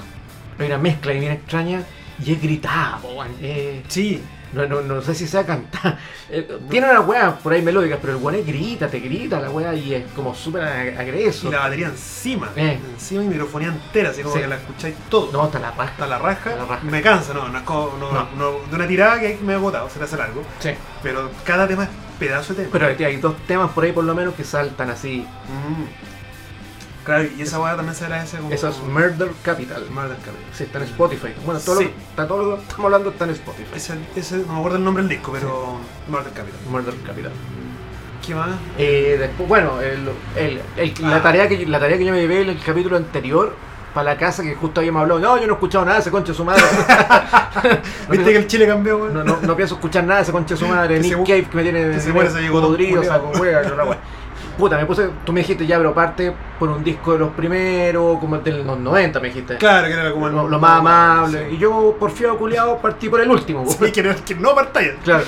A: Hay una mezcla ahí bien extraña y es gritada, po, weón. Eh,
B: sí,
A: no, no, no sé si sea cantar. Eh, Tiene unas weas por ahí melódicas, pero el weón es grita, te grita la wea y es como súper ag-
B: y
A: agreso.
B: la batería encima.
A: Eh.
B: Encima y microfonía entera, así como
A: Sí.
B: que la escucháis todo.
A: No, hasta la pasta.
B: Hasta la raja,
A: La raja.
B: me cansa, no, no es como, no,
A: No.
B: no- de una tirada que me he agotado, se te hace largo,
A: Sí.
B: pero cada tema es pedazo de tema.
A: Pero hay dos temas por ahí por lo menos que saltan así.
B: Mm. Claro, y esa weá también se agradece como.
A: Eso es Murder Capital.
B: Murder Capital.
A: Sí, está en Spotify. Bueno, todo,
B: Sí.
A: lo, que, está todo lo que estamos hablando está en Spotify.
B: Ese, ese, no me acuerdo el nombre del disco, pero. Murder Capital.
A: Murder Capital.
B: ¿Qué más?
A: Eh, después, bueno, el- el- el-
B: Ah.
A: la, tarea que, yo- la tarea que yo me llevé en el capítulo anterior para la casa que justo habíamos hablado. No, yo no he escuchado nada de ese concha de su madre. No
B: ¿Viste que el Chile cambió, weón?
A: No, no, no pienso escuchar nada de ese concha de su madre,
B: Que
A: Nick
B: se mu-
A: Cave que me tiene
B: que se muere ese llegó
A: podrido,
B: todo
A: saco
B: culiao.
A: hueá, yo la hueá. Puta, me puse, tú me dijiste ya, pero parte por un disco de los primeros, como el de los 90 me dijiste.
B: Claro, que era como el-
A: Lo, lo más amable. Y yo, porfiado culiado, partí por el último.
B: Sí,
A: güey.
B: que no, que no partáis.
A: Claro.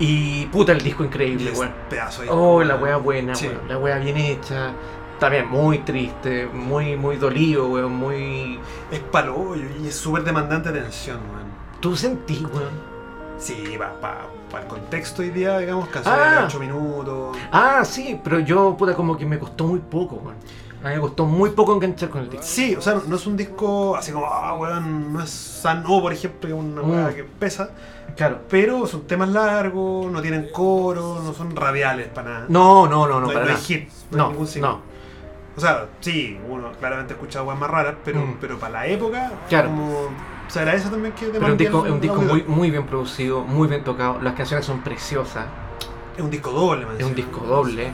A: Y puta, el disco
B: Y
A: increíble,
B: es
A: weón.
B: pedazo ahí.
A: Oh, la wea buena,
B: Sí.
A: weón. La wea bien hecha. También muy triste, muy, muy dolido, weón. Muy.
B: Es palollo y es súper demandante de atención, weón.
A: ¿Tú sentís, weón?
B: Sí, para el contexto hoy día, digamos, canciones de
A: Ah.
B: 8 minutos.
A: Ah, sí, pero yo, puta, como que me costó muy poco, weón. A mí me costó muy poco enganchar con el disco.
B: Sí, o sea, no es un disco así como, ah, weón, no es San O, por ejemplo, que es una
A: Mm.
B: weá que pesa,
A: Claro.
B: pero son temas largos, no tienen coro, no son radiales para nada.
A: No, no, no, no,
B: no, hay-
A: para
B: no hay
A: nada.
B: hit, no, hay
A: No,
B: ningún single.
A: no.
B: O sea, sí, uno claramente ha escuchado weas más raras, pero,
A: Mm.
B: pero para la época,
A: Claro.
B: como, se agradece también que
A: Pero un
B: demanden
A: disco, es
B: al
A: un disco muy,
B: auditor.
A: muy bien producido, muy bien tocado. Las canciones son preciosas.
B: Es un disco doble, man.
A: Es un disco doble.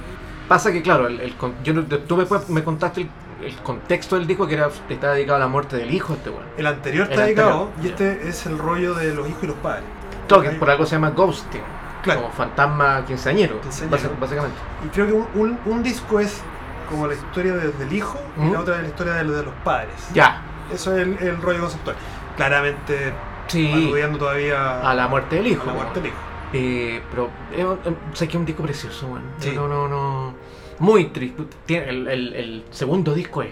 A: Pasa que, claro, el, el con- yo, no- tú me, me contaste el, el contexto del disco que era, estaba dedicado a la muerte del hijo de este weón.
B: El anterior
A: El
B: está dedicado,
A: anterior,
B: y este es el rollo de los hijos y los padres.
A: Claro, que
B: Hay-
A: por algo se llama Ghosting.
B: Claro.
A: Como fantasma quinceañero,
B: Quinceañero.
A: basi- básicamente.
B: Y creo que un, un- un disco es como la historia desde el hijo y
A: ¿Mm?
B: la otra es la historia de, de los padres.
A: Ya.
B: Eso es el, el rollo conceptual. Claramente,
A: Sí.
B: aludiendo todavía
A: A la muerte del hijo.
B: a la muerte del hijo.
A: Eh, pero eh, eh, sé que es un disco precioso, weón.
B: Sí.
A: No, no, no. Muy triste. Tiene- El, el- el segundo disco es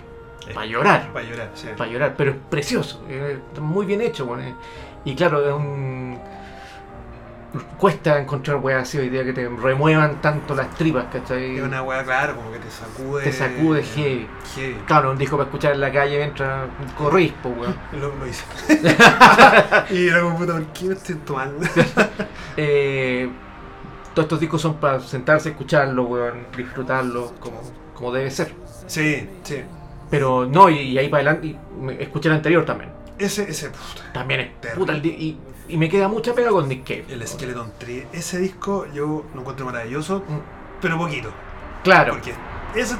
B: Es-
A: para llorar.
B: Para llorar, sí.
A: Para llorar, pero es precioso. eh, está muy bien hecho, weón. eh. Y claro, es un. Cuesta encontrar weas así hoy día que te remuevan tanto las tripas, ¿cachai?
B: Es una weá, claro, como que te sacude. eh,
A: Te sacude heavy.
B: heavy.
A: Claro, un disco para escuchar en la calle mientras corrís, po, weón.
B: Lo, lo hice. y era como puta, ¿por qué no estoy tomando?
A: Eh, todos estos discos son para sentarse, escucharlo, weón, disfrutarlo como, como debe ser.
B: sí, sí.
A: Pero no, y, y ahí para adelante, y me- escuché el anterior también.
B: Ese, ese, puta.
A: También es
B: Terrible.
A: puta el di- y, y me queda mucha pega con Nick Cave.
B: El Skeleton Tree. Ese disco yo lo encuentro maravilloso,
A: Mm.
B: pero poquito.
A: Claro,
B: Porque ese es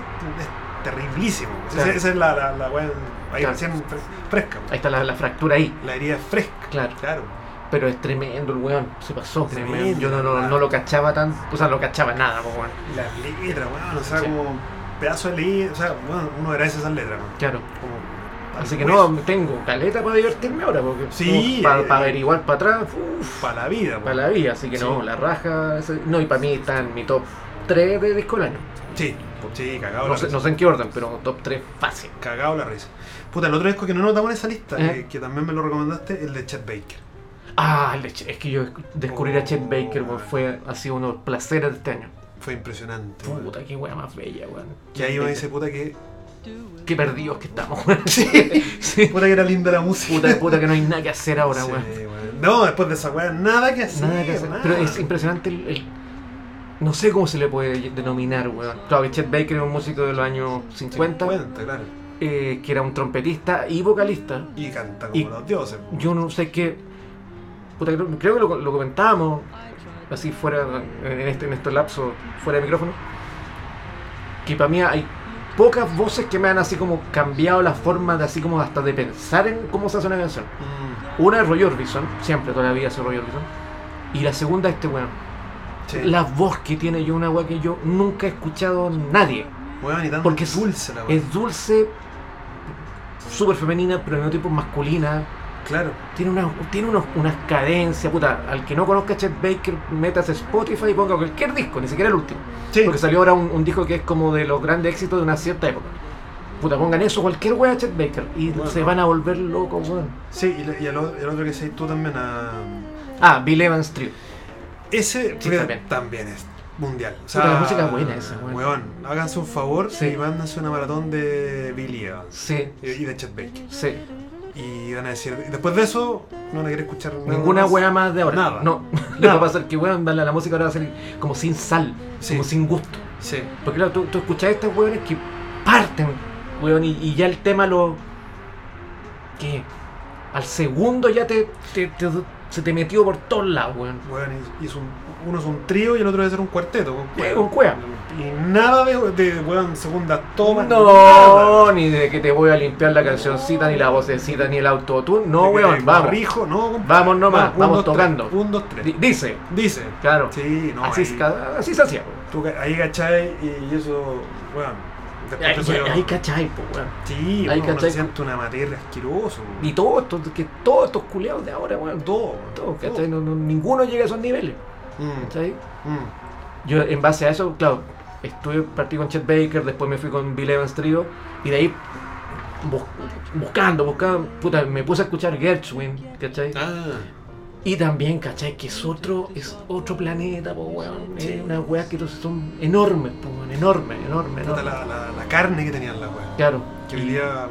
B: terriblísimo. Ese-
A: Claro.
B: Esa es la, la, la weá ahí
A: Claro.
B: recién fre- fresca.
A: ahí está la, la fractura ahí,
B: La herida es fresca.
A: claro.
B: Claro.
A: Pero es tremendo el weón, se pasó. me- me-
B: Tremendo,
A: yo no, no-
B: claro.
A: no lo cachaba tan, o sea, no cachaba nada, po, weón.
B: Y Las letras, weón. O sea,
A: Sí.
B: como pedazo de letra. O sea, bueno, uno agradece esas letras, weón.
A: Claro.
B: Como-
A: Así que no, tengo caleta para divertirme ahora, porque
B: Sí,
A: para
B: eh,
A: averiguar para atrás, uff.
B: Para la vida, weón.
A: Para la vida, así que no,
B: Sí.
A: la raja. ese- no, y para mí está en mi top 3 de disco del año.
B: Sí, Ah, sí, cagado.
A: No
B: la
A: sé,
B: risa.
A: no sé en qué orden, pero top 3 fácil.
B: Cagado la risa. Puta, el otro disco que no notamos en esa lista, eh,
A: Ajá.
B: que, que también me lo recomendaste, el de Chet Baker.
A: Ah, el de Chet- es que yo escu- descubrir a Chet Baker weón, fue, ha sido uno de los placeres de este año.
B: Fue impresionante. weón.
A: Puta, qué wea más bella, weón.
B: Que ahí uno dice, puta que.
A: Qué perdidos que estamos, weón. Sí, sí.
B: Puta que era linda la música.
A: Puta, puta que no hay nada que hacer ahora,
B: Sí,
A: weón.
B: weón. No, después de esa weá, nada que hacer.
A: Nada que hacer.
B: nada.
A: Pero es impresionante el, el- No sé cómo se le puede denominar, weón. Claro, que Chet Baker es un músico de los años 50,
B: 50, claro.
A: eh, que era un trompetista y vocalista.
B: Y canta como
A: Y-
B: los dioses. weón.
A: Yo no sé qué. Puta, creo, creo que lo, lo comentábamos así fuera, en este, en este lapso, fuera de micrófono. Que para mí hay pocas voces que me han así como cambiado la forma de así como hasta de pensar en cómo se hace una canción.
B: Mm,
A: Una es Roy Orbison, siempre todavía hace Roy Orbison. Y la segunda, este weón.
B: sí.
A: La voz que tiene yo, una weá que yo nunca he escuchado nadie.
B: Weón, y tan
A: porque es-
B: dulce la weá.
A: Es dulce, súper femenina, pero al mismo tiempo masculina.
B: Claro.
A: Tiene unas tiene unos, unas cadencias, puta. Al que no conozca a Chet Baker, metas Spotify y ponga cualquier disco, ni siquiera el último.
B: Sí.
A: Porque salió ahora un, un disco que es como de los grandes éxitos de una cierta época. Puta, pongan eso, cualquier wea de Chet Baker, y
B: Bueno.
A: se van a volver locos, weón.
B: Sí, y, la- y el, o- el otro que decís tú también a.
A: Ah, Bill Evans Trio.
B: Ese
A: Sí,
B: porque
A: también.
B: es mundial. O
A: Puta, la música es buena esa, weón.
B: weón, háganse un favor
A: Sí.
B: y mándense una maratón de Billy Evans
A: Sí,
B: y- y de Chet Baker.
A: sí.
B: Y van a decir, y después de eso, no van a querer escuchar nada
A: Ninguna
B: más.
A: wea más de ahora.
B: Nada.
A: No, lo que va a pasar es que, weón, la, la música ahora va a ser como sin sal,
B: Sí.
A: como sin gusto.
B: Sí.
A: Porque claro, tú, tú escuchas estas weones que parten, weón, y, y ya el tema lo. que al segundo ya te, te- te- se te metió por todos lados, weón.
B: Weón, y- y es un- uno es un trío y el otro debe ser un cuarteto. Con
A: Eh,
B: cueva.
A: Con cueva.
B: Y nada de, de weón, segundas tomas.
A: No, ni de que te voy a limpiar la cancioncita, ni la vocecita, ni el autotune. No, weón, vamos.
B: Rijo, no, compadre.
A: Vamos nomás,
B: un,
A: vamos
B: dos, tres,
A: tocando.
B: un, dos, tres.
A: Di- Dice,
B: Dice.
A: claro.
B: Sí, no.
A: así,
B: ahí-
A: se ca- así se hacía, weón.
B: Tú ca- ahí cachai y eso, weón. Después
A: Ahí,
B: de eso yo-
A: ahí cachai, po, weón.
B: sí,
A: ahí
B: ahí uno
A: cachai.
B: siente una materia asqueroso. weón.
A: Y todos estos, que todos estos culeados de ahora, weón. Todos,
B: todo.
A: todos, ¿cachai? No- no- ninguno llega a esos niveles,
B: Mm,
A: ¿cachai?
B: mm.
A: Yo en base a eso, claro, estuve, partí con Chet Baker, después me fui con Bill Evans Trio, y de ahí bus- buscando, buscando, puta, me puse a escuchar Gershwin, ¿cachai?
B: Ah,
A: Y también, ¿cachai? Que es otro, es otro planeta, po, weón. Es
B: Sí.
A: una weá que los- son enormes, po, weón, enorme, enorme,
B: puta,
A: enorme.
B: la, la, la carne que tenían la weón.
A: Claro.
B: Que
A: Y-
B: hoy día,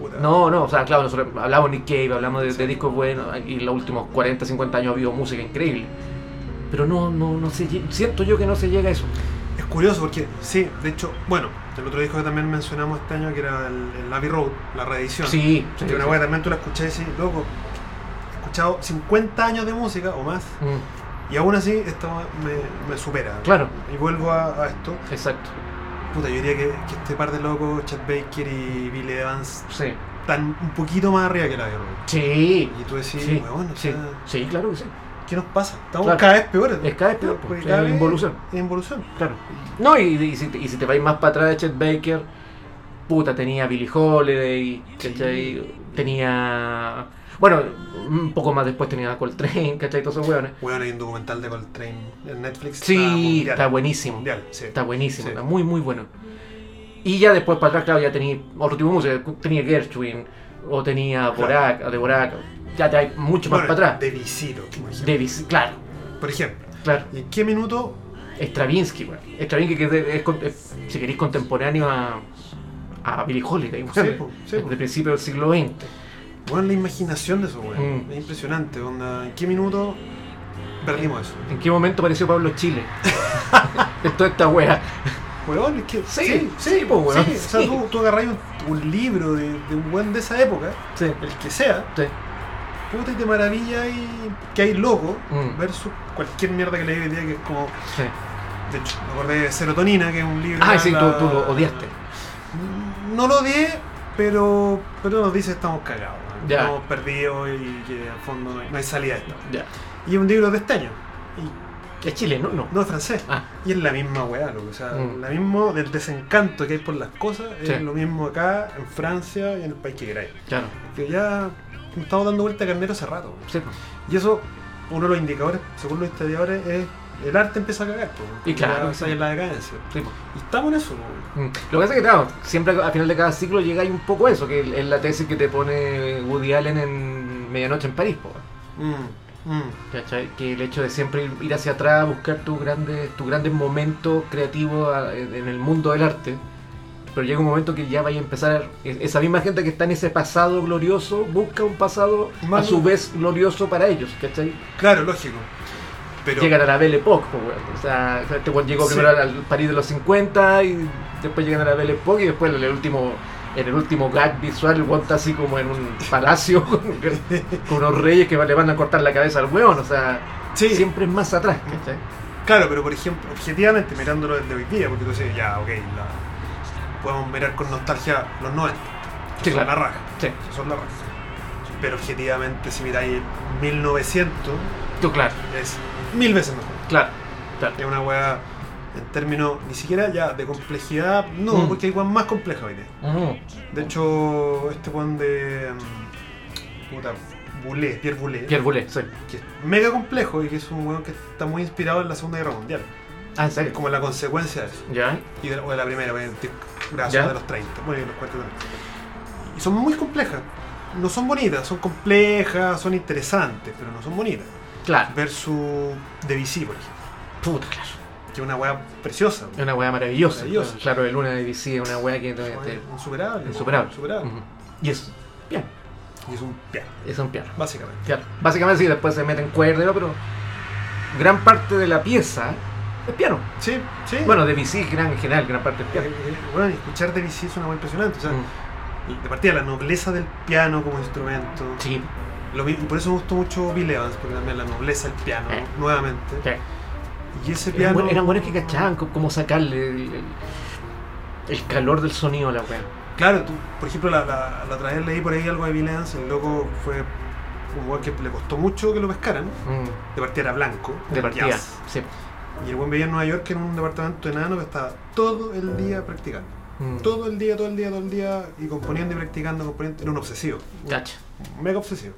B: puta.
A: No, no, o sea, claro, nosotros hablamos de Nick Cave, hablamos de, de discos buenos, y en los últimos 40, 50 años ha habido música increíble. Pero no, no, no se, lle- siento yo que no se llega a eso.
B: Es curioso porque, sí, de hecho, bueno, el otro disco que también mencionamos este año que era el, el Abbey Road, la reedición.
A: Sí, sí,
B: Que una
A: sí.
B: weá también tú la escuchás y decís, loco, he escuchado 50 años de música o más,
A: Mm,
B: y aún así esta weá me, me supera.
A: Claro.
B: Y vuelvo a, a esto.
A: Exacto,
B: Puta, yo diría que, que este par de locos, Chad Baker y Billy Evans,
A: sí.
B: están un poquito más arriba que la Abbey Road.
A: Sí,
B: Y tú decís,
A: sí,
B: weón, o
A: sí,
B: sea,
A: sí, claro que sí.
B: ¿qué ¿qué nos pasa? Estamos
A: Claro.
B: cada vez peores.
A: Es cada vez peor,
B: Porque
A: pues, es
B: cada vez-
A: involución.
B: es involución.
A: Claro. No, y, y si, te- y si te vais más para atrás de Chet Baker, puta, tenía Billy Holiday, ¿cachai? Tenía. Bueno, un poco más después tenía Coltrane, ¿cachai? Todos esos hueones.
B: Weón, hay un documental de Coltrane en Netflix.
A: Sí,
B: Ah, mundial.
A: está buenísimo.
B: Mundial, sí.
A: Está buenísimo,
B: Sí.
A: está muy, muy bueno. Y ya después para atrás, claro, ya tenía otro tipo de música. Tenía Gershwin, o tenía Borac, de Borac. Ya te hay mucho más
B: Bueno,
A: para atrás.
B: De visito, imagínate.
A: Davis, claro,
B: Por ejemplo.
A: claro.
B: ¿Y en qué minuto?
A: Stravinsky, weón. Stravinsky que es, de- es con- es, si queréis, contemporáneo a, a Billy Holiday, weón.
B: Sí, po, sí, po.
A: de principio del siglo XX.
B: Bueno, la imaginación de esos weón.
A: Mm.
B: Es impresionante, onda. ¿En qué minuto perdimos eso?
A: ¿En qué momento apareció Pablo Chile? en toda esta wea.
B: Weón, es que.
A: Sí, sí, po, weón.
B: sí. O sea,
A: Sí.
B: tú, tú agarras un, un libro de, de un weón de esa época,
A: Sí.
B: el que sea,
A: Sí.
B: puta y te maravilla y que hay loco
A: Mm.
B: versus cualquier mierda que leí hoy día que es como.
A: sí.
B: De hecho, me acordé de Serotonina, que es un libro.
A: Ah,
B: que
A: sí, tú,
B: habla-
A: tú lo odiaste.
B: No lo odié, pero, pero nos dice estamos cagados, ¿no?
A: Ya.
B: estamos perdidos y que al fondo no hay, no hay salida a esto.
A: Ya.
B: Y es un libro de este año, y
A: Es Chile, no, no.
B: no es francés.
A: Ah,
B: Y es la misma weá, loco. O sea,
A: Mm.
B: la mismo del desencanto que hay por las cosas,
A: Sí.
B: es lo mismo acá, en Francia y en el país que queráis.
A: claro.
B: Que ya estamos dando vuelta a carnero hace rato.
A: Sí, po.
B: Y eso, uno de los indicadores, según los historiadores, es el arte empieza a cagar, po.
A: Y claro,
B: Ya
A: sí.
B: está en la decadencia.
A: Sí, po.
B: Y estamos en eso, po.
A: Mm. Lo que pasa es que, claro, siempre al final de cada ciclo llega ahí un poco eso, que es la tesis que te pone Woody Allen en Medianoche en París, po.
B: Mm, mm.
A: ¿Cachai? Que el hecho de siempre ir- ir hacia atrás, buscar tus grandes tus grandes momentos creativos a- en en el mundo del arte. Pero llega un momento que ya vaya a empezar, es- esa misma gente que está en ese pasado glorioso, busca un pasado
B: Más-
A: a su vez glorioso para ellos, ¿cachai?
B: Claro, lógico. Pero
A: Llegan a la Belle Époque, po, weón. o sea, este weón llegó
B: Sí.
A: primero al París de los 50 y después llegan a la Belle Époque y después en el último, en el último gag visual el weón está así como en un palacio con, con unos reyes que le van a cortar la cabeza al weón, o sea...
B: sí,
A: siempre es más atrás, ¿cachai?
B: claro, pero por ejemplo, objetivamente, mirándolo desde hoy día, porque tú dices, ya, ok, la- podemos mirar con nostalgia los 90,
A: Sí,
B: que son
A: claro.
B: la raja,
A: Sí,
B: que son la raja. Pero objetivamente, si miráis el 1900,
A: tú, claro,
B: es mil veces mejor.
A: claro, claro.
B: Es una weá en términos ni siquiera ya de complejidad, no,
A: Mm.
B: porque hay weas más complejas hoy día.
A: Ujú.
B: De hecho, este weón de. mm, puta, Boulez, Pierre Boulez.
A: Pierre Boulez, sí.
B: que es mega complejo y que es un weón que está muy inspirado en la Segunda Guerra Mundial.
A: Ah, ¿en
B: Es
A: serio?
B: como la consecuencia de eso.
A: ¿Ya?
B: Y de, o de la primera, weón, tic, brazos
A: Ya.
B: de los 30, bueno, y los 40 también. Y son muy complejas. No son bonitas, son complejas, son interesantes, pero no son bonitas.
A: Claro.
B: Versus Debussy, por ejemplo,
A: Puta, claro.
B: que es una weá preciosa.
A: Es una weá maravillosa.
B: Maravillosa.
A: Claro, el Luna de DC es una weá que te-
B: weón,
A: te-
B: Insuperable.
A: insuperable.
B: insuperable.
A: Ujú. Y es piano,
B: Y es un piano,
A: es un piano.
B: básicamente.
A: Claro. Básicamente sí, después se meten cuerdas, ¿no? pero gran parte de la pieza es piano.
B: Sí, sí.
A: Bueno, de DC gran, en general, gran parte es
B: Eh,
A: piano.
B: eh, bueno, y escuchar Debussy es una weá impresionante. O sea,
A: Mm.
B: de partida la nobleza del piano como instrumento.
A: Sí,
B: Lo mismo, por eso me gustó mucho Bill Evans, porque también la nobleza del piano,
A: Eh.
B: nuevamente.
A: sí.
B: Y ese
A: Eran,
B: piano.
A: buen- eran buenos que cachaban co- cómo sacarle el, el- el calor del sonido a la weá.
B: Claro, tú, por ejemplo, la, la, la otra vez leí por ahí algo de Bill Evans, el loco fue un weón que le costó mucho que lo pescaran.
A: Mm,
B: De partida era blanco,
A: de
B: era
A: partida.
B: jazz.
A: Sí.
B: Y el buen vivía en Nueva York en un departamento enano que estaba todo el día practicando.
A: Mm.
B: Todo el día, todo el día, todo el día, y componiendo y practicando, componiendo. Era un obsesivo,
A: Cacha.
B: mega obsesivo.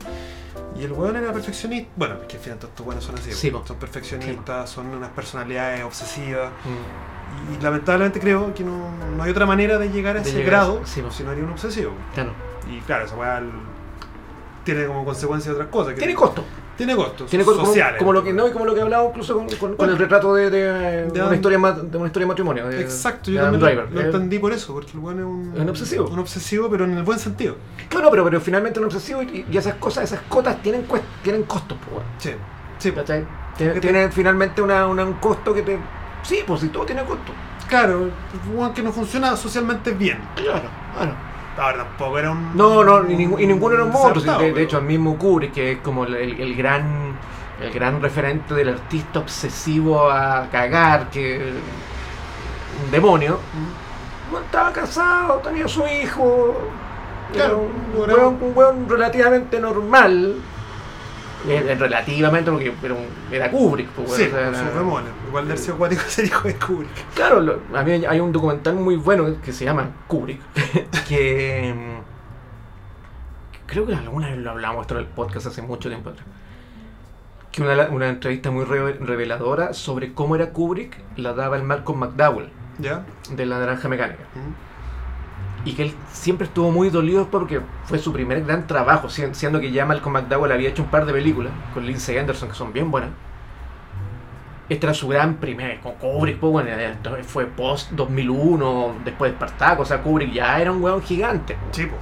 B: Y el weón era perfeccionista. Bueno, es que al final todos estos weones son así.
A: Sí,
B: po.
A: po.
B: son perfeccionistas, son unas personalidades obsesivas.
A: Mm,
B: Y lamentablemente creo que no, no hay otra manera de llegar a
A: De
B: ese
A: llegar a
B: grado
A: eso, sí, po.
B: si no haría un obsesivo.
A: Claro.
B: Y claro, esa weá el- tiene como consecuencia otras cosas. que-
A: Tiene costo.
B: Tiene costos.
A: Tiene costo como-
B: sociales.
A: Como, lo que no y como lo que hablaba incluso con, con- con el retrato de, de- de una
B: de-
A: historia ma- de una historia de matrimonio. de-
B: Exacto,
A: de
B: yo
A: Adam
B: también lo-
A: Driver.
B: lo
A: Eh,
B: entendí por eso, porque el weón es un,
A: Es un obsesivo.
B: Un obsesivo, pero en el buen sentido.
A: Claro, pero, pero finalmente un obsesivo y, y esas cosas, esas cotas tienen cuest- tienen costos, pues, weón.
B: Sí, sí. po.
A: ¿Cachai? Tiene,
B: Que te-
A: tiene finalmente una, una- un costo que te. Sí, pues si todo tiene costo.
B: Claro, un weón que no funciona socialmente bien.
A: Claro, claro.
B: Ahora tampoco era un.
A: No, no, y, ningú- y ninguno de los monstruos.
B: desadaptado,
A: De, de
B: pero-
A: hecho, el mismo Kubrick, que es como el, el- el gran el gran referente del artista obsesivo a cagar, que un demonio,
B: Mm.
A: bueno, estaba casado, tenía su hijo,
B: Claro,
A: era un,
B: un
A: hueón- un hueón relativamente normal, Eh, eh, Relativamente, porque era, un- era Kubrick. pues,
B: sí,
A: bueno, o sea,
B: sus
A: era-
B: bemoles. Igual Dercio Acuático se dijo de Kubrick.
A: Claro, lo- a mí hay- hay un documental muy bueno que se llama Kubrick, que mm, creo que alguna vez lo hablamos esto en el podcast hace mucho tiempo atrás. Que una, la- una entrevista muy reve- reveladora sobre cómo era Kubrick la daba el Malcolm McDowell
B: ¿Ya?
A: de La Naranja Mecánica.
B: Mm.
A: Y que él siempre estuvo muy dolido porque fue su primer gran trabajo, si- siendo que ya Malcolm McDowell había hecho un par de películas con Lindsay Anderson que son bien buenas. Esta era su gran primer, con Kubrick, pues bueno, eh, esto fue post 2001, después de Spartaco, o sea, Kubrick ya era un weón gigante. pues.
B: Sí, po.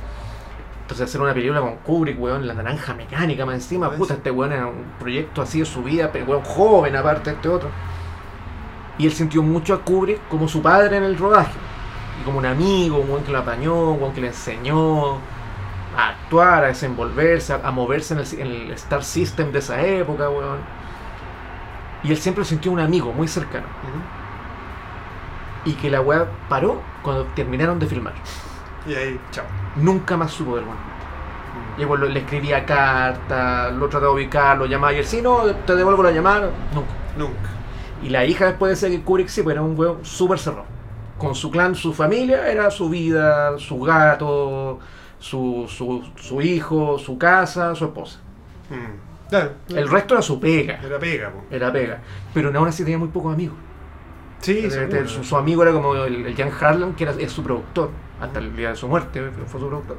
A: Entonces pues, hacer una película con Kubrick, weón, la naranja mecánica más encima,
B: Sí.
A: puta, este weón era un proyecto así de su vida, pero weón joven aparte de este otro. Y él sintió mucho a Kubrick como su padre en el rodaje. Y como un amigo, un weón que lo apañó, un weón que le enseñó a actuar, a desenvolverse, a, a moverse en el, en el Star System de esa época, weón. Y él siempre lo sintió un amigo muy cercano.
B: Mm.
A: Y que la weá paró cuando terminaron de filmar.
B: Y ahí, chao.
A: Nunca más supo del weón.
B: Mm.
A: Y bueno, le escribía cartas, lo trataba de ubicar, lo llamaba y él, sí, no, te devuelvo la llamada, nunca.
B: Nunca.
A: Y la hija después decía que Kubrick sí, pero era un huevo súper cerrado. Con su clan, su familia, era su vida, su gato, su, su, su hijo, su casa, su esposa.
B: Mm. Claro.
A: El resto era su pega,
B: Era pega, po.
A: era pega. Pero aún así tenía muy pocos amigos.
B: Sí,
A: Este,
B: seguro.
A: su, su amigo era como el, el Jan Harlan, que era, es su productor, hasta el día de su muerte eh, fue su productor.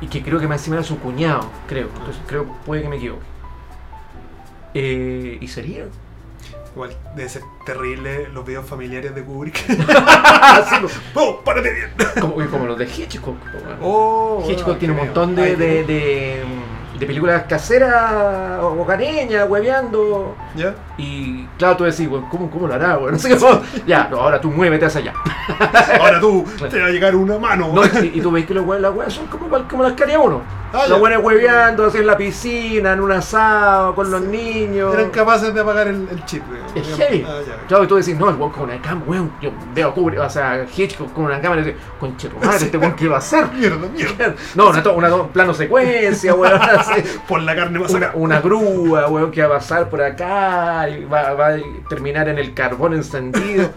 A: Y que creo que más encima era su cuñado, creo.
B: Ah.
A: Entonces creo, puede que me equivoque. Eh, y sería.
B: Igual debe ser terrible los videos familiares de Kubrick.
A: Así como-
B: ¡Oh, párate bien!
A: pues, como, como los de Hitchcock. po, weón.
B: Oh,
A: Hitchcock
B: ah,
A: tiene un
B: creo.
A: montón de, de,
B: Ahí tiene.
A: de, de películas caseras, o- hogareñas, hueveando.
B: ¿Ya?
A: Y claro, tú decís, weón, ¿cómo, ¿cómo lo hará? weón? No sé qué. ya, no, ahora tú muévete hacia allá.
B: Ahora tú,
A: Claro.
B: te va a llegar una mano.
A: No, y, y tú ves que los hue- las weas son como, pal- como las que haría uno.
B: Ah, ya.
A: los buenos hueveando, así en la piscina, en un asado, con los niños.
B: Eran capaces de apagar el, el chip, weón.
A: Es heavy.
B: Ah, ya.
A: Claro, y tú decís, no, el weón con una cámara, weón. Yo veo a Kubrick, o sea, Hitchcock con una cámara y digo, conche tu madre, este weón, ¿qué va a hacer?
B: Mierda, mierda.
A: No, una, to- una to- plano secuencia, weón. así.
B: Por la carne más
A: Una,
B: acá.
A: una grúa, weón, que va a pasar por acá y va, va a terminar en el carbón encendido.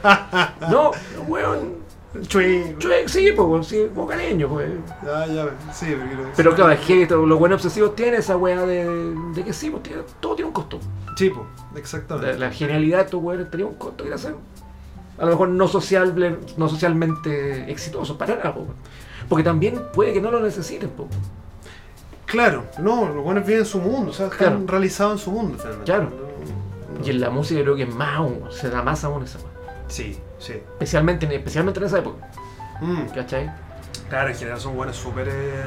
A: No, weón.
B: Chuy.
A: yo- Sí, pues, weón, sí, bocaneño, pues.
B: Ah, ya, weón. sí, porque-
A: Pero claro, es que esto- los buenos obsesivos tienen esa weá de, de que sí, pues, tiene- todo tiene un costo.
B: Chipo,
A: La,
B: exactamente.
A: la genialidad de estos weones tenía un costo que era ser a lo mejor no, sociable, no socialmente exitoso para nada, po, weón. porque también puede que no lo pues, necesiten. po.
B: Claro, no, los buenos viven en su mundo, o sea, están
A: Claro.
B: realizados en su mundo finalmente.
A: Claro.
B: No-
A: Y en la música creo que es más aún, se da más aún esa weá.
B: Sí, sí.
A: Especialmente, en- especialmente en esa época,
B: Mm,
A: ¿cachai?
B: Claro, en general son buenos súper eh,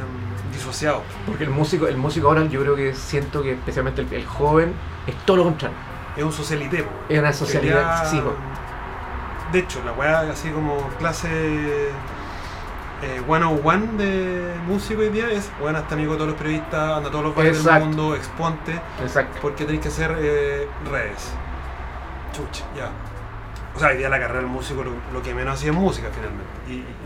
B: disociados.
A: Porque el músico, el músico ahora yo creo que siento que especialmente el, el joven es todo lo contrario.
B: Es un socialité, po.
A: Es una socialidad,
B: Quería-
A: sí, po.
B: De hecho, la weá así como clase eh, 101 de músico hoy día es, weón, hasta amigo de todos los periodistas, anda a todos los bailes
A: Exacto.
B: del mundo, exponte,
A: exacto.
B: porque tenéis que hacer eh, redes. Chucha, ya. O sea, hoy día la carrera del músico lo, lo que menos hacía es música finalmente.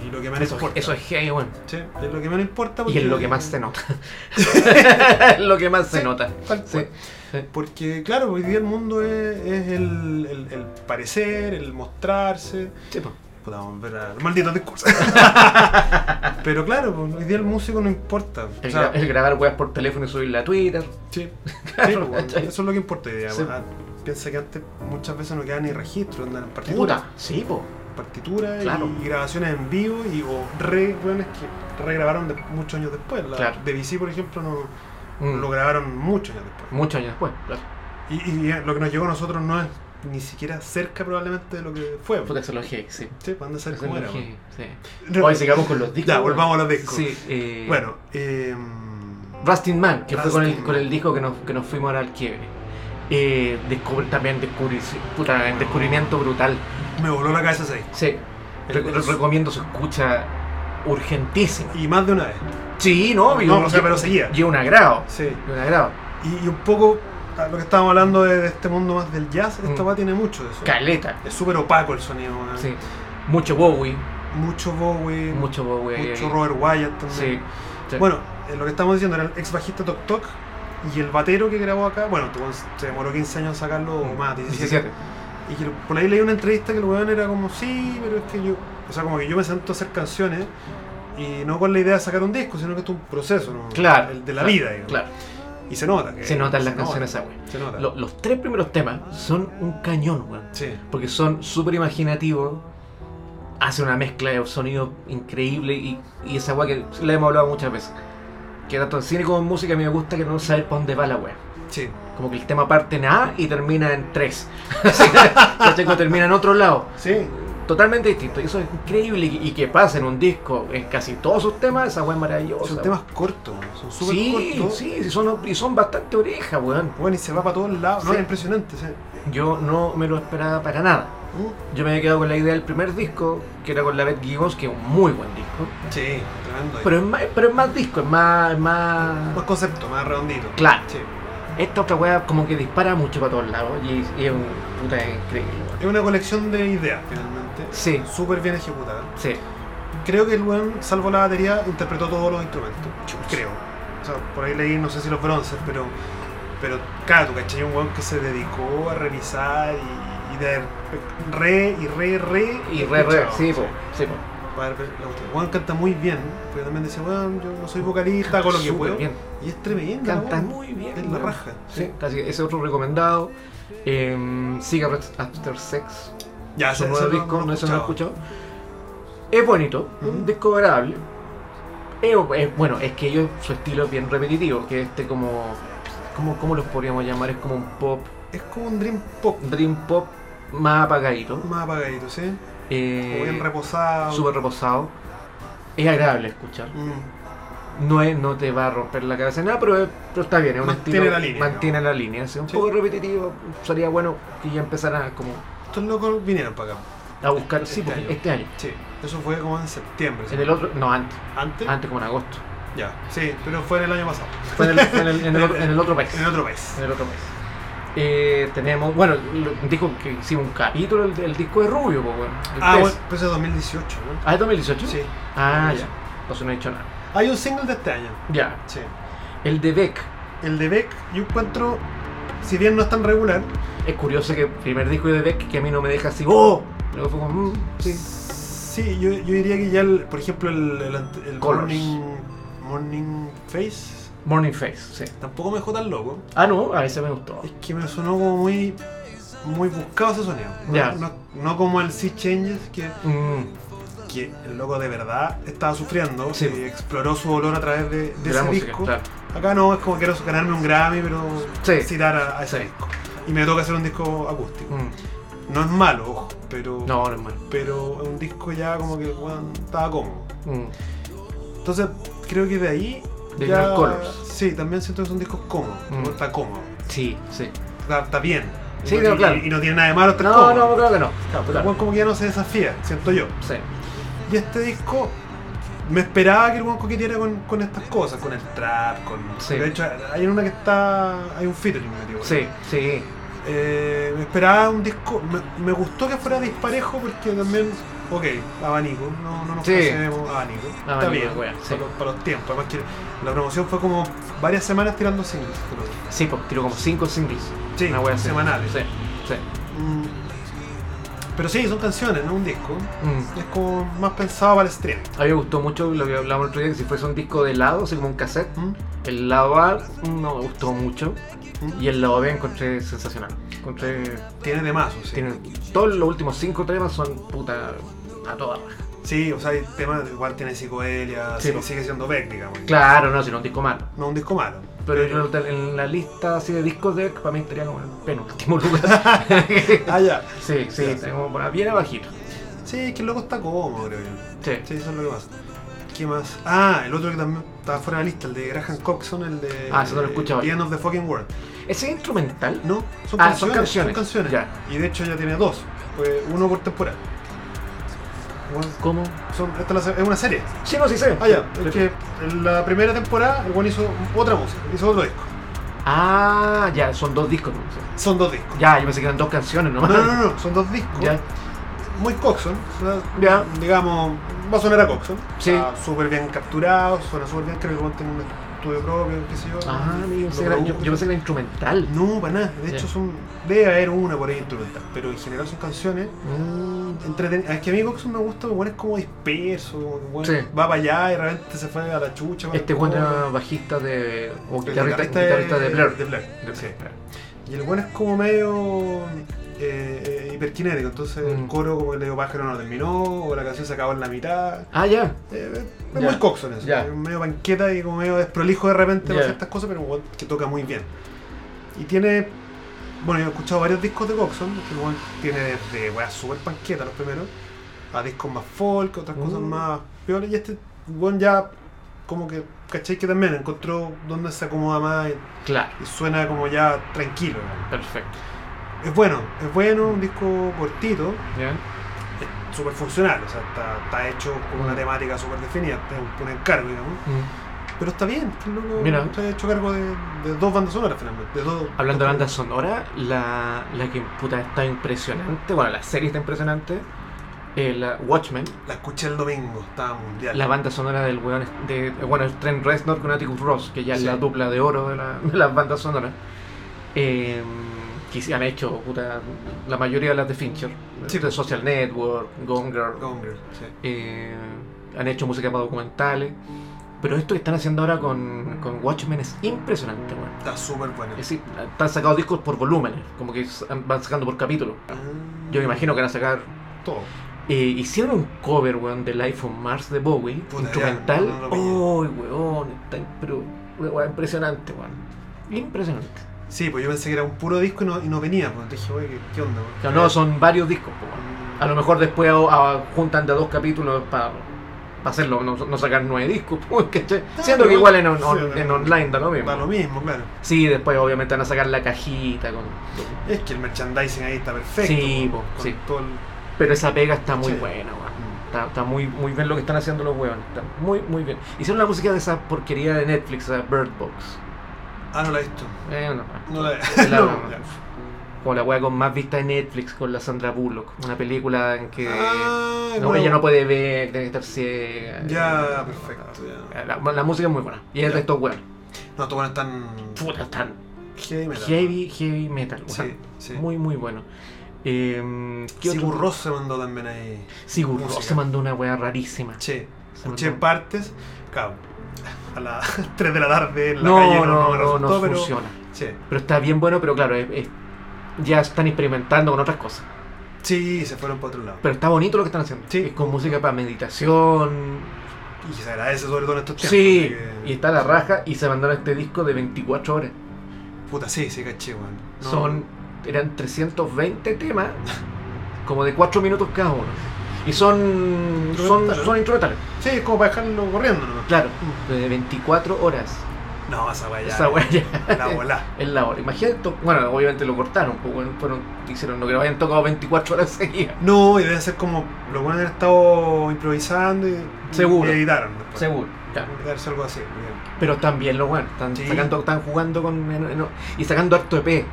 B: Y, y lo que menos
A: Eso,
B: importa.
A: eso es gay, bueno.
B: Sí, es lo que menos importa.
A: Y
B: porque-
A: es lo que más se nota. Es lo que más se nota.
B: Tal cual. pues.
A: Sí.
B: Porque, claro, hoy día el mundo es, es el, el- el parecer, el mostrarse.
A: Sí, po.
B: Puta, vamos a volver al maldito discurso. Pero claro, pues, hoy día el músico no importa.
A: El,
B: O sea,
A: gra- el grabar weas por teléfono y subirla a Twitter.
B: sí, sí,
A: Claro,
B: pues,
A: ¿cachai?
B: eso es lo que importa hoy día.
A: Sí.
B: Ah, Piensa que antes muchas veces no quedaban ni registros, andaban partituras.
A: Puta, sí, po.
B: Partituras
A: Claro.
B: y grabaciones en vivo y o re, bueno, es que regrabaron de- muchos años después. La
A: Claro.
B: de BC, por ejemplo, no,
A: Mm,
B: lo grabaron muchos años después.
A: Muchos años después, claro.
B: Y, y eh, lo que nos llegó a nosotros no es ni siquiera cerca probablemente de lo que fue.
A: Puta, eso es lo gay, sí.
B: Sí, van a ser
A: Eso es lo
B: como era.
A: gay, sí.
B: weón.
A: Hoy sigamos con los discos.
B: Ya,
A: weón.
B: volvamos a los discos.
A: Sí, eh,
B: Bueno, eh,
A: Rustin Man, que fue con el,
B: Rustin
A: con el
B: Man.
A: disco que nos, que nos fuimos ahora al quiebre. Eh, descubri- también descubrí, sí, puta, el descubrimiento brutal.
B: me voló la cabeza ese.
A: Sí,
B: El-
A: Re-
B: el-
A: re- recomiendo su escucha urgentísima.
B: Y más de una vez.
A: Sí, no, y
B: No,
A: un-
B: o sea, pero seguía.
A: y un agrado.
B: Sí.
A: y un agrado.
B: Y, y un poco a lo que estábamos hablando de, de este mundo más del jazz, esta
A: Mm.
B: va tiene mucho de eso.
A: Caleta.
B: Es súper opaco el sonido. weón.
A: Sí. Mucho Bowie,
B: Mucho Bowie,
A: mucho Bowie. ahí,
B: mucho
A: ahí.
B: Robert Wyatt también.
A: Sí. sí.
B: Bueno, eh, lo que estamos diciendo era el ex bajista Tok Tok, Y el batero que grabó acá, bueno, tuvo- se demoró 15 años en sacarlo,
A: Mm.
B: o más, 17. Y que lo- por ahí leí una entrevista que el weón era como, sí, pero es que yo, o sea, como que yo me siento a hacer canciones y no con la idea de sacar un disco, sino que esto es un proceso, ¿no?
A: Claro.
B: El de la
A: claro,
B: vida, digamos.
A: Claro.
B: Y se nota. que-
A: Se notan las
B: se nota,
A: canciones esa wea.
B: Se nota.
A: Lo- los tres primeros temas son un cañón, weón.
B: Sí.
A: Porque son súper imaginativos. Hacen una mezcla de sonidos increíble y, y esa weá que la hemos hablado muchas veces. Que tanto en cine como en música a mí me gusta que no sabes para dónde va la weá.
B: Sí.
A: Como que el tema parte en A y termina en 3. termina en otro lado.
B: Sí.
A: Totalmente distinto. Y eso es increíble. Y, y que pasa en un disco, en casi todos sus temas, esa weá es maravillosa.
B: Son
A: weón.
B: temas cortos, son súper
A: Sí,
B: cortos.
A: sí, sí, son, y son bastante orejas, weón.
B: Bueno, y se va para todos lados. No,
A: Sí.
B: es impresionante, sí. Mm.
A: Yo no me lo esperaba para nada. Yo me había quedado con la idea del primer disco, que era con la Beth Gibbons, que es un muy buen disco.
B: Sí, tremendo.
A: Pero es más, pero es más disco, es más, es más...
B: más concepto, más redondito.
A: Claro.
B: Sí.
A: Esta otra weá como que dispara mucho para todos lados y, y es un puta es increíble. weón.
B: Es una colección de ideas, finalmente.
A: Sí,
B: Súper bien ejecutada.
A: sí.
B: Creo que el weón, salvo la batería, interpretó todos los instrumentos. Creo. O sea, por ahí leí, no sé si los bronces, pero. Pero, claro, tú cachai, un weón que se dedicó a revisar y, y de re y re, re.
A: Y re, re,
B: escuchado.
A: sí, po, sí, po.
B: Para ver la cuestión. Juan canta muy bien, pero también dice, Juan, yo no soy vocalista, hago lo que
A: Súper
B: puedo.
A: bien.
B: Y es tremendo.
A: Canta muy bien.
B: Es la
A: weón.
B: raja.
A: Sí, así que ese es otro recomendado. Eh, Cigarettes After Sex,
B: Ya,
A: su
B: Ah, ese-
A: nuevo
B: ese
A: disco, no, eso no lo he
B: he
A: escuchado. Es bonito, un
B: Ujú.
A: disco agradable. Es- es- bueno, es que ellos, su estilo es bien repetitivo, que este como... ¿Cómo, cómo los podríamos llamar? Es como un pop,
B: Es como un dream pop
A: dream pop más apagadito.
B: más apagadito, ¿sí? Como bien
A: Eh,
B: reposado.
A: Súper reposado. Es agradable escuchar.
B: Mm,
A: No, es, no te va a romper la cabeza nada, pero, es- pero está bien. Es un
B: Mantiene
A: estilo-
B: la línea,
A: Mantiene la línea. Es un
B: Sí.
A: poco repetitivo. Sería bueno que ya empezaran como
B: Estos locos vinieron para acá.
A: a buscar.
B: Este
A: Sí, porque
B: año.
A: este año.
B: Sí. Eso fue como en septiembre. ¿sí?
A: En el otro, no, antes.
B: ¿Antes?
A: Antes, como en agosto.
B: Ya. Sí, pero fue en el año pasado.
A: Fue en el, fue en el- en el otro, en el otro país.
B: En otro país.
A: En el otro país. Eh, tenemos, bueno, lo- un disco que hicimos un capítulo, el, el disco de Rubio, pues, bueno, el
B: Ah,
A: pez.
B: bueno, pero eso es 2018, ¿no?
A: Ah, ¿es 2018?
B: Sí.
A: Ah,
B: 2018.
A: ya. Entonces no he hecho nada.
B: Hay un single de este año.
A: Ya.
B: Sí.
A: El de Beck.
B: El de Beck, yo encuentro, si bien no es tan regular,
A: Es curioso que el primer disco de Beck que a mí no me deja así, ¡oh! Luego fue como, mm, sí.
B: Sí, yo, yo diría que ya, el, por ejemplo, el, el ante- el
A: Colors.
B: morning, morning Face
A: Morning Face, sí.
B: tampoco me dejó tan loco.
A: Ah, no, a veces me gustó.
B: Es que me sonó como muy, muy buscado ese sonido. No-
A: Ya.
B: No, no como el Sea Changes, que,
A: Mm,
B: que el loco de verdad estaba sufriendo
A: Sí.
B: y exploró su dolor a través de, de
A: de la
B: ese
A: música,
B: disco.
A: claro.
B: Acá no, es como quiero ganarme un Grammy, pero
A: Sí.
B: citar a, a ese
A: Sí.
B: disco. Y me toca hacer un disco acústico.
A: Mm,
B: No es malo, ojo, pero,
A: No, no es malo.
B: pero es un disco ya como que weón, estaba cómodo.
A: Mm,
B: Entonces, creo que de ahí.
A: De
B: ya-
A: New Colors.
B: Sí, también siento que son discos cómodos.
A: Mm.
B: como Está cómodo.
A: Sí, sí.
B: Está, está bien.
A: Sí,
B: y,
A: no, claro.
B: Y, y no tiene nada de malo estar
A: No,
B: cómodo.
A: no, creo que no. Claro,
B: Pero el
A: claro.
B: weón como que ya no se desafía, siento yo.
A: Sí.
B: Y este disco. Me esperaba que el Juan coqueteara con, con estas cosas, con el trap, con.
A: Sí.
B: De hecho, hay una que está. Hay un featuring, me digo.
A: Sí, sí.
B: Eh, me esperaba un disco. Me, me gustó que fuera disparejo porque también. Ok, abanico, no, no nos
A: Sí.
B: pasemos abanico. Está
A: Abanico,
B: bien,
A: wea, sí.
B: para, los, para los tiempos. Además que la promoción fue como varias semanas tirando singles. creo.
A: Sí, pues tiró como cinco singles.
B: Sí,
A: Una wea así.
B: semanales.
A: Sí, sí.
B: Mm, Pero sí, son canciones, no un disco.
A: Mm.
B: Es como más pensado para el stream.
A: A mí me gustó mucho lo que hablamos el otro día, que si fuese un disco de lado, así como un cassette,
B: Mm,
A: el lado A no me gustó mucho
B: mm.
A: y el lado B encontré sensacional. Encontré...
B: Tiene de más, sí.
A: Tienen, todos los últimos cinco temas son puta a toda raja.
B: Sí, o sea, hay temas, igual tiene psicodelia,
A: Sí,
B: sigue-
A: po.
B: sigue siendo Beck, digamos.
A: Claro, no, sino un disco malo.
B: No un disco malo.
A: Pero yo en- en la lista así de discos de para mí estaría como en el penúltimo lugar.
B: Ah, ya.
A: sí, sí, está como por- bien abajito.
B: Sí, es que el loco está cómodo, creo yo.
A: Sí.
B: Sí, eso es lo que pasa. ¿Qué más? Ah, el otro que también estaba fuera de la lista, el de Graham Coxon, el de.
A: Ah, ese no lo he escuchado.
B: The End of the Fucking World.
A: Ese instrumental,
B: No, son
A: Ah,
B: canciones.
A: son
B: Son
A: canciones,
B: canciones.
A: ya.
B: Y de hecho ya tiene dos. pues, uno por temporada. Bueno,
A: ¿cómo?
B: son- esta es la se- es una serie.
A: Sí, no, sí sé.
B: Ah, ya. Es que en la primera temporada el Juan hizo otra música, hizo otro disco.
A: Ah, ya, son dos discos. ¿no?
B: Son dos discos.
A: Ya, yo pensé que eran dos canciones
B: No,
A: nomás.
B: no, no, no, son dos discos.
A: Ya.
B: Muy Coxon. o sea,
A: Ya.
B: Digamos, va a sonar a Coxon.
A: Sí.
B: Está súper bien capturado, suena súper bien. Creo que el Juan tiene un estudio propio, qué sé yo.
A: Ah,
B: y
A: mira,
B: lo
A: pensé que era- yo,
B: produjo.
A: yo pensé que era instrumental.
B: No, para nada. De
A: Ya.
B: hecho, son, debe haber una por ahí instrumental, pero en general son canciones
A: Mm,
B: entretenidas. Es que a mí Coxon me gusta, bueno, es como disperso, como que, bueno,
A: Sí.
B: va para allá y de repente se fue a la chucha. para
A: Este
B: el
A: bueno
B: cobre.
A: era bajista de. o
B: El
A: guitarrista, guitarrista de, Blur.
B: de Blur.
A: De-
B: Sí. Y el bueno es como medio eh, eh, hiperkinético, entonces el
A: Mm.
B: coro como que le digo pájaro no lo terminó, o la canción se acabó en la mitad.
A: Ah, ya.
B: Eh, es
A: Ya.
B: muy coxon eso,
A: Ya.
B: es medio banqueta y como medio desprolijo de repente para
A: Ya.
B: ciertas cosas, pero un weón que toca muy bien. Y tiene. Bueno, yo he escuchado varios discos de Coxon, que el weón tiene desde weas super panqueta los primeros, a discos más folk, otras cosas
A: Mm.
B: más peores, y este weón ya como que, ¿cachai? Que también encontró dónde se acomoda más y
A: Claro.
B: y suena como ya tranquilo. ¿no?
A: Perfecto.
B: Es bueno, es bueno, un disco cortito,
A: Ya.
B: es súper funcional, o sea, está, está hecho con una
A: Mm.
B: temática súper definida, es un, un encargo, digamos.
A: Mm.
B: Pero está bien, que el loco
A: Mira.
B: se ha hecho cargo de, de dos bandas sonoras finalmente. de dos-
A: Hablando de
B: dos-
A: banda sonora, la, la que puta está impresionante, bueno, la serie está impresionante. eh, la Watchmen,
B: La escuché el domingo, estaba mundial.
A: la banda sonora del weón, es- de, bueno, el Trent Reznor con Atticus Ross, que ya
B: Sí.
A: es la dupla de oro de, la- de las bandas sonoras. Eh, que se han hecho puta, la mayoría de las de Fincher,
B: Sí.
A: de Social Network, Gone Girl,
B: Gone Girl, sí.
A: eh, han hecho música para documentales. Pero esto que están haciendo ahora con, con Watchmen es impresionante, weón.
B: Está súper buena.
A: Es decir, están sacados discos por volúmenes, como que s- van sacando por capítulo.
B: Ah,
A: Yo me imagino que van a sacar.
B: todo.
A: Eh, hicieron un cover, weón, del Life on Mars de Bowie,
B: Puta,
A: instrumental.
B: ya, no, no lo
A: ¡Ay,
B: pillé.
A: weón! Está in- pero, weón, impresionante, weón. Impresionante.
B: Sí, pues yo pensé que era un puro disco y no, y no venía, pues dije, oye, ¿qué, qué onda? pues?".
A: O sea, no, son varios discos, po, weón. A lo mejor después a- a- juntan de a dos capítulos para hacerlo, no, no sacar nueve discos, po, ¿cachai? Siendo que
B: pero-
A: igual en, on-
B: sí,
A: on-
B: pero-
A: en online da lo mismo.
B: Mm, Da lo mismo, claro.
A: Sí, después obviamente van a sacar la cajita con.
B: Es que el merchandising ahí está perfecto.
A: Sí,
B: con-
A: po,
B: con
A: sí.
B: todo el- mm.
A: Pero esa pega está muy
B: Sí.
A: buena, weón. Está, está muy, muy bien lo que están haciendo los huevones. Está muy, muy bien. Hicieron la música de esa porquería de Netflix, esa Bird Box.
B: Ah, no la he visto.
A: Eh, no,
B: No la
A: Es la-
B: no, ya.
A: Como la hueá con más vista de Netflix con la Sandra Bullock. Una película en que
B: Ah,
A: Eh, no,
B: bueno.
A: ella no puede ver, tiene que estar ciega.
B: Ya,
A: Eh,
B: perfecto, ya.
A: La, la música es muy buena. Y el
B: Ya.
A: de estos huevos.
B: No, tú eres tan.
A: Puta, están
B: Heavy metal.
A: heavy, heavy metal.
B: Sí,
A: weón.
B: sí.
A: Muy, muy bueno. Eh, ¿qué otro?
B: Sigur Rós se mandó también ahí.
A: Sigur Rós
B: música.
A: se mandó una hueá rarísima.
B: Che,
A: Se
B: escuché
A: mandó-
B: partes. Claro, a las 3 de la tarde en la
A: No,
B: calle
A: no, no, no,
B: me resultó, pero.
A: funciona.
B: Che,
A: Pero está bien bueno, pero claro, es- es- ya están experimentando con otras cosas.
B: sí, se fueron para otro lado.
A: Pero está bonito lo que están haciendo.
B: Sí.
A: Es con música para meditación.
B: Y se agradece sobre todo en estos tiempos.
A: Sí.
B: porque-
A: Y está la raja y se mandaron este disco de 24 horas.
B: Puta, sí, sí, caché, weón. No,
A: Son, eran 320 temas, como de 4 minutos cada uno. Y son, son,
B: Instrumentales.
A: son instrumentales.
B: Sí, es como para dejarlo corriendo, ¿no?
A: Claro, de 24 horas.
B: No, esa weá. ya,
A: Esa wea ya
B: La volá.
A: es la hora. Imagínate, to- bueno, obviamente lo cortaron, pues bueno, fueron, hicieron lo que lo hayan tocado 24 horas seguidas.
B: No, y debe ser como. Lo bueno haber estado improvisando y.
A: Seguro.
B: Y editaron después.
A: Seguro, claro.
B: Debe ser algo así. bien.
A: Pero también los buenos, están
B: Sí.
A: sacando, están jugando con en- en- y sacando harto E EP.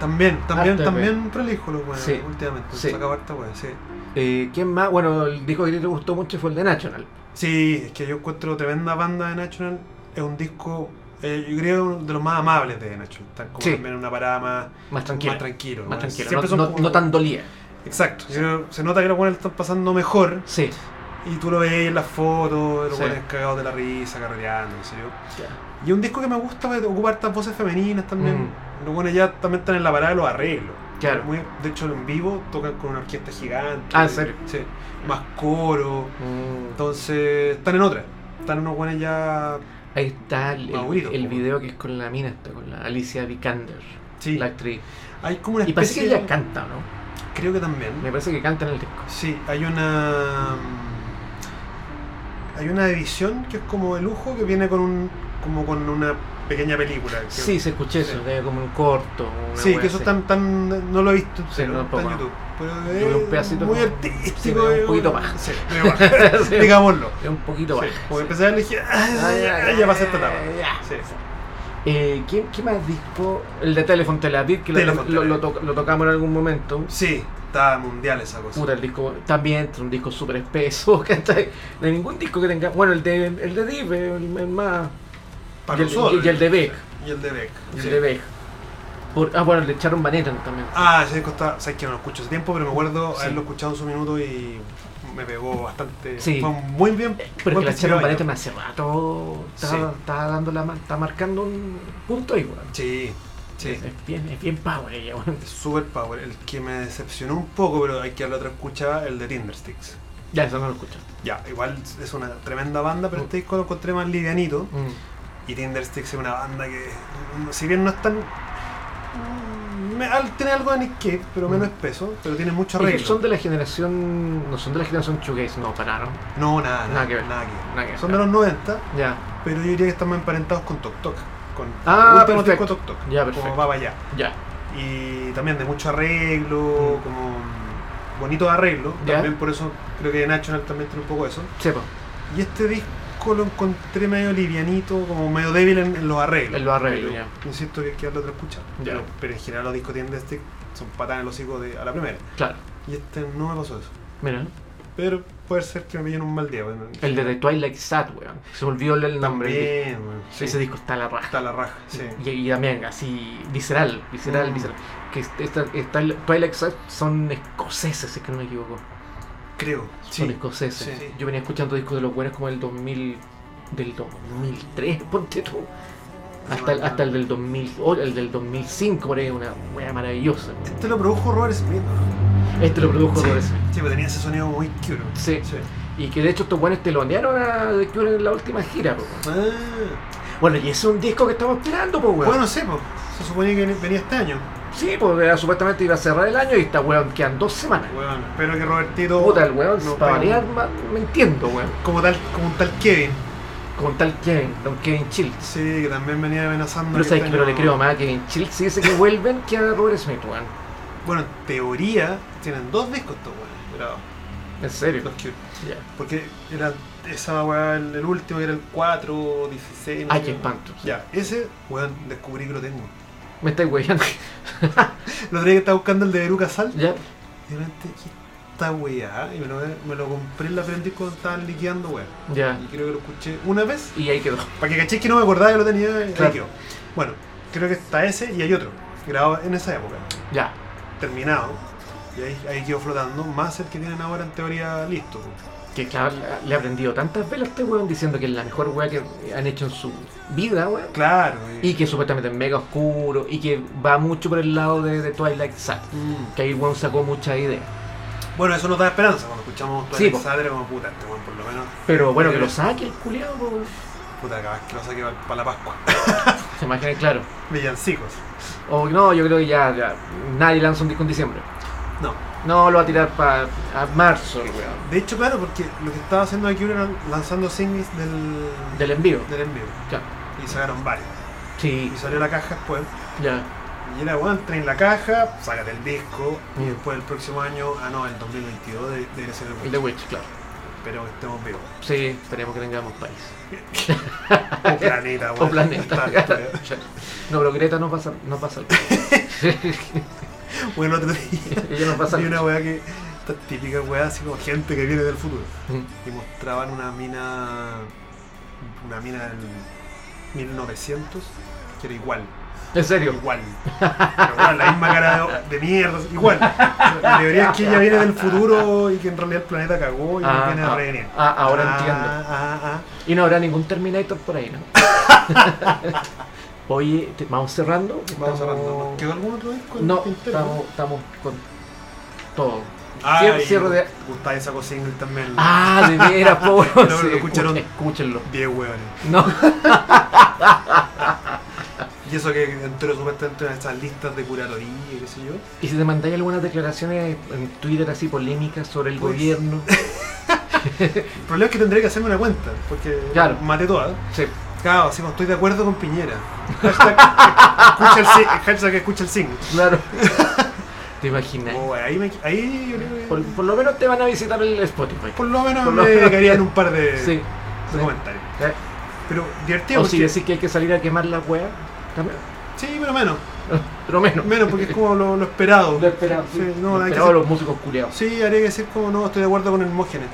B: También, también,
A: Harta,
B: también prolijo los weones
A: Sí.
B: últimamente.
A: Sí.
B: Sí. Sacaba harta wea, sí.
A: Eh, ¿Quién más? Bueno, el disco que a ti te gustó mucho fue el de National.
B: Sí, es que yo encuentro tremenda banda de National. Es un disco, eh, yo creo, uno de los más amables de National. Están como
A: Sí.
B: también en una parada más,
A: Más tranquilo.
B: más tranquilo.
A: Más
B: weón.
A: tranquilo.
B: Siempre
A: No,
B: son
A: no-
B: como-
A: no tan dolía.
B: Exacto. Yo creo- se nota que los buenos están pasando mejor.
A: Sí.
B: Y tú lo veis en las fotos, los
A: Sí.
B: buenos cagados de la risa, carreteando, qué sé yo. Y un disco que me gusta porque ocupa hartas voces femeninas también.
A: Mm.
B: Los buenos ya también están en la parada de los arreglos.
A: Claro.
B: Muy- de hecho, en vivo tocan con una orquesta gigante.
A: Ah, ¿en serio?
B: Sí. Más coro.
A: Mm.
B: Entonces, están en otra. Están unos buenos ya.
A: Ahí está el, el-
B: Madurito,
A: el
B: como.
A: video que es con la mina, está con la Alicia Vikander,
B: Sí.
A: la actriz.
B: Hay como una
A: Y parece
B: especie.
A: que ella canta, ¿no?
B: Creo que también.
A: Me parece que canta en el disco.
B: Sí, hay una. mm, Hay una edición que es como de lujo que viene con un. como con una pequeña película. que-
A: Sí, se escuché eso,
B: Sí.
A: que era como un corto. una
B: Sí,
A: wea
B: que eso
A: así.
B: tan, tan. no lo he visto
A: Sí,
B: pero
A: no,
B: está en
A: tampoco.
B: YouTube. Pero
A: Yo vi un
B: es
A: pedacito
B: muy
A: como-
B: artístico.
A: sí, pero un
B: es-
A: poquito baja.
B: Sí, medio baja.
A: Sí.
B: Digámoslo.
A: Es un poquito
B: Sí,
A: baja.
B: como
A: sí.
B: empecé a elegir,
A: Ah,
B: ya, ya pasé esta etapa.
A: ya.
B: Sí.
A: Eh, ¿qué, qué más disco? El de Telephone Tel Aviv, que lo-
B: Telephone
A: lo,
B: Tel
A: lo
B: Aviv.
A: to- lo tocamos en algún momento.
B: Sí, está mundial esa cosa.
A: Puta, el disco también es un disco súper espeso, ¿cachai? No hay ningún disco que tenga. Bueno, el de, el de Deep, el, el más.
B: para
A: Y el-
B: nosotros.
A: y el de Beck.
B: Y el de Beck.
A: Y
B: sí.
A: el de Beck. Por- ah, bueno, le echaron Vanetan también.
B: Ah, ese disco está. Sabes que no lo escucho hace tiempo, pero me acuerdo
A: Sí.
B: haberlo escuchado en su minuto y me pegó bastante.
A: Sí. Eh,
B: Fue muy bien.
A: Pero
B: buen
A: que le
B: principio
A: echaron
B: de año.
A: Vanetan hace rato. Estaba,
B: Sí.
A: estaba dando la ma- está marcando un punto ahí, weón.
B: Sí, sí.
A: Es bien, es bien power ella, weón.
B: Es Super Power. El que me decepcionó un poco, pero hay que darle otra escucha, el de Tindersticks.
A: Ya, eso no lo escucho.
B: Ya, igual es una tremenda banda, pero
A: Mm.
B: este disco lo encontré más livianito.
A: Mm.
B: Y Tindersticks es una banda que, mm, si bien no es tan. mm, me- al- tiene algo de Nick Cave, pero menos
A: Mm.
B: espeso, pero tiene mucho
A: Ellos
B: arreglo.
A: son de la generación. No son de la generación shoegaze, no, pararon.
B: No, nada, nada,
A: Nada que ver.
B: ver.
A: Nada que ver.
B: Son de los 90,
A: Ya,
B: pero yo diría que están más emparentados con Tok Tok. Con
A: Ah,
B: el último
A: perfecto.
B: disco Tok Tok.
A: Ya, perfecto.
B: Como va para allá.
A: ya.
B: y también de mucho arreglo,
A: Mm.
B: como mm, bonito arreglo,
A: Ya.
B: también por eso creo que National también tiene un poco eso.
A: Sepa,
B: Y este disco lo encontré medio livianito, como medio débil en, en los arreglos.
A: En los arreglos,
B: Pero Insisto que hay que darle otra escucha.
A: Ya.
B: Pero, pero en general los discos tienen de este son patadas en los hocico de, a la primera.
A: claro.
B: Y este no me pasó eso.
A: Mira,
B: Pero puede ser que me pillen un mal día. bueno,
A: el de The Twilight Sad, weón. Se me olvidó el nombre. del disco.
B: También, bueno, sí,
A: Ese disco está a la raja.
B: está la raja, sí.
A: Y, y también así, visceral, visceral,
B: Mm.
A: visceral. Que est- esta, esta- Twilight Sad son escoceses, si es que no me equivoco.
B: Creo.
A: Son
B: Sí.
A: escoceses.
B: Sí.
A: Yo venía escuchando discos de los buenos como el 2000, del 2003, ponte tú. Hasta el, hasta el del 2008, el del 2005, por ahí, una wea maravillosa.
B: Este lo produjo Robert Smith. ¿no?
A: Este lo produjo Robert Smith.
B: Sí, pero tenía ese sonido muy cute.
A: Sí. Y que de hecho estos buenos telonearon a The Cure en la última gira, po, weón.
B: Ah,
A: Bueno, y ese es un disco que estamos esperando, pues, weón.
B: bueno, no sé, po. se suponía que venía este año.
A: sí, pues era- supuestamente iba a cerrar el año y esta weón quedan dos semanas.
B: Bueno, espero que Robertito.
A: Puta, el weón,
B: no
A: para
B: pegue
A: variar, ma- me entiendo, weón.
B: Como tal, como un tal Kevin.
A: Con tal Kevin, Don Kevin Chill.
B: Sí, que también venía amenazando.
A: Pero, sabes
B: este
A: que- pero
B: año-
A: le creo más a Kevin Chill si dice que vuelven que a Robert Smith, weón.
B: Bueno, en teoría, tienen dos discos estos weones, grabados,
A: En serio.
B: Los Cure.
A: Ya.
B: Porque era esa weá, el, el último, que era el 4, 16. no
A: Ay,
B: sé
A: qué
B: qué.
A: espanto.
B: Ya, ese, weón, descubrí que lo tengo.
A: Me estáis weyando.
B: Lo tenía que estar buscando el de Veruca Salt.
A: ya.
B: Y de repente, ¿qué esta weá? Y me lo, me lo compré en la prendí cuando estaban liquidando weá.
A: Ya.
B: Y creo que lo escuché una vez
A: Y ahí quedó.
B: Para que cachéis que no me acordaba que lo tenía ahí
A: Claro.
B: quedó. Bueno, creo que está ese y hay otro, grabado en esa época,
A: Ya.
B: terminado. Y ahí, ahí quedó flotando, más el que tienen ahora en teoría listo. po.
A: Que claro, le- le ha aprendido tantas velas a este weón diciendo que es la mejor weá que han hecho en su vida, weón.
B: Claro.
A: Y que supuestamente es mega oscuro y que va mucho por el lado de, de Twilight Sad.
B: Mm.
A: Que ahí Wong sacó muchas ideas.
B: Bueno, eso nos da esperanza cuando escuchamos
A: Sí,
B: Twilight
A: po.
B: Sad, era como puta, este weón, por lo menos,
A: Pero bueno, que lo saque el culiado,
B: puta, capaz que lo saque para la Pascua.
A: se imaginan, claro.
B: Villancicos.
A: O no, yo creo que ya, ya nadie lanza un disco en diciembre.
B: No.
A: No, lo va a tirar para marzo, el weón.
B: De hecho, claro, porque lo que estaba haciendo aquí era lanzando singles del,
A: Del envío.
B: del en vivo.
A: Ya.
B: Y sacaron varios.
A: Sí,
B: Y salió la caja después.
A: ya.
B: Y era, bueno, traen la caja, sácate el disco, y
A: Mm.
B: después el próximo año, ah no, el 2022 de- debe ser el
A: El
B: bueno.
A: The Witch, claro.
B: Espero que estemos vivos.
A: Sí, esperemos que tengamos país.
B: O planeta,
A: O
B: bueno,
A: planeta.
B: está, pero-
A: no, pero Greta no pasa, no pasa el
B: Bueno, el otro día
A: Ella no pasa
B: vi
A: el
B: una weá que. Esta típica weá, así como gente que viene del futuro.
A: Mm.
B: Y mostraban una mina. Una mina del 1900, que era igual.
A: En serio.
B: Igual. Pero bueno, la misma cara de, de mierda, igual. La teoría es que ella viene del futuro y que en realidad el planeta cagó y
A: Ah,
B: viene a
A: ah,
B: revenir.
A: ah, ahora
B: Ah,
A: entiendo.
B: ah, ah.
A: Y no habrá ningún Terminator por ahí, ¿no? Oye, te- vamos cerrando.
B: Vamos
A: Estamos-
B: cerrando. ¿Quedó algún otro disco? en el
A: No,
B: tintero?
A: estamos, estamos con todo.
B: Ah,
A: Cierre-
B: y
A: cierre de-
B: Gustavo esa cocina también.
A: Ah, de veras, pobre.
B: No, pero lo escucharon.
A: Escúchenlo.
B: 10 hueones.
A: No.
B: Y eso que entró supuestamente en esas listas de curadoría y qué sé yo.
A: ¿Y si te mandáis algunas declaraciones en Twitter así polémicas sobre el
B: Pues.
A: gobierno?
B: El problema es que tendré que hacerme una cuenta, porque
A: Claro.
B: maté todas.
A: Sí.
B: Claro, así como estoy de acuerdo con Piñera. Hashtag, escucha el, sing- hashtag escucha el single.
A: Claro. ¿Te imaginas?
B: Oh, ahí, me, ahí yo creo que-
A: Por,
B: por,
A: por lo menos te van a visitar el Spotify.
B: lo
A: por
B: menos
A: lo menos-
B: me dedicarían un par de,
A: Sí.
B: de comentarios.
A: Eh,
B: Pero divertido,
A: O si
B: porque-
A: decís que hay que salir a quemar la wea, también.
B: sí, pero menos.
A: Pero menos.
B: Menos porque es como lo, lo esperado.
A: Lo esperado.
B: Sí,
A: sí.
B: no,
A: Lo
B: hay que
A: esperado
B: ser-
A: los músicos culiados.
B: Sí, haría que decir como no, estoy de acuerdo con Hermógenes.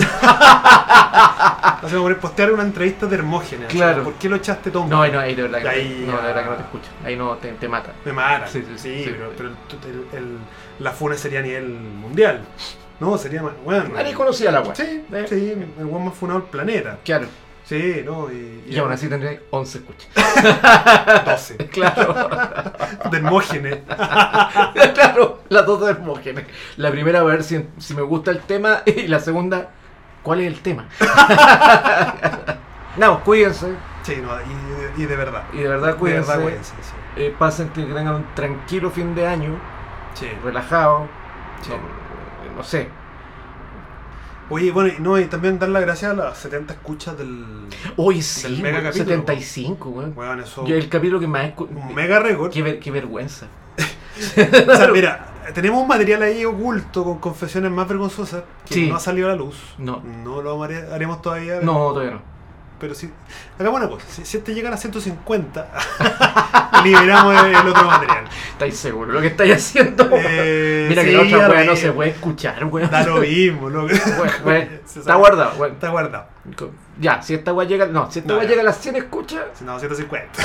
B: Así como poner- postear una entrevista de Hermógenes. así,
A: Claro.
B: ¿Por qué lo echaste todo?
A: No, ahí no, ahí de verdad que,
B: Ahí,
A: no, de verdad que no
B: ah.
A: te escuchan. Ahí no te, te mata.
B: Me mata.
A: Sí,
B: Sí,
A: sí, sí.
B: pero, pero el- el- el- la funa sería a nivel mundial. No, sería más. Bueno.
A: Nadie conocía la weá.
B: Sí,
A: Eh.
B: sí, el weón más funado del planeta.
A: Claro.
B: Sí, no, y.
A: Y aún así tendría 11 escuchas.
B: 12.
A: Claro,
B: De Hermógenes.
A: claro, las dos de Hermógenes. La primera, a ver si, si me gusta el tema. Y la segunda, ¿cuál es el tema? no, cuídense.
B: Sí, no, y, y de verdad.
A: Y de verdad,
B: De
A: cuídense.
B: verdad, güey, sí, sí.
A: Eh, pasen que tengan un tranquilo fin de año,
B: Sí,
A: relajado.
B: sí.
A: No, no sé.
B: Oye, bueno, y, no, y también dar las gracias a las 70 escuchas del.
A: Hoy sí,
B: Del mega
A: weón,
B: capítulo,
A: 75, weón.
B: Weón, eso.
A: Yo, el capítulo que más
B: Un
A: escu- eh,
B: mega récord.
A: Qué, ver- qué vergüenza.
B: O sea, mira, tenemos un material ahí oculto con confesiones más vergonzosas que
A: Sí.
B: no ha salido a la luz.
A: No.
B: No lo amare- haremos todavía.
A: No, todavía no.
B: Pero si. Hagamos una cosa. Si, si este llega a las 150, liberamos el, el otro material.
A: ¿Estáis seguros lo que estáis haciendo?
B: Eh,
A: Mira que
B: sí,
A: la otra
B: a
A: weá no
B: ver,
A: se puede escuchar, weón.
B: Da lo mismo, loco.
A: Weón, weón,
B: Se
A: Está
B: sabe.
A: guardado, weón.
B: Está guardado.
A: Ya, si esta weá llega. No, si esta
B: No,
A: weá
B: ya.
A: llega a las 100 escuchas,
B: Si no, 150.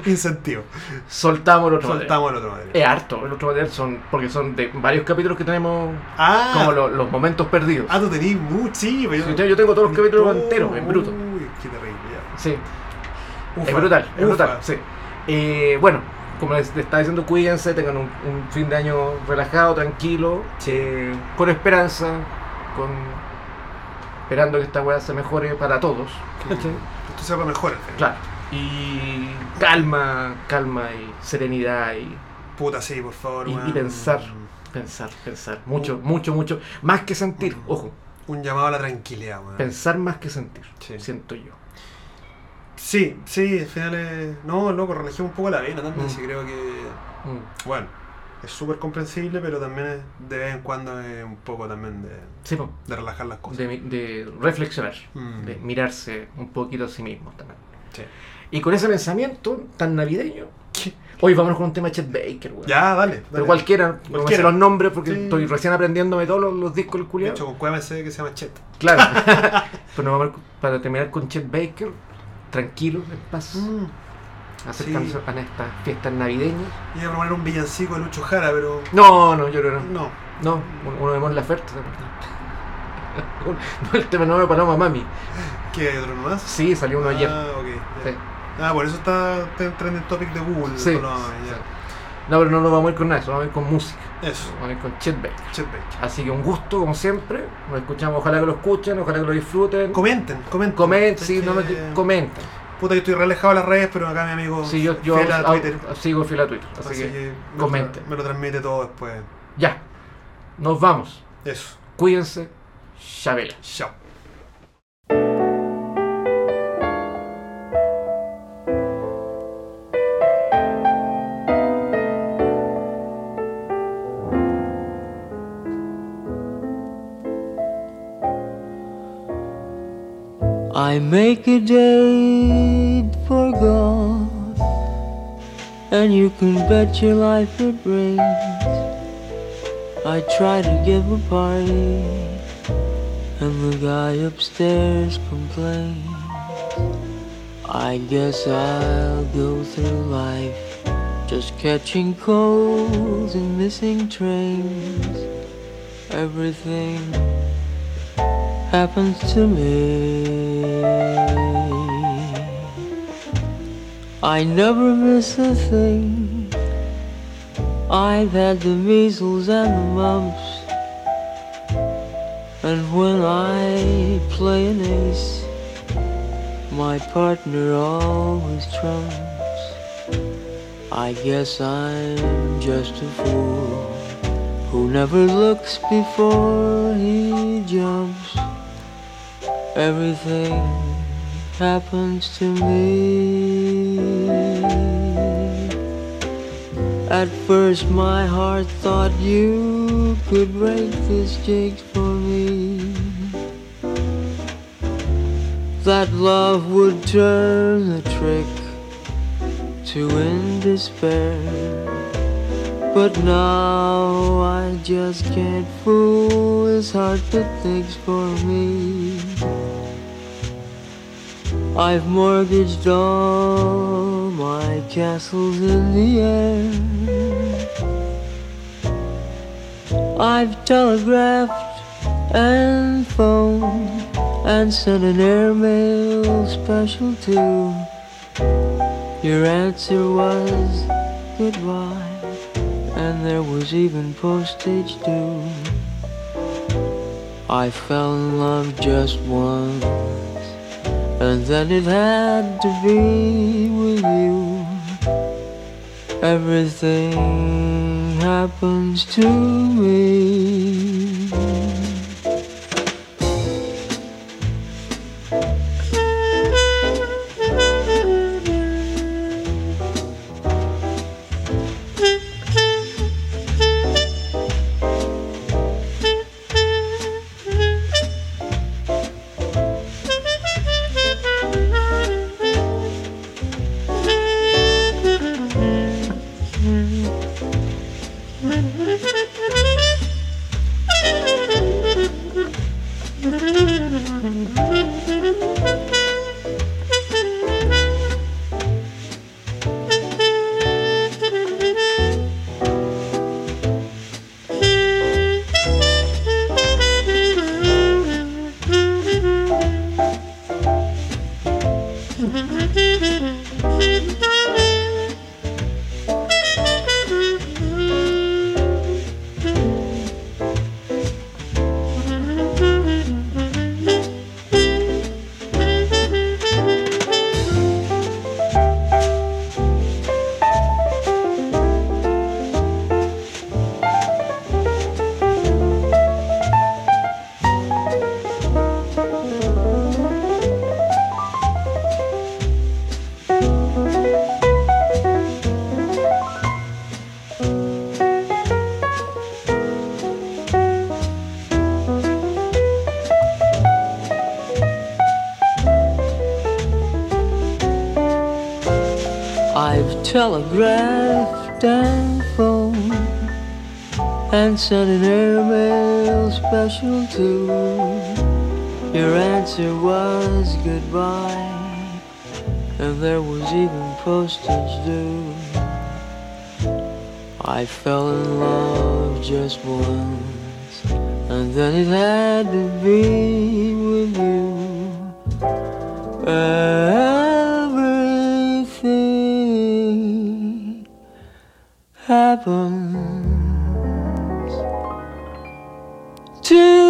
B: Incentivo.
A: soltamos el otro material. Eh,
B: Soltamos el otro material.
A: Es harto, el otro material son. Porque son de varios capítulos que tenemos
B: Ah,
A: como lo- los momentos perdidos.
B: ah, Uh, tú tenés mucho. Sí, pero
A: Yo tengo- yo tengo todos los capítulos enteros, en bruto.
B: Uy, qué terrible. ya.
A: Sí,
B: Ufa,
A: es brutal, es
B: ufa.
A: brutal. Sí. Eh, bueno, como les les estaba diciendo, cuídense, tengan un, un fin de año relajado, tranquilo, eh, con esperanza, con esperando que esta weá se mejore para todos. ¿cachai?
B: Esto se va mejor al final.
A: Claro. Y calma, calma y serenidad y
B: Puta, sí, por favor.
A: Y- y
B: weón.
A: pensar. pensar, pensar. Mucho,
B: Mm.
A: mucho, mucho. Más que sentir, ojo,
B: Un llamado a la tranquilidad, weón.
A: pensar más que sentir,
B: Ah. Sí.
A: siento yo.
B: Sí, sí, al final es. No, loco, relajemos un poco la vena también.
A: Mm.
B: Sí, creo que.
A: Mm.
B: Bueno, es súper comprensible, pero también es- de vez en cuando es un poco también de,
A: Sí, po,
B: de relajar las cosas.
A: de, mi- de reflexionar,
B: Mm.
A: de mirarse un poquito a sí mismo también.
B: Sí.
A: Y con ese pensamiento tan navideño, hoy vámonos con un tema de Chet Baker, weón.
B: Ya, dale. dale.
A: Pero cualquiera, no me sé
B: Cualquiera.
A: los nombres porque
B: Sí.
A: estoy recién aprendiéndome todos los, los discos del
B: De
A: culiao.
B: hecho, con cueva me sé que se llama Chet.
A: Claro. Pero vamos a ver cu- para terminar con Chet Baker, tranquilo, en paz, acercándose
B: Mm. sí.
A: a estas fiestas navideñas.
B: Iba a proponer un villancico de Lucho Jara, pero.
A: No, no, yo creo que no.
B: No.
A: No, uno de Mon Laferte. No, el tema no me paró mami.
B: ¿Qué hay otro nomás?
A: Sí, salió uno ayer.
B: Ah, ok. ya.
A: Sí,
B: Ah, por eso está está en trending topic de Google.
A: sí,
B: no,
A: sí.
B: ya.
A: No, pero no nos vamos a ir con nada, eso, vamos a ir con música.
B: Eso,
A: Vamos a ir con Chet Baker.
B: Chet Baker.
A: Así que un gusto, como siempre. Nos escuchamos, ojalá que lo escuchen, ojalá que lo disfruten.
B: Comenten, comenten.
A: Comenten, sí,
B: Es
A: no me
B: que-
A: comenten.
B: Puta, yo estoy relajado a las redes, pero acá mi amigo
A: Sí, yo, yo
B: fiel a
A: hago-
B: Twitter.
A: hago- sigo fiel a Twitter. Así, que,
B: me lo
A: comenten.
B: tra- Me lo transmite todo después.
A: ya. Nos vamos.
B: Eso.
A: Cuídense. Chabela.
B: Chao.
D: I make a date for golf, and you can bet your life it rains. I try to give a party, and the guy upstairs complains. I guess I'll go through life just catching colds and missing trains. Everything happens to me. I never miss a thing. I've had the measles and the mumps. And when I play an ace, my partner always trumps. I guess I'm just a fool who never looks before he jumps. Everything happens to me. At first, my heart thought you could break this jig for me. That love would turn the trick to in despair. But now I just can't fool this heart that thinks for me. I've mortgaged all my castles in the air. I've telegraphed and phoned and sent an airmail special too. Your answer was goodbye, and there was even postage due. I fell in love just once, and then it had to be with you. Everything happens to me. I've telegraphed and phoned and sent an airmail special too. Your answer was goodbye, and there was even postage due. I fell in love just once, and then it had to be with you. Everything happens to